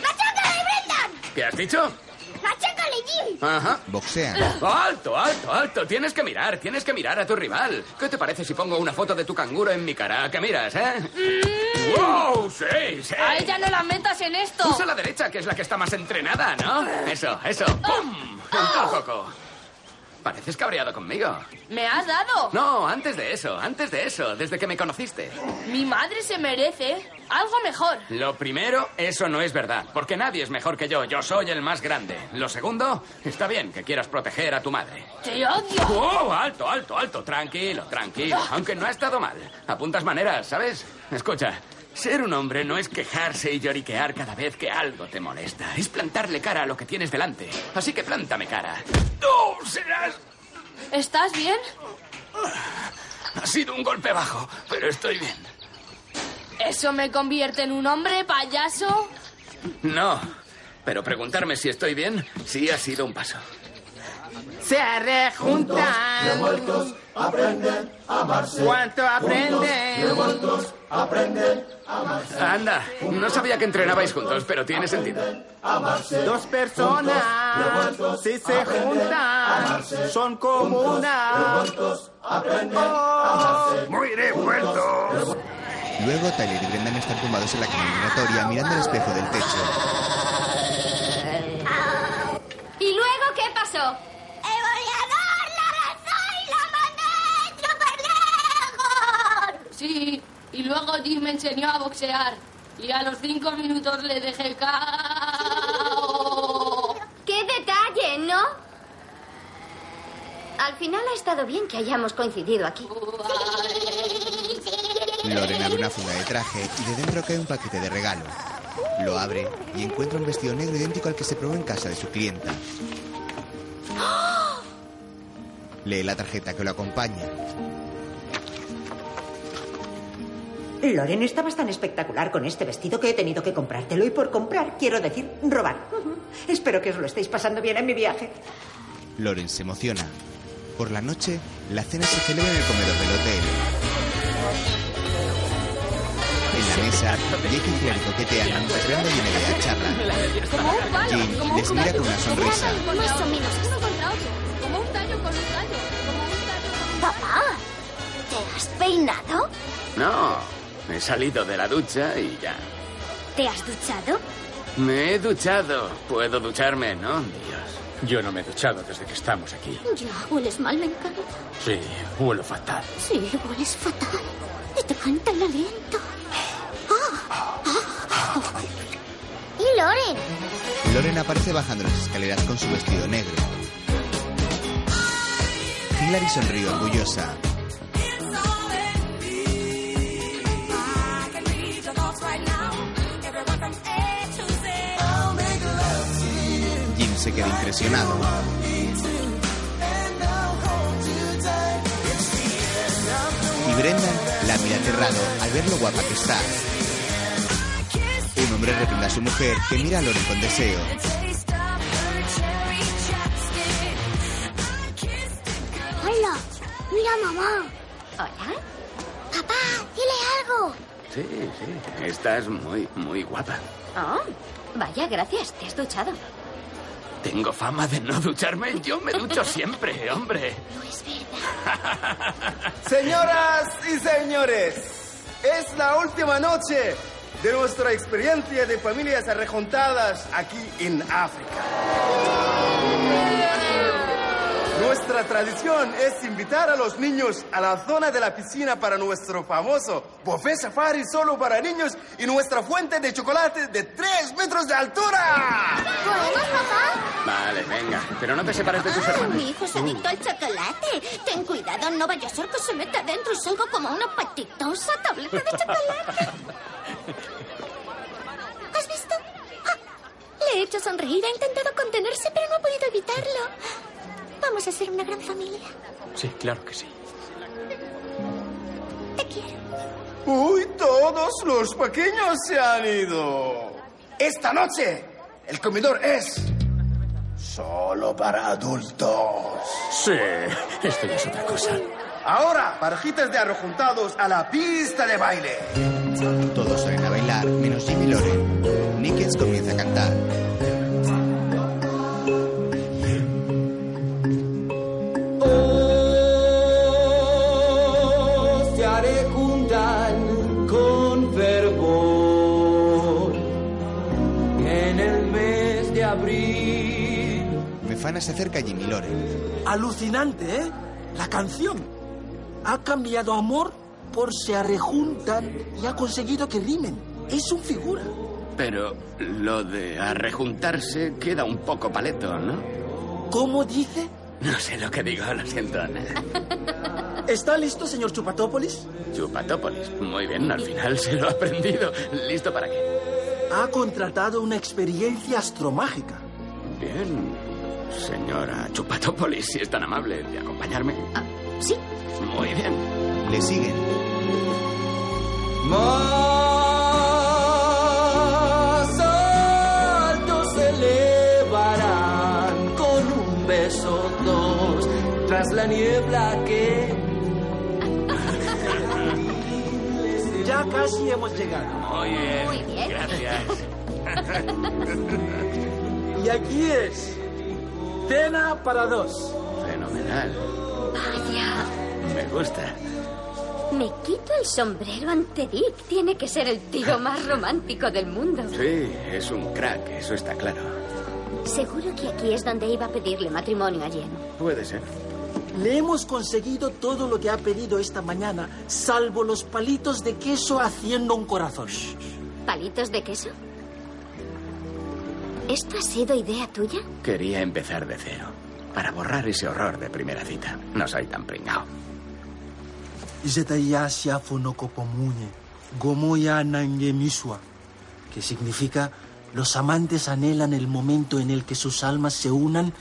[SPEAKER 14] ¡Machácale, Brendan!
[SPEAKER 6] ¿Qué has dicho?
[SPEAKER 14] ¡Machácale, Jim!
[SPEAKER 6] Ajá.
[SPEAKER 1] Boxean.
[SPEAKER 6] Alto, alto, alto. Tienes que mirar, tienes que mirar a tu rival. ¿Qué te parece si pongo una foto de tu canguro en mi cara? ¿A qué miras, eh? ¡Wow! ¡Sí, sí!
[SPEAKER 10] A ella no la metas en esto.
[SPEAKER 6] Usa la derecha, que es la que está más entrenada, ¿no? Eso, eso. ¡Pum! Entró el coco. Pareces cabreado conmigo.
[SPEAKER 10] ¿Me has dado?
[SPEAKER 6] No, antes de eso, antes de eso, desde que me conociste.
[SPEAKER 10] Mi madre se merece algo mejor.
[SPEAKER 6] Lo primero, eso no es verdad, porque nadie es mejor que yo, yo soy el más grande. Lo segundo, está bien que quieras proteger a tu madre.
[SPEAKER 10] ¡Te odio!
[SPEAKER 6] ¡Oh, alto, alto, alto! Tranquilo, tranquilo, aunque no ha estado mal. Apuntas maneras, ¿sabes? Escucha, ser un hombre no es quejarse y lloriquear cada vez que algo te molesta, es plantarle cara a lo que tienes delante. Así que plántame cara. ¡Tú serás
[SPEAKER 10] ¿Estás bien?
[SPEAKER 6] Ha sido un golpe bajo, pero estoy bien.
[SPEAKER 10] ¿Eso me convierte en un hombre payaso?
[SPEAKER 6] No, pero preguntarme si estoy bien, sí ha sido un paso.
[SPEAKER 13] Se rejuntan. Revueltos aprenden a amarse. ¿Cuánto aprenden? Revueltos aprenden a amarse.
[SPEAKER 6] Anda, no sabía que entrenabais juntos, pero tiene sentido.
[SPEAKER 13] Dos personas, si se juntan, son como una.
[SPEAKER 1] ¡Muy revueltos! Luego Tyler y Brendan están tumbados en la cama migratoria mirando el espejo del techo.
[SPEAKER 2] ¿Y luego qué pasó?
[SPEAKER 3] ¡El goleador, la razón y la manejo por lejos!
[SPEAKER 10] Sí, y luego Jim me enseñó a boxear. Y a los cinco minutos le dejé cao.
[SPEAKER 2] ¡Qué detalle, ¿no? Al final ha estado bien que hayamos coincidido aquí.
[SPEAKER 1] Loren abre una fuga de traje y de dentro cae un paquete de regalo. Lo abre y encuentra un vestido negro idéntico al que se probó en casa de su clienta. Lee la tarjeta que lo acompaña.
[SPEAKER 9] Loren, estabas tan espectacular con este vestido que he tenido que comprártelo y por comprar quiero decir robar. Espero que os lo estéis pasando bien en mi viaje.
[SPEAKER 1] Loren se emociona. Por la noche, la cena se celebra en el comedor del hotel. En la mesa, Jake y Claire coquetean mientras Brenda y Nerea charlan.
[SPEAKER 10] Como un palo.
[SPEAKER 1] Jim
[SPEAKER 10] como un
[SPEAKER 1] les mira
[SPEAKER 10] tallo.
[SPEAKER 1] con una sonrisa.
[SPEAKER 10] Como un tallo contra otro, uno contra otro, Como un tallo con un tallo. Como un tallo con un
[SPEAKER 24] Papá, ¿te has peinado?
[SPEAKER 6] No, he salido de la ducha y ya.
[SPEAKER 24] ¿Te has duchado?
[SPEAKER 6] Me he duchado. Puedo ducharme, ¿no? Dios.
[SPEAKER 28] Yo no me he duchado desde que estamos aquí.
[SPEAKER 3] Ya, hueles mal, me encanta.
[SPEAKER 28] Sí, huelo fatal.
[SPEAKER 3] Sí, hueles fatal. Y te canta el aliento. Ah, ah, ah. Y Loren,
[SPEAKER 1] Loren aparece bajando las escaleras con su vestido negro. Hilary sonríe orgullosa. Jim se queda impresionado. Y Brendan la mira aterrado al ver lo guapa que está. Un hombre reprimanda a su mujer que mira a Loren con deseo.
[SPEAKER 3] hola. Mira, mamá. Hola. Papá, dile algo.
[SPEAKER 6] Sí, sí. Estás muy, muy guapa.
[SPEAKER 2] Oh, vaya, gracias, te has duchado.
[SPEAKER 6] Tengo fama de no ducharme. Yo me ducho siempre, hombre.
[SPEAKER 21] Señoras y señores, es la última noche de nuestra experiencia de familias arrejontadas aquí en África. Nuestra tradición es invitar a los niños a la zona de la piscina para nuestro famoso buffet safari solo para niños y nuestra fuente de chocolate de 3 metros de altura.
[SPEAKER 3] ¿Podemos, papá?
[SPEAKER 6] Vale, venga. Pero no te separes de tus hermanos.
[SPEAKER 3] Ah, mi hijo
[SPEAKER 28] Uh,
[SPEAKER 3] es adicto al chocolate. Ten cuidado, no vaya a ser que se meta dentro y salga como una patitosa tableta de chocolate. ¿Has visto? Ah, le he hecho sonreír, ha intentado contenerse, pero no ha podido evitarlo. Vamos a ser una gran familia.
[SPEAKER 28] Sí, claro que sí.
[SPEAKER 21] Uy, todos los pequeños se han ido. Esta noche, el comedor es solo para adultos.
[SPEAKER 28] Sí, esto ya es otra cosa.
[SPEAKER 21] Ahora, barajitas de arrojuntados a la pista de baile.
[SPEAKER 1] Todos salen a bailar, menos Jim y Loren. Nickens comienza a cantar.
[SPEAKER 13] Os te haré juntan con fervor en el mes de abril.
[SPEAKER 1] Mefana se acerca a Jim y Loren.
[SPEAKER 12] Alucinante, ¿eh? La canción. Ha cambiado amor por se arrejuntan y ha conseguido que rimen. Es un figura.
[SPEAKER 6] Pero lo de arrejuntarse queda un poco paleto, ¿no?
[SPEAKER 12] ¿Cómo dice?
[SPEAKER 6] No sé lo que digo, lo siento.
[SPEAKER 12] ¿Está listo, señor Chupatópolis?
[SPEAKER 6] Chupatópolis. Muy bien, al final se lo ha aprendido. ¿Listo para qué?
[SPEAKER 12] Ha contratado una experiencia astromágica.
[SPEAKER 6] Bien. Señora Chupatopolis, si es tan amable de acompañarme.
[SPEAKER 24] sí.
[SPEAKER 6] Muy bien.
[SPEAKER 1] Le siguen.
[SPEAKER 13] Más alto se elevarán con un beso dos tras la niebla que.
[SPEAKER 12] Ya casi hemos llegado.
[SPEAKER 6] Muy bien.
[SPEAKER 12] Muy bien.
[SPEAKER 6] Gracias.
[SPEAKER 12] Y aquí es. Cena para dos.
[SPEAKER 6] Fenomenal.
[SPEAKER 2] Vaya.
[SPEAKER 6] Me gusta.
[SPEAKER 2] Me quito el sombrero ante Dick. Tiene que ser el tío más romántico del mundo.
[SPEAKER 6] Sí, es un crack, eso está claro.
[SPEAKER 2] Seguro que aquí es donde iba a pedirle matrimonio a Jen.
[SPEAKER 6] Puede ser.
[SPEAKER 12] Le hemos conseguido todo lo que ha pedido esta mañana, salvo los palitos de queso haciendo un corazón.
[SPEAKER 2] ¿Palitos de queso? ¿Esto ha sido idea tuya?
[SPEAKER 6] Quería empezar de cero. Para borrar ese horror de primera cita. No soy tan pringao.
[SPEAKER 12] Zetayasya Fonokopomuñe, Gomoya Nangemisua, que significa los amantes anhelan el momento en el que sus almas se unan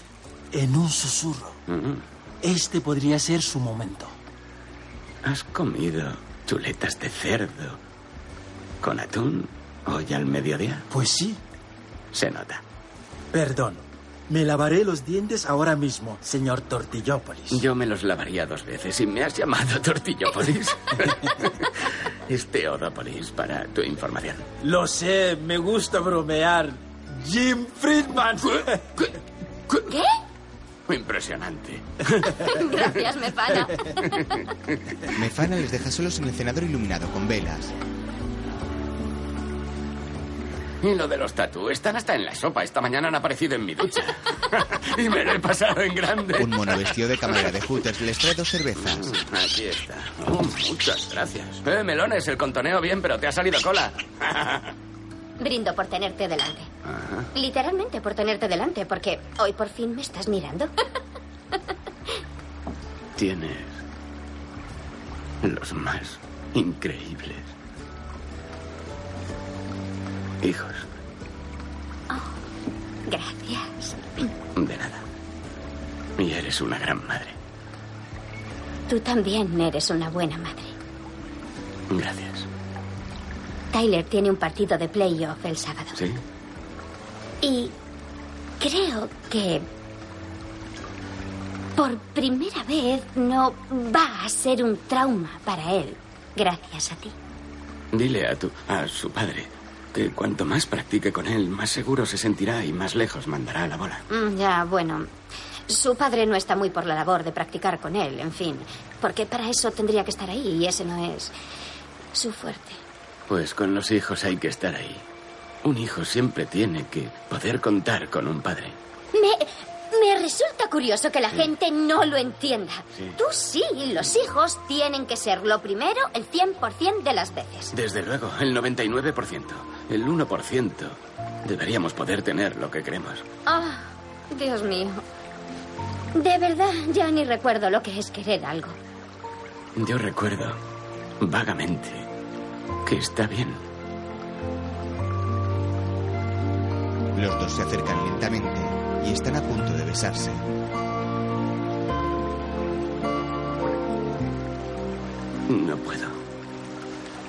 [SPEAKER 12] en un susurro. Este podría ser su momento.
[SPEAKER 6] ¿Has comido chuletas de cerdo con atún hoy al mediodía?
[SPEAKER 12] Pues sí.
[SPEAKER 6] Se nota.
[SPEAKER 12] Perdón. Me lavaré los dientes ahora mismo, señor Tortillópolis.
[SPEAKER 6] Yo me los lavaría dos veces y me has llamado Tortillópolis. es Teodópolis para tu información.
[SPEAKER 12] Lo sé, me gusta bromear. Jim Friedman.
[SPEAKER 2] ¿Qué?
[SPEAKER 6] Impresionante.
[SPEAKER 2] Gracias, Mefana.
[SPEAKER 1] Mefana les deja solos en el cenador iluminado con velas.
[SPEAKER 6] Y lo de los tatú, están hasta en la sopa. Esta mañana han aparecido en mi ducha. y me lo he pasado en grande.
[SPEAKER 1] Un mono vestido de camarera de Hooters les trae dos cervezas.
[SPEAKER 6] Aquí está. Oh, muchas gracias. Eh, melones, el contoneo bien, pero te ha salido cola.
[SPEAKER 2] Brindo por tenerte delante. Literalmente por tenerte delante, porque hoy por fin me estás mirando.
[SPEAKER 6] Tienes los más increíbles hijos.
[SPEAKER 2] Gracias.
[SPEAKER 6] De nada. Y eres una gran madre.
[SPEAKER 2] Tú también eres una buena madre.
[SPEAKER 6] Gracias.
[SPEAKER 2] Tyler tiene un partido de playoff el sábado.
[SPEAKER 6] ¿Sí?
[SPEAKER 2] Y creo que por primera vez no va a ser un trauma para él, gracias a ti.
[SPEAKER 6] Dile a tu, a su padre que cuanto más practique con él, más seguro se sentirá y más lejos mandará la bola.
[SPEAKER 2] Mm, Ya, bueno. Su padre no está muy por la labor de practicar con él, en fin. Porque para eso tendría que estar ahí y ese no es su fuerte.
[SPEAKER 6] Pues con los hijos hay que estar ahí. Un hijo siempre tiene que poder contar con un padre.
[SPEAKER 2] Me, me resulta curioso que la gente no lo entienda.
[SPEAKER 6] Sí.
[SPEAKER 2] Tú sí, los hijos tienen que ser lo primero el 100% de las veces.
[SPEAKER 6] Desde luego, el 99%. El 1% deberíamos poder tener lo que queremos.
[SPEAKER 2] Ah, Dios mío. De verdad, ya ni recuerdo lo que es querer algo.
[SPEAKER 6] Yo recuerdo vagamente que está bien.
[SPEAKER 1] Los dos se acercan lentamente y están a punto de besarse.
[SPEAKER 6] No puedo.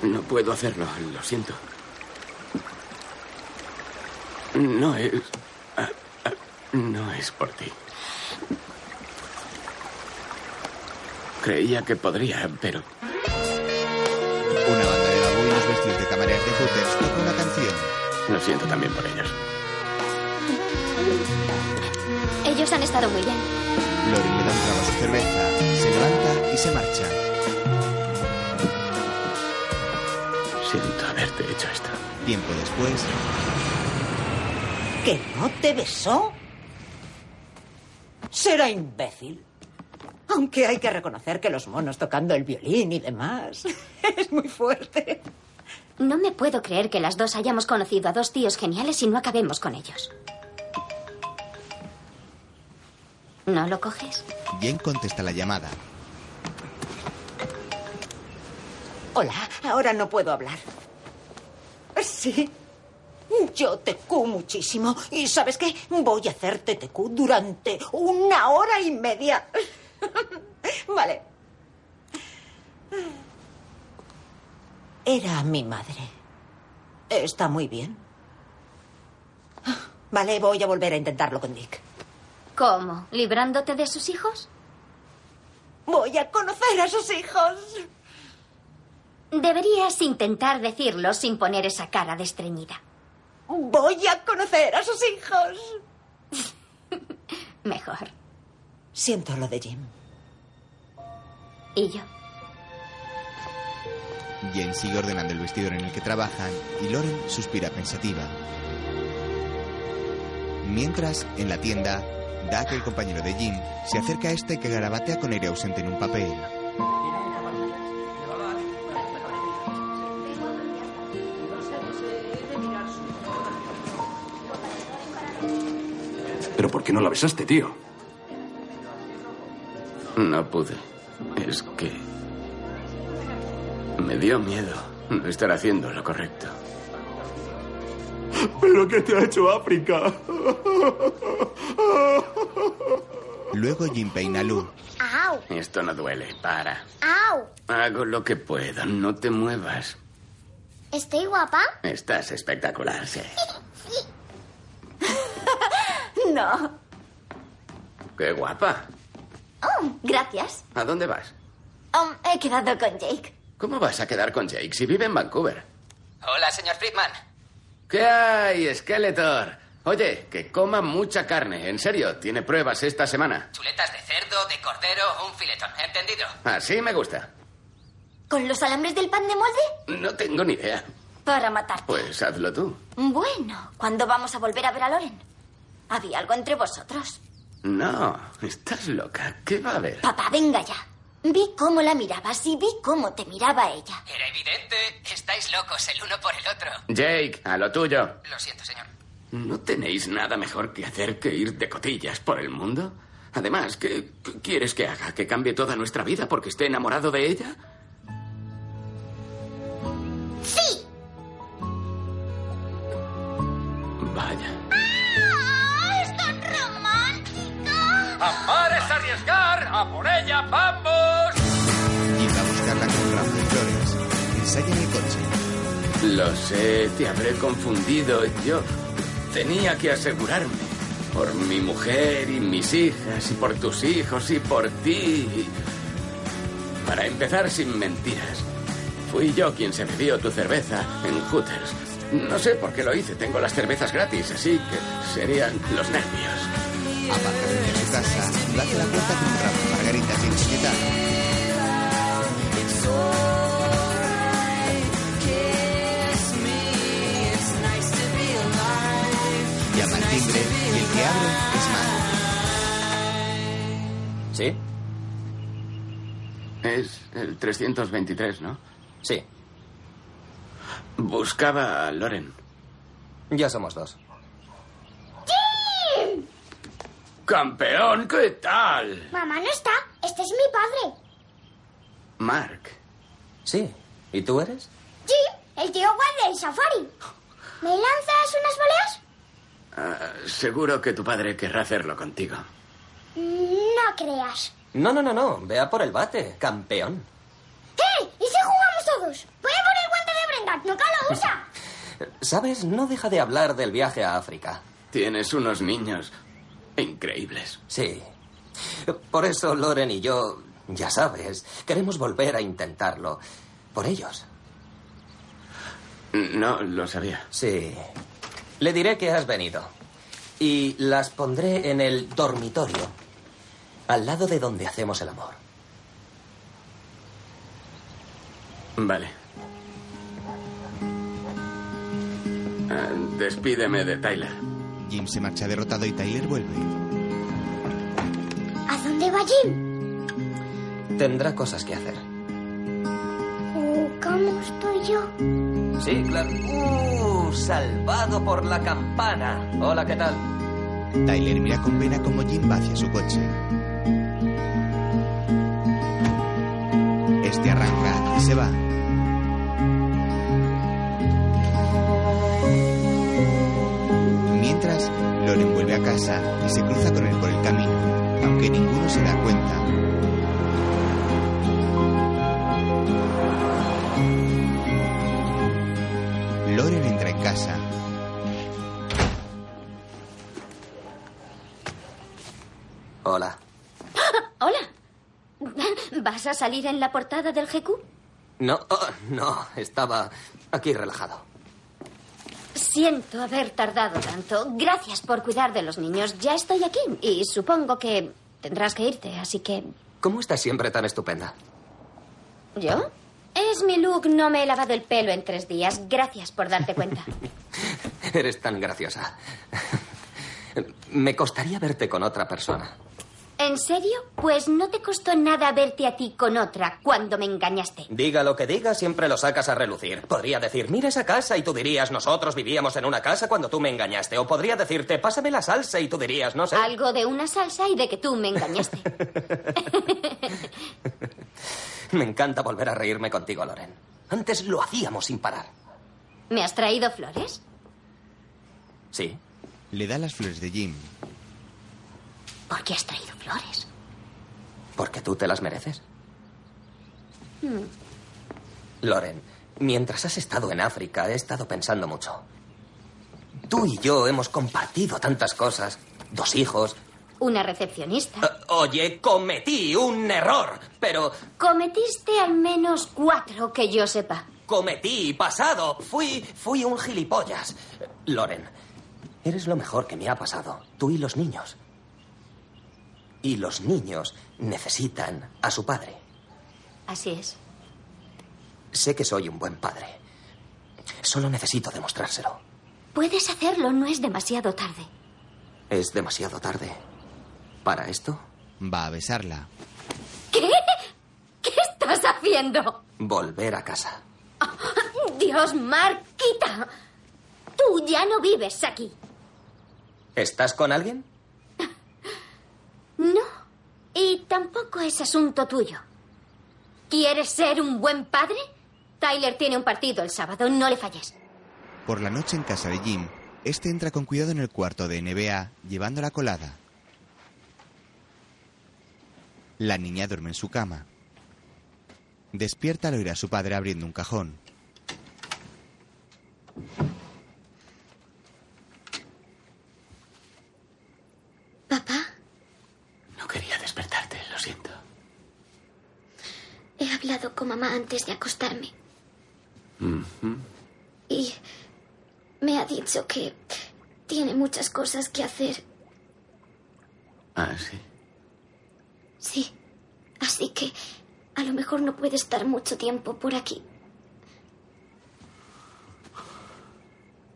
[SPEAKER 6] No puedo hacerlo, lo siento. No es... ah, ah, No es por ti. Creía que podría, pero...
[SPEAKER 1] Una banda de babuinos vestidos de camareras de Hooters toca una canción.
[SPEAKER 6] Lo siento también por ellos.
[SPEAKER 2] Ellos han estado muy bien.
[SPEAKER 1] Lori le da un trago a su cerveza, se levanta y se marcha.
[SPEAKER 6] Siento haberte hecho esto.
[SPEAKER 1] Tiempo después,
[SPEAKER 9] ¿Que no te besó? Será imbécil. Aunque hay que reconocer que los monos tocando el violín y demás. Es muy fuerte.
[SPEAKER 2] No me puedo creer que las dos hayamos conocido a dos tíos geniales y no acabemos con ellos. ¿No lo coges?
[SPEAKER 1] Jen contesta la llamada.
[SPEAKER 9] Hola, ahora no puedo hablar. Sí. Yo te cu muchísimo. ¿Y sabes qué? Voy a hacerte te cu durante una hora y media. vale. Era mi madre. Está muy bien. Vale, voy a volver a intentarlo con Dick.
[SPEAKER 2] ¿Cómo? ¿Librándote de sus hijos?
[SPEAKER 9] Voy a conocer a sus hijos.
[SPEAKER 2] Deberías intentar decirlo sin poner esa cara de estreñida.
[SPEAKER 9] Voy a conocer a sus hijos.
[SPEAKER 2] Mejor.
[SPEAKER 9] Siento lo de Jim.
[SPEAKER 2] ¿Y yo?
[SPEAKER 1] Jane sigue ordenando el vestidor en el que trabajan y Lauren suspira pensativa. Mientras, en la tienda, Doug, el compañero de Jim, se acerca a este que garabatea con aire ausente en un papel.
[SPEAKER 6] ¿Pero por qué no la besaste, tío? No pude. Es que... Me dio miedo no estar haciendo lo correcto.
[SPEAKER 8] ¿Pero qué te ha hecho África?
[SPEAKER 1] Luego Jim peina a Lou.
[SPEAKER 14] ¡Au!
[SPEAKER 6] Esto no duele, para.
[SPEAKER 14] ¡Au!
[SPEAKER 6] Hago lo que puedo, no te muevas.
[SPEAKER 14] ¿Estoy guapa?
[SPEAKER 6] Estás espectacular, sí.
[SPEAKER 26] No.
[SPEAKER 6] Qué guapa.
[SPEAKER 26] Oh, gracias.
[SPEAKER 6] ¿A dónde vas?
[SPEAKER 3] Oh,
[SPEAKER 26] Um, he quedado con Jake.
[SPEAKER 6] ¿Cómo vas a quedar con Jake si vive en Vancouver?
[SPEAKER 7] Hola, señor Friedman.
[SPEAKER 6] ¿Qué hay, Skeletor? Oye, que coma mucha carne, en serio, tiene pruebas esta semana.
[SPEAKER 7] Chuletas de cerdo, de cordero, un filetón. ¿Entendido?
[SPEAKER 6] Así me gusta.
[SPEAKER 24] ¿Con los alambres del pan de molde?
[SPEAKER 6] No tengo ni idea.
[SPEAKER 24] Para matar.
[SPEAKER 6] Pues hazlo tú.
[SPEAKER 24] Bueno, ¿cuándo vamos a volver a ver a Loren? ¿Había algo entre vosotros?
[SPEAKER 6] No, estás loca. ¿Qué va a haber?
[SPEAKER 24] Papá, venga ya. Vi cómo la mirabas y vi cómo te miraba ella.
[SPEAKER 7] Era evidente. Estáis locos el uno por el otro.
[SPEAKER 6] Jake, a lo tuyo.
[SPEAKER 7] Lo siento, señor.
[SPEAKER 6] ¿No tenéis nada mejor que hacer que ir de cotillas por el mundo? Además, ¿qué, qué quieres que haga? ¿Que cambie toda nuestra vida porque esté enamorado de ella?
[SPEAKER 14] ¡Sí!
[SPEAKER 6] Vaya.
[SPEAKER 14] ¡Ah! ¡Es tan romántico!
[SPEAKER 13] Amar es arriesgar. A por ella, vamos.
[SPEAKER 1] Jim va a buscarla con un ramo de flores. Ensaya en el coche.
[SPEAKER 6] Lo sé, te habré confundido. Yo tenía que asegurarme. Por mi mujer y mis hijas, y por tus hijos, y por ti. Para empezar sin mentiras, fui yo quien se bebió tu cerveza en Hooters. No sé por qué lo hice, tengo las cervezas gratis, así que serían los nervios.
[SPEAKER 1] Aparca frente a su casa y hace la puerta con un ramo de margaritas y bicicleta. Llama al timbre y el que abre es Matt.
[SPEAKER 6] ¿Sí? Es el 323, ¿no?
[SPEAKER 7] Sí.
[SPEAKER 6] Buscaba a Loren.
[SPEAKER 7] Ya somos dos.
[SPEAKER 14] ¡Jim!
[SPEAKER 6] ¡Campeón! ¿Qué tal?
[SPEAKER 14] Mamá no está. Este es mi padre.
[SPEAKER 6] Mark.
[SPEAKER 7] Sí. ¿Y tú eres?
[SPEAKER 14] Jim, el tío guarda del safari. ¿Me lanzas unas boleas?
[SPEAKER 6] Ah, seguro que tu padre querrá hacerlo contigo.
[SPEAKER 14] No creas.
[SPEAKER 7] No, no, no, no. Vea por el bate. Campeón.
[SPEAKER 14] ¡Hey! ¡Eh! ¿Y si jugamos todos? Voy a poner el guante de Brenda. Nunca lo usa.
[SPEAKER 7] ¿Sabes? No deja de hablar del viaje a África.
[SPEAKER 6] Tienes unos niños increíbles.
[SPEAKER 7] Sí. Por eso Loren y yo, ya sabes, queremos volver a intentarlo. Por ellos.
[SPEAKER 6] No lo sabía.
[SPEAKER 7] Sí. Le diré que has venido. Y las pondré en el dormitorio, al lado de donde hacemos el amor.
[SPEAKER 6] Vale. Ah, despídeme de Tyler.
[SPEAKER 1] Jim se marcha derrotado y Tyler vuelve.
[SPEAKER 14] ¿A dónde va Jim?
[SPEAKER 7] Tendrá cosas que hacer.
[SPEAKER 14] Uh, ¿Cómo estoy yo?
[SPEAKER 7] Sí, claro. ¡Uh! Salvado por la campana. Hola, ¿qué tal?
[SPEAKER 1] Tyler mira con pena como Jim va hacia su coche. Este arranca y se va. Loren vuelve a casa y se cruza con él por el camino, aunque ninguno se da cuenta. Loren entra en casa.
[SPEAKER 7] Hola.
[SPEAKER 24] Hola. ¿Vas a salir en la portada del GQ?
[SPEAKER 7] No, oh, no, estaba aquí relajado.
[SPEAKER 2] Siento haber tardado tanto. Gracias por cuidar de los niños. Ya estoy aquí y supongo que tendrás que irte, así que...
[SPEAKER 7] ¿Cómo estás siempre tan estupenda?
[SPEAKER 2] ¿Yo? Es mi look, no me he lavado el pelo en tres días. Gracias por darte cuenta.
[SPEAKER 7] Eres tan graciosa. Me costaría verte con otra persona.
[SPEAKER 2] ¿En serio? Pues no te costó nada verte a ti con otra cuando me engañaste.
[SPEAKER 7] Diga lo que diga, siempre lo sacas a relucir. Podría decir, mira esa casa y tú dirías, nosotros vivíamos en una casa cuando tú me engañaste. O podría decirte, pásame la salsa y tú dirías, no sé.
[SPEAKER 2] Algo de una salsa y de que tú me engañaste.
[SPEAKER 7] Me encanta volver a reírme contigo, Loren. Antes lo hacíamos sin parar.
[SPEAKER 2] ¿Me has traído flores?
[SPEAKER 7] Sí.
[SPEAKER 1] Le da las flores de Jim.
[SPEAKER 2] ¿Por qué has traído flores?
[SPEAKER 7] Porque tú te las mereces.
[SPEAKER 2] Mm.
[SPEAKER 7] Loren, mientras has estado en África, he estado pensando mucho. Tú y yo hemos compartido tantas cosas. Dos hijos. Eh,
[SPEAKER 2] Una recepcionista.
[SPEAKER 7] Oye, cometí un error, pero
[SPEAKER 2] Cometiste al menos cuatro que yo sepa.
[SPEAKER 7] cometí pasado. Fui, fui un gilipollas. Loren, eres lo mejor que me ha pasado. Tú y los niños. Y los niños necesitan a su padre.
[SPEAKER 2] Así es.
[SPEAKER 7] Sé que soy un buen padre. Solo necesito demostrárselo.
[SPEAKER 2] Puedes hacerlo, no es demasiado tarde.
[SPEAKER 7] Es demasiado tarde. ¿Para esto?
[SPEAKER 1] Va a besarla.
[SPEAKER 2] ¿Qué? ¿Qué estás haciendo?
[SPEAKER 7] Volver a casa.
[SPEAKER 2] Dios, Marquita. Tú ya no vives aquí.
[SPEAKER 7] ¿Estás con alguien?
[SPEAKER 2] No. Y tampoco es asunto tuyo. ¿Quieres ser un buen padre? Tyler tiene un partido el sábado, no le falles.
[SPEAKER 1] Por la noche en casa de Jim, este entra con cuidado en el cuarto de NBA, llevando la colada. La niña duerme en su cama. Despierta al oír a su padre abriendo un cajón.
[SPEAKER 6] No quería despertarte, lo siento.
[SPEAKER 14] He hablado con mamá antes de acostarme
[SPEAKER 6] Mm.
[SPEAKER 14] y me ha dicho que tiene muchas cosas que hacer.
[SPEAKER 6] Ah, sí.
[SPEAKER 14] Sí. Así que a lo mejor no puede estar mucho tiempo por aquí.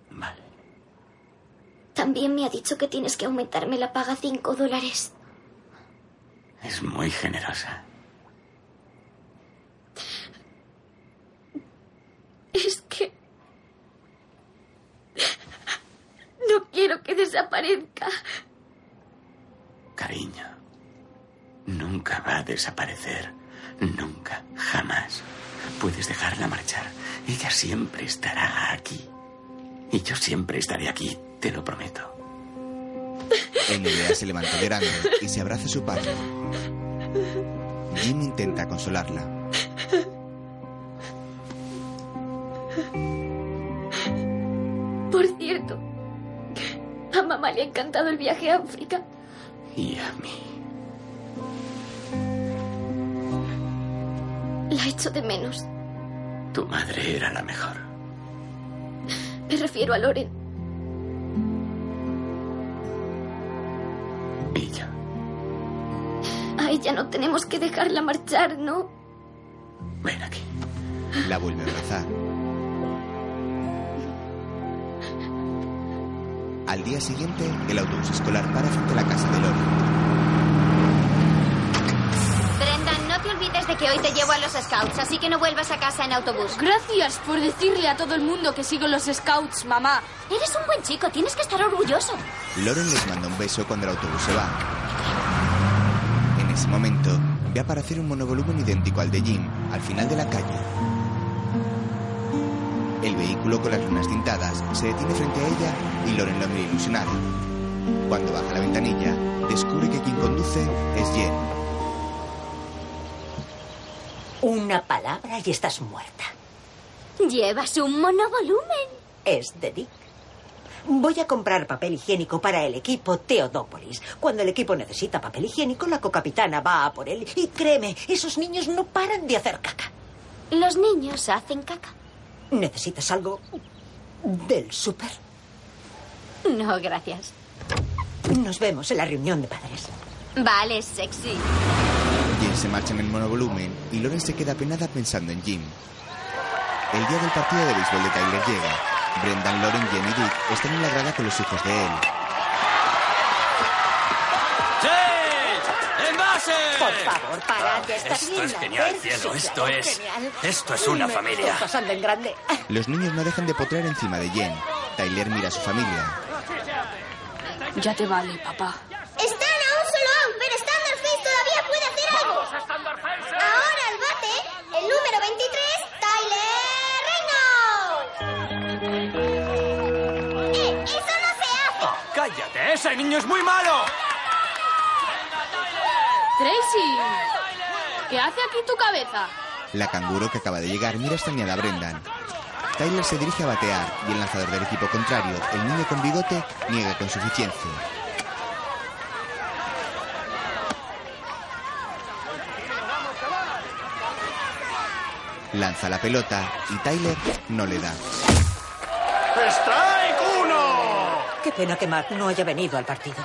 [SPEAKER 6] Vale.
[SPEAKER 14] También me ha dicho que tienes que aumentarme la paga cinco dólares.
[SPEAKER 6] Es muy generosa.
[SPEAKER 14] Es que... No quiero que desaparezca.
[SPEAKER 6] Cariño, nunca va a desaparecer. Nunca, jamás. Puedes dejarla marchar. Ella siempre estará aquí. Y yo siempre estaré aquí, te lo prometo.
[SPEAKER 1] NBA se levanta llorando y se abraza a su padre. Jim intenta consolarla.
[SPEAKER 14] Por cierto, a mamá le ha encantado el viaje a África.
[SPEAKER 6] Y a mí.
[SPEAKER 14] La echo de menos.
[SPEAKER 6] Tu madre era la mejor.
[SPEAKER 14] Me refiero a Loren. A ella no tenemos que dejarla marchar, ¿no?
[SPEAKER 6] Ven aquí.
[SPEAKER 1] La vuelve a abrazar. Al día siguiente, el autobús escolar para frente a la casa de Loren.
[SPEAKER 2] Brendan, no te olvides de que hoy te llevo a los scouts, así que no vuelvas a casa en autobús.
[SPEAKER 10] Gracias por decirle a todo el mundo que sigo los scouts, mamá.
[SPEAKER 2] Eres un buen chico, tienes que estar orgulloso.
[SPEAKER 1] Loren les manda un beso cuando el autobús se va. En ese momento, ve aparecer un monovolumen idéntico al de Jim al final de la calle. El vehículo con las lunas tintadas se detiene frente a ella y Loren lo mira ilusionada. Cuando baja la ventanilla, descubre que quien conduce es Jen.
[SPEAKER 9] Una palabra y estás muerta.
[SPEAKER 24] Llevas un monovolumen.
[SPEAKER 9] Es de Dick. Voy a comprar papel higiénico para el equipo Teodópolis. Cuando el equipo necesita papel higiénico, la cocapitana va a por él. Y créeme, esos niños no paran de hacer caca.
[SPEAKER 24] Los niños hacen caca.
[SPEAKER 9] ¿Necesitas algo del súper?
[SPEAKER 24] No, gracias.
[SPEAKER 9] Nos vemos en la reunión de padres.
[SPEAKER 24] Vale, sexy.
[SPEAKER 1] Jen se marcha en el monovolumen y Loren se queda penada pensando en Jim. El día del partido de béisbol de Tyler llega. Brendan, Loren, Jen y Dick están en la grada con los hijos de él.
[SPEAKER 13] ¡Sí! ¡En base!
[SPEAKER 9] Por favor, parad, ya estás
[SPEAKER 13] Ah, Esto es
[SPEAKER 9] bien,
[SPEAKER 13] genial,
[SPEAKER 9] Albert.
[SPEAKER 13] cielo.
[SPEAKER 9] Sí,
[SPEAKER 13] Esto
[SPEAKER 9] claro,
[SPEAKER 13] es-
[SPEAKER 9] genial.
[SPEAKER 13] esto es una
[SPEAKER 9] Me
[SPEAKER 13] familia.
[SPEAKER 9] Estoy pasando en grande.
[SPEAKER 1] Los niños no dejan de potrar encima de Jen. Tyler mira a su familia.
[SPEAKER 10] Ya te vale, papá.
[SPEAKER 14] Están a un solo out, pero Standard Face todavía puede hacer algo. Ahora al bate, el número 23, Tyler Reynolds. ¡Eh! ¡Eso no se hace!
[SPEAKER 13] Ah, ¡Cállate! ¡Ese niño es muy malo!
[SPEAKER 10] Tracy, ¿qué hace aquí tu cabeza?
[SPEAKER 1] La canguro que acaba de llegar mira extrañada a Brendan. Tyler se dirige a batear y el lanzador del equipo contrario, el niño con bigote, niega con suficiencia. Lanza la pelota y Tyler no le da.
[SPEAKER 13] ¡Strike uno!
[SPEAKER 9] Qué pena que Mark no haya venido al partido.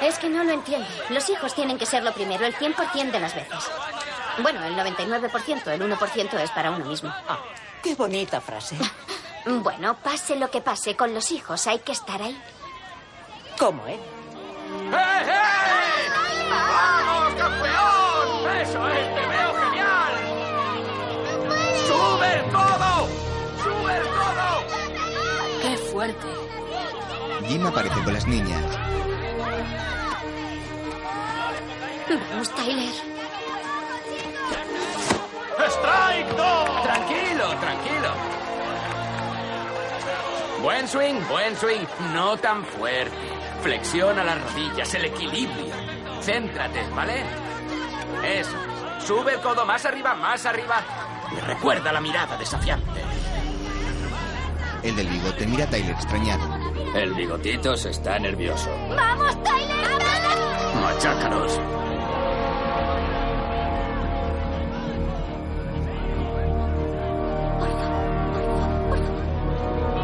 [SPEAKER 24] Es que no lo entiende. Los hijos tienen que ser lo primero el 100% de las veces. Bueno, el 99%, el 1% es para uno mismo.
[SPEAKER 9] Ah, Qué bonita frase.
[SPEAKER 24] Bueno, pase lo que pase, con los hijos hay que estar ahí.
[SPEAKER 9] ¿Cómo, eh?
[SPEAKER 13] ¡Vamos, campeón! ¡Eso es! ¡Te veo genial! ¡Sube el codo! ¡Sube el codo!
[SPEAKER 10] Qué fuerte.
[SPEAKER 1] Jim aparece con las niñas.
[SPEAKER 24] Vamos, Tyler.
[SPEAKER 13] ¡Strike dos!
[SPEAKER 23] Tranquilo, tranquilo. Buen swing, buen swing. No tan fuerte. Flexiona las rodillas, el equilibrio. Céntrate, ¿vale? Eso. Sube el codo más arriba, más arriba. Y recuerda la mirada desafiante.
[SPEAKER 1] El del bigote mira a Tyler extrañado.
[SPEAKER 6] El bigotito se está nervioso.
[SPEAKER 14] ¡Vamos, Tyler! ¡Vamos!
[SPEAKER 6] Machácanos.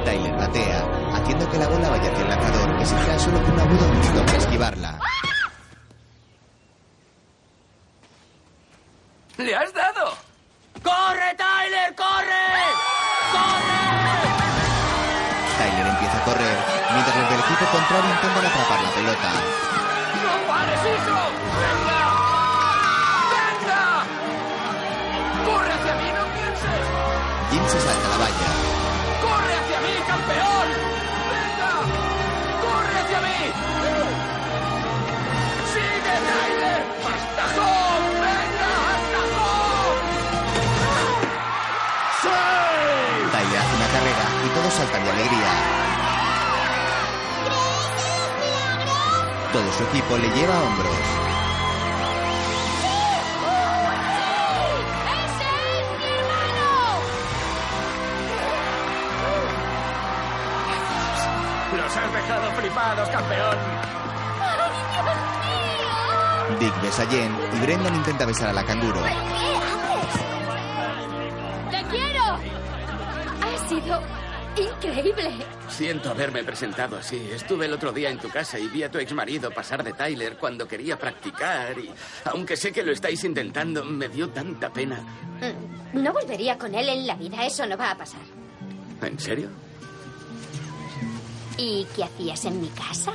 [SPEAKER 1] Tyler batea, haciendo que la bola vaya hacia el lanzador, que se cae solo con un agudo grito para esquivarla.
[SPEAKER 13] ¡Le has dado! ¡Corre, Tyler! ¡Corre!
[SPEAKER 1] Tyler empieza a correr, mientras los del equipo contrario intentan atrapar la pelota.
[SPEAKER 13] ¡No pares, hijo! ¡Venga! ¡Venga! ¡Corre hacia mí, no pienses!
[SPEAKER 1] Jim se salta la valla.
[SPEAKER 13] ¡Corre hacia mí, campeón! ¡Venga! ¡Corre hacia mí! ¡Sigue, Tyler! ¡Hasta home! ¡Venga, hasta home! ¡Sí!
[SPEAKER 1] Tyler hace una carrera y todos saltan de alegría. Todo su equipo le lleva a hombros.
[SPEAKER 13] ¡Los has dejado flipados, campeón!
[SPEAKER 1] Dick besa a Jen y Brendan intenta besar a la canguro.
[SPEAKER 24] ¡Te quiero! Ha sido increíble.
[SPEAKER 6] Siento haberme presentado así. Estuve el otro día en tu casa y vi a tu exmarido pasar de Tyler cuando quería practicar y, aunque sé que lo estáis intentando, me dio tanta pena.
[SPEAKER 24] Mm, No volvería con él en la vida, eso no va a pasar.
[SPEAKER 6] ¿En serio?
[SPEAKER 24] ¿Y qué hacías en mi casa?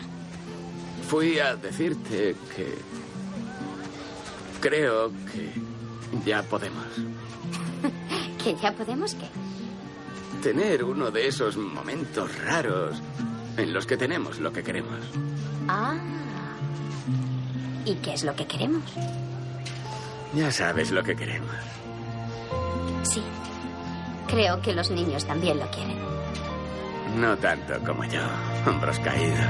[SPEAKER 6] Fui a decirte que... Creo que ya podemos
[SPEAKER 24] ¿Que ya podemos qué?
[SPEAKER 6] tener uno de esos momentos raros en los que tenemos lo que queremos.
[SPEAKER 24] Ah. ¿Y qué es lo que queremos?
[SPEAKER 6] Ya sabes lo que queremos.
[SPEAKER 24] Sí. Creo que los niños también lo quieren.
[SPEAKER 6] No tanto como yo. Hombros caídos.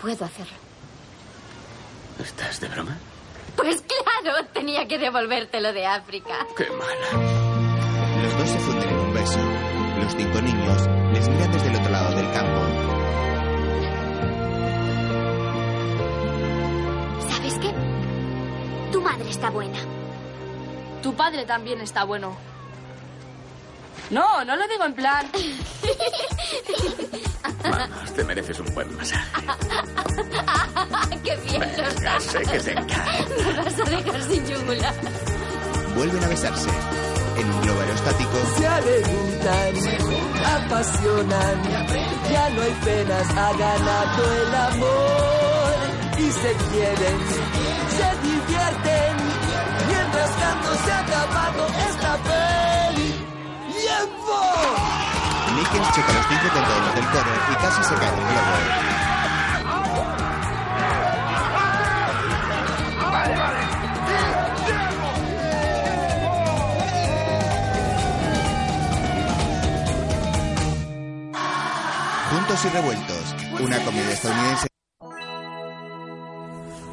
[SPEAKER 29] puedo hacerlo.
[SPEAKER 6] ¿Estás de broma?
[SPEAKER 2] Pues claro, tenía que devolvértelo de África.
[SPEAKER 6] Qué mala.
[SPEAKER 1] Los dos se funden en un beso. Los cinco niños les miran desde el otro lado del campo.
[SPEAKER 24] ¿Sabes qué? Tu madre está buena.
[SPEAKER 10] Tu padre también está bueno. No, no lo digo en plan.
[SPEAKER 6] Vamos, te mereces un buen masaje.
[SPEAKER 2] ¡Qué bien lo
[SPEAKER 6] Ya sé que te encanta.
[SPEAKER 2] Me vas a dejar sin yugular.
[SPEAKER 1] Vuelven a besarse. En un globo aerostático,
[SPEAKER 13] Se alegruntan, apasionan, ya no hay penas, ha ganado el amor y se quieren, se divierten, mientras tanto se ha acabado esta peli. ¡Tiempo!
[SPEAKER 1] Nickels choca los cinco contornos del coro y casi se cae del globo. Juntos y revueltos, una comedia estadounidense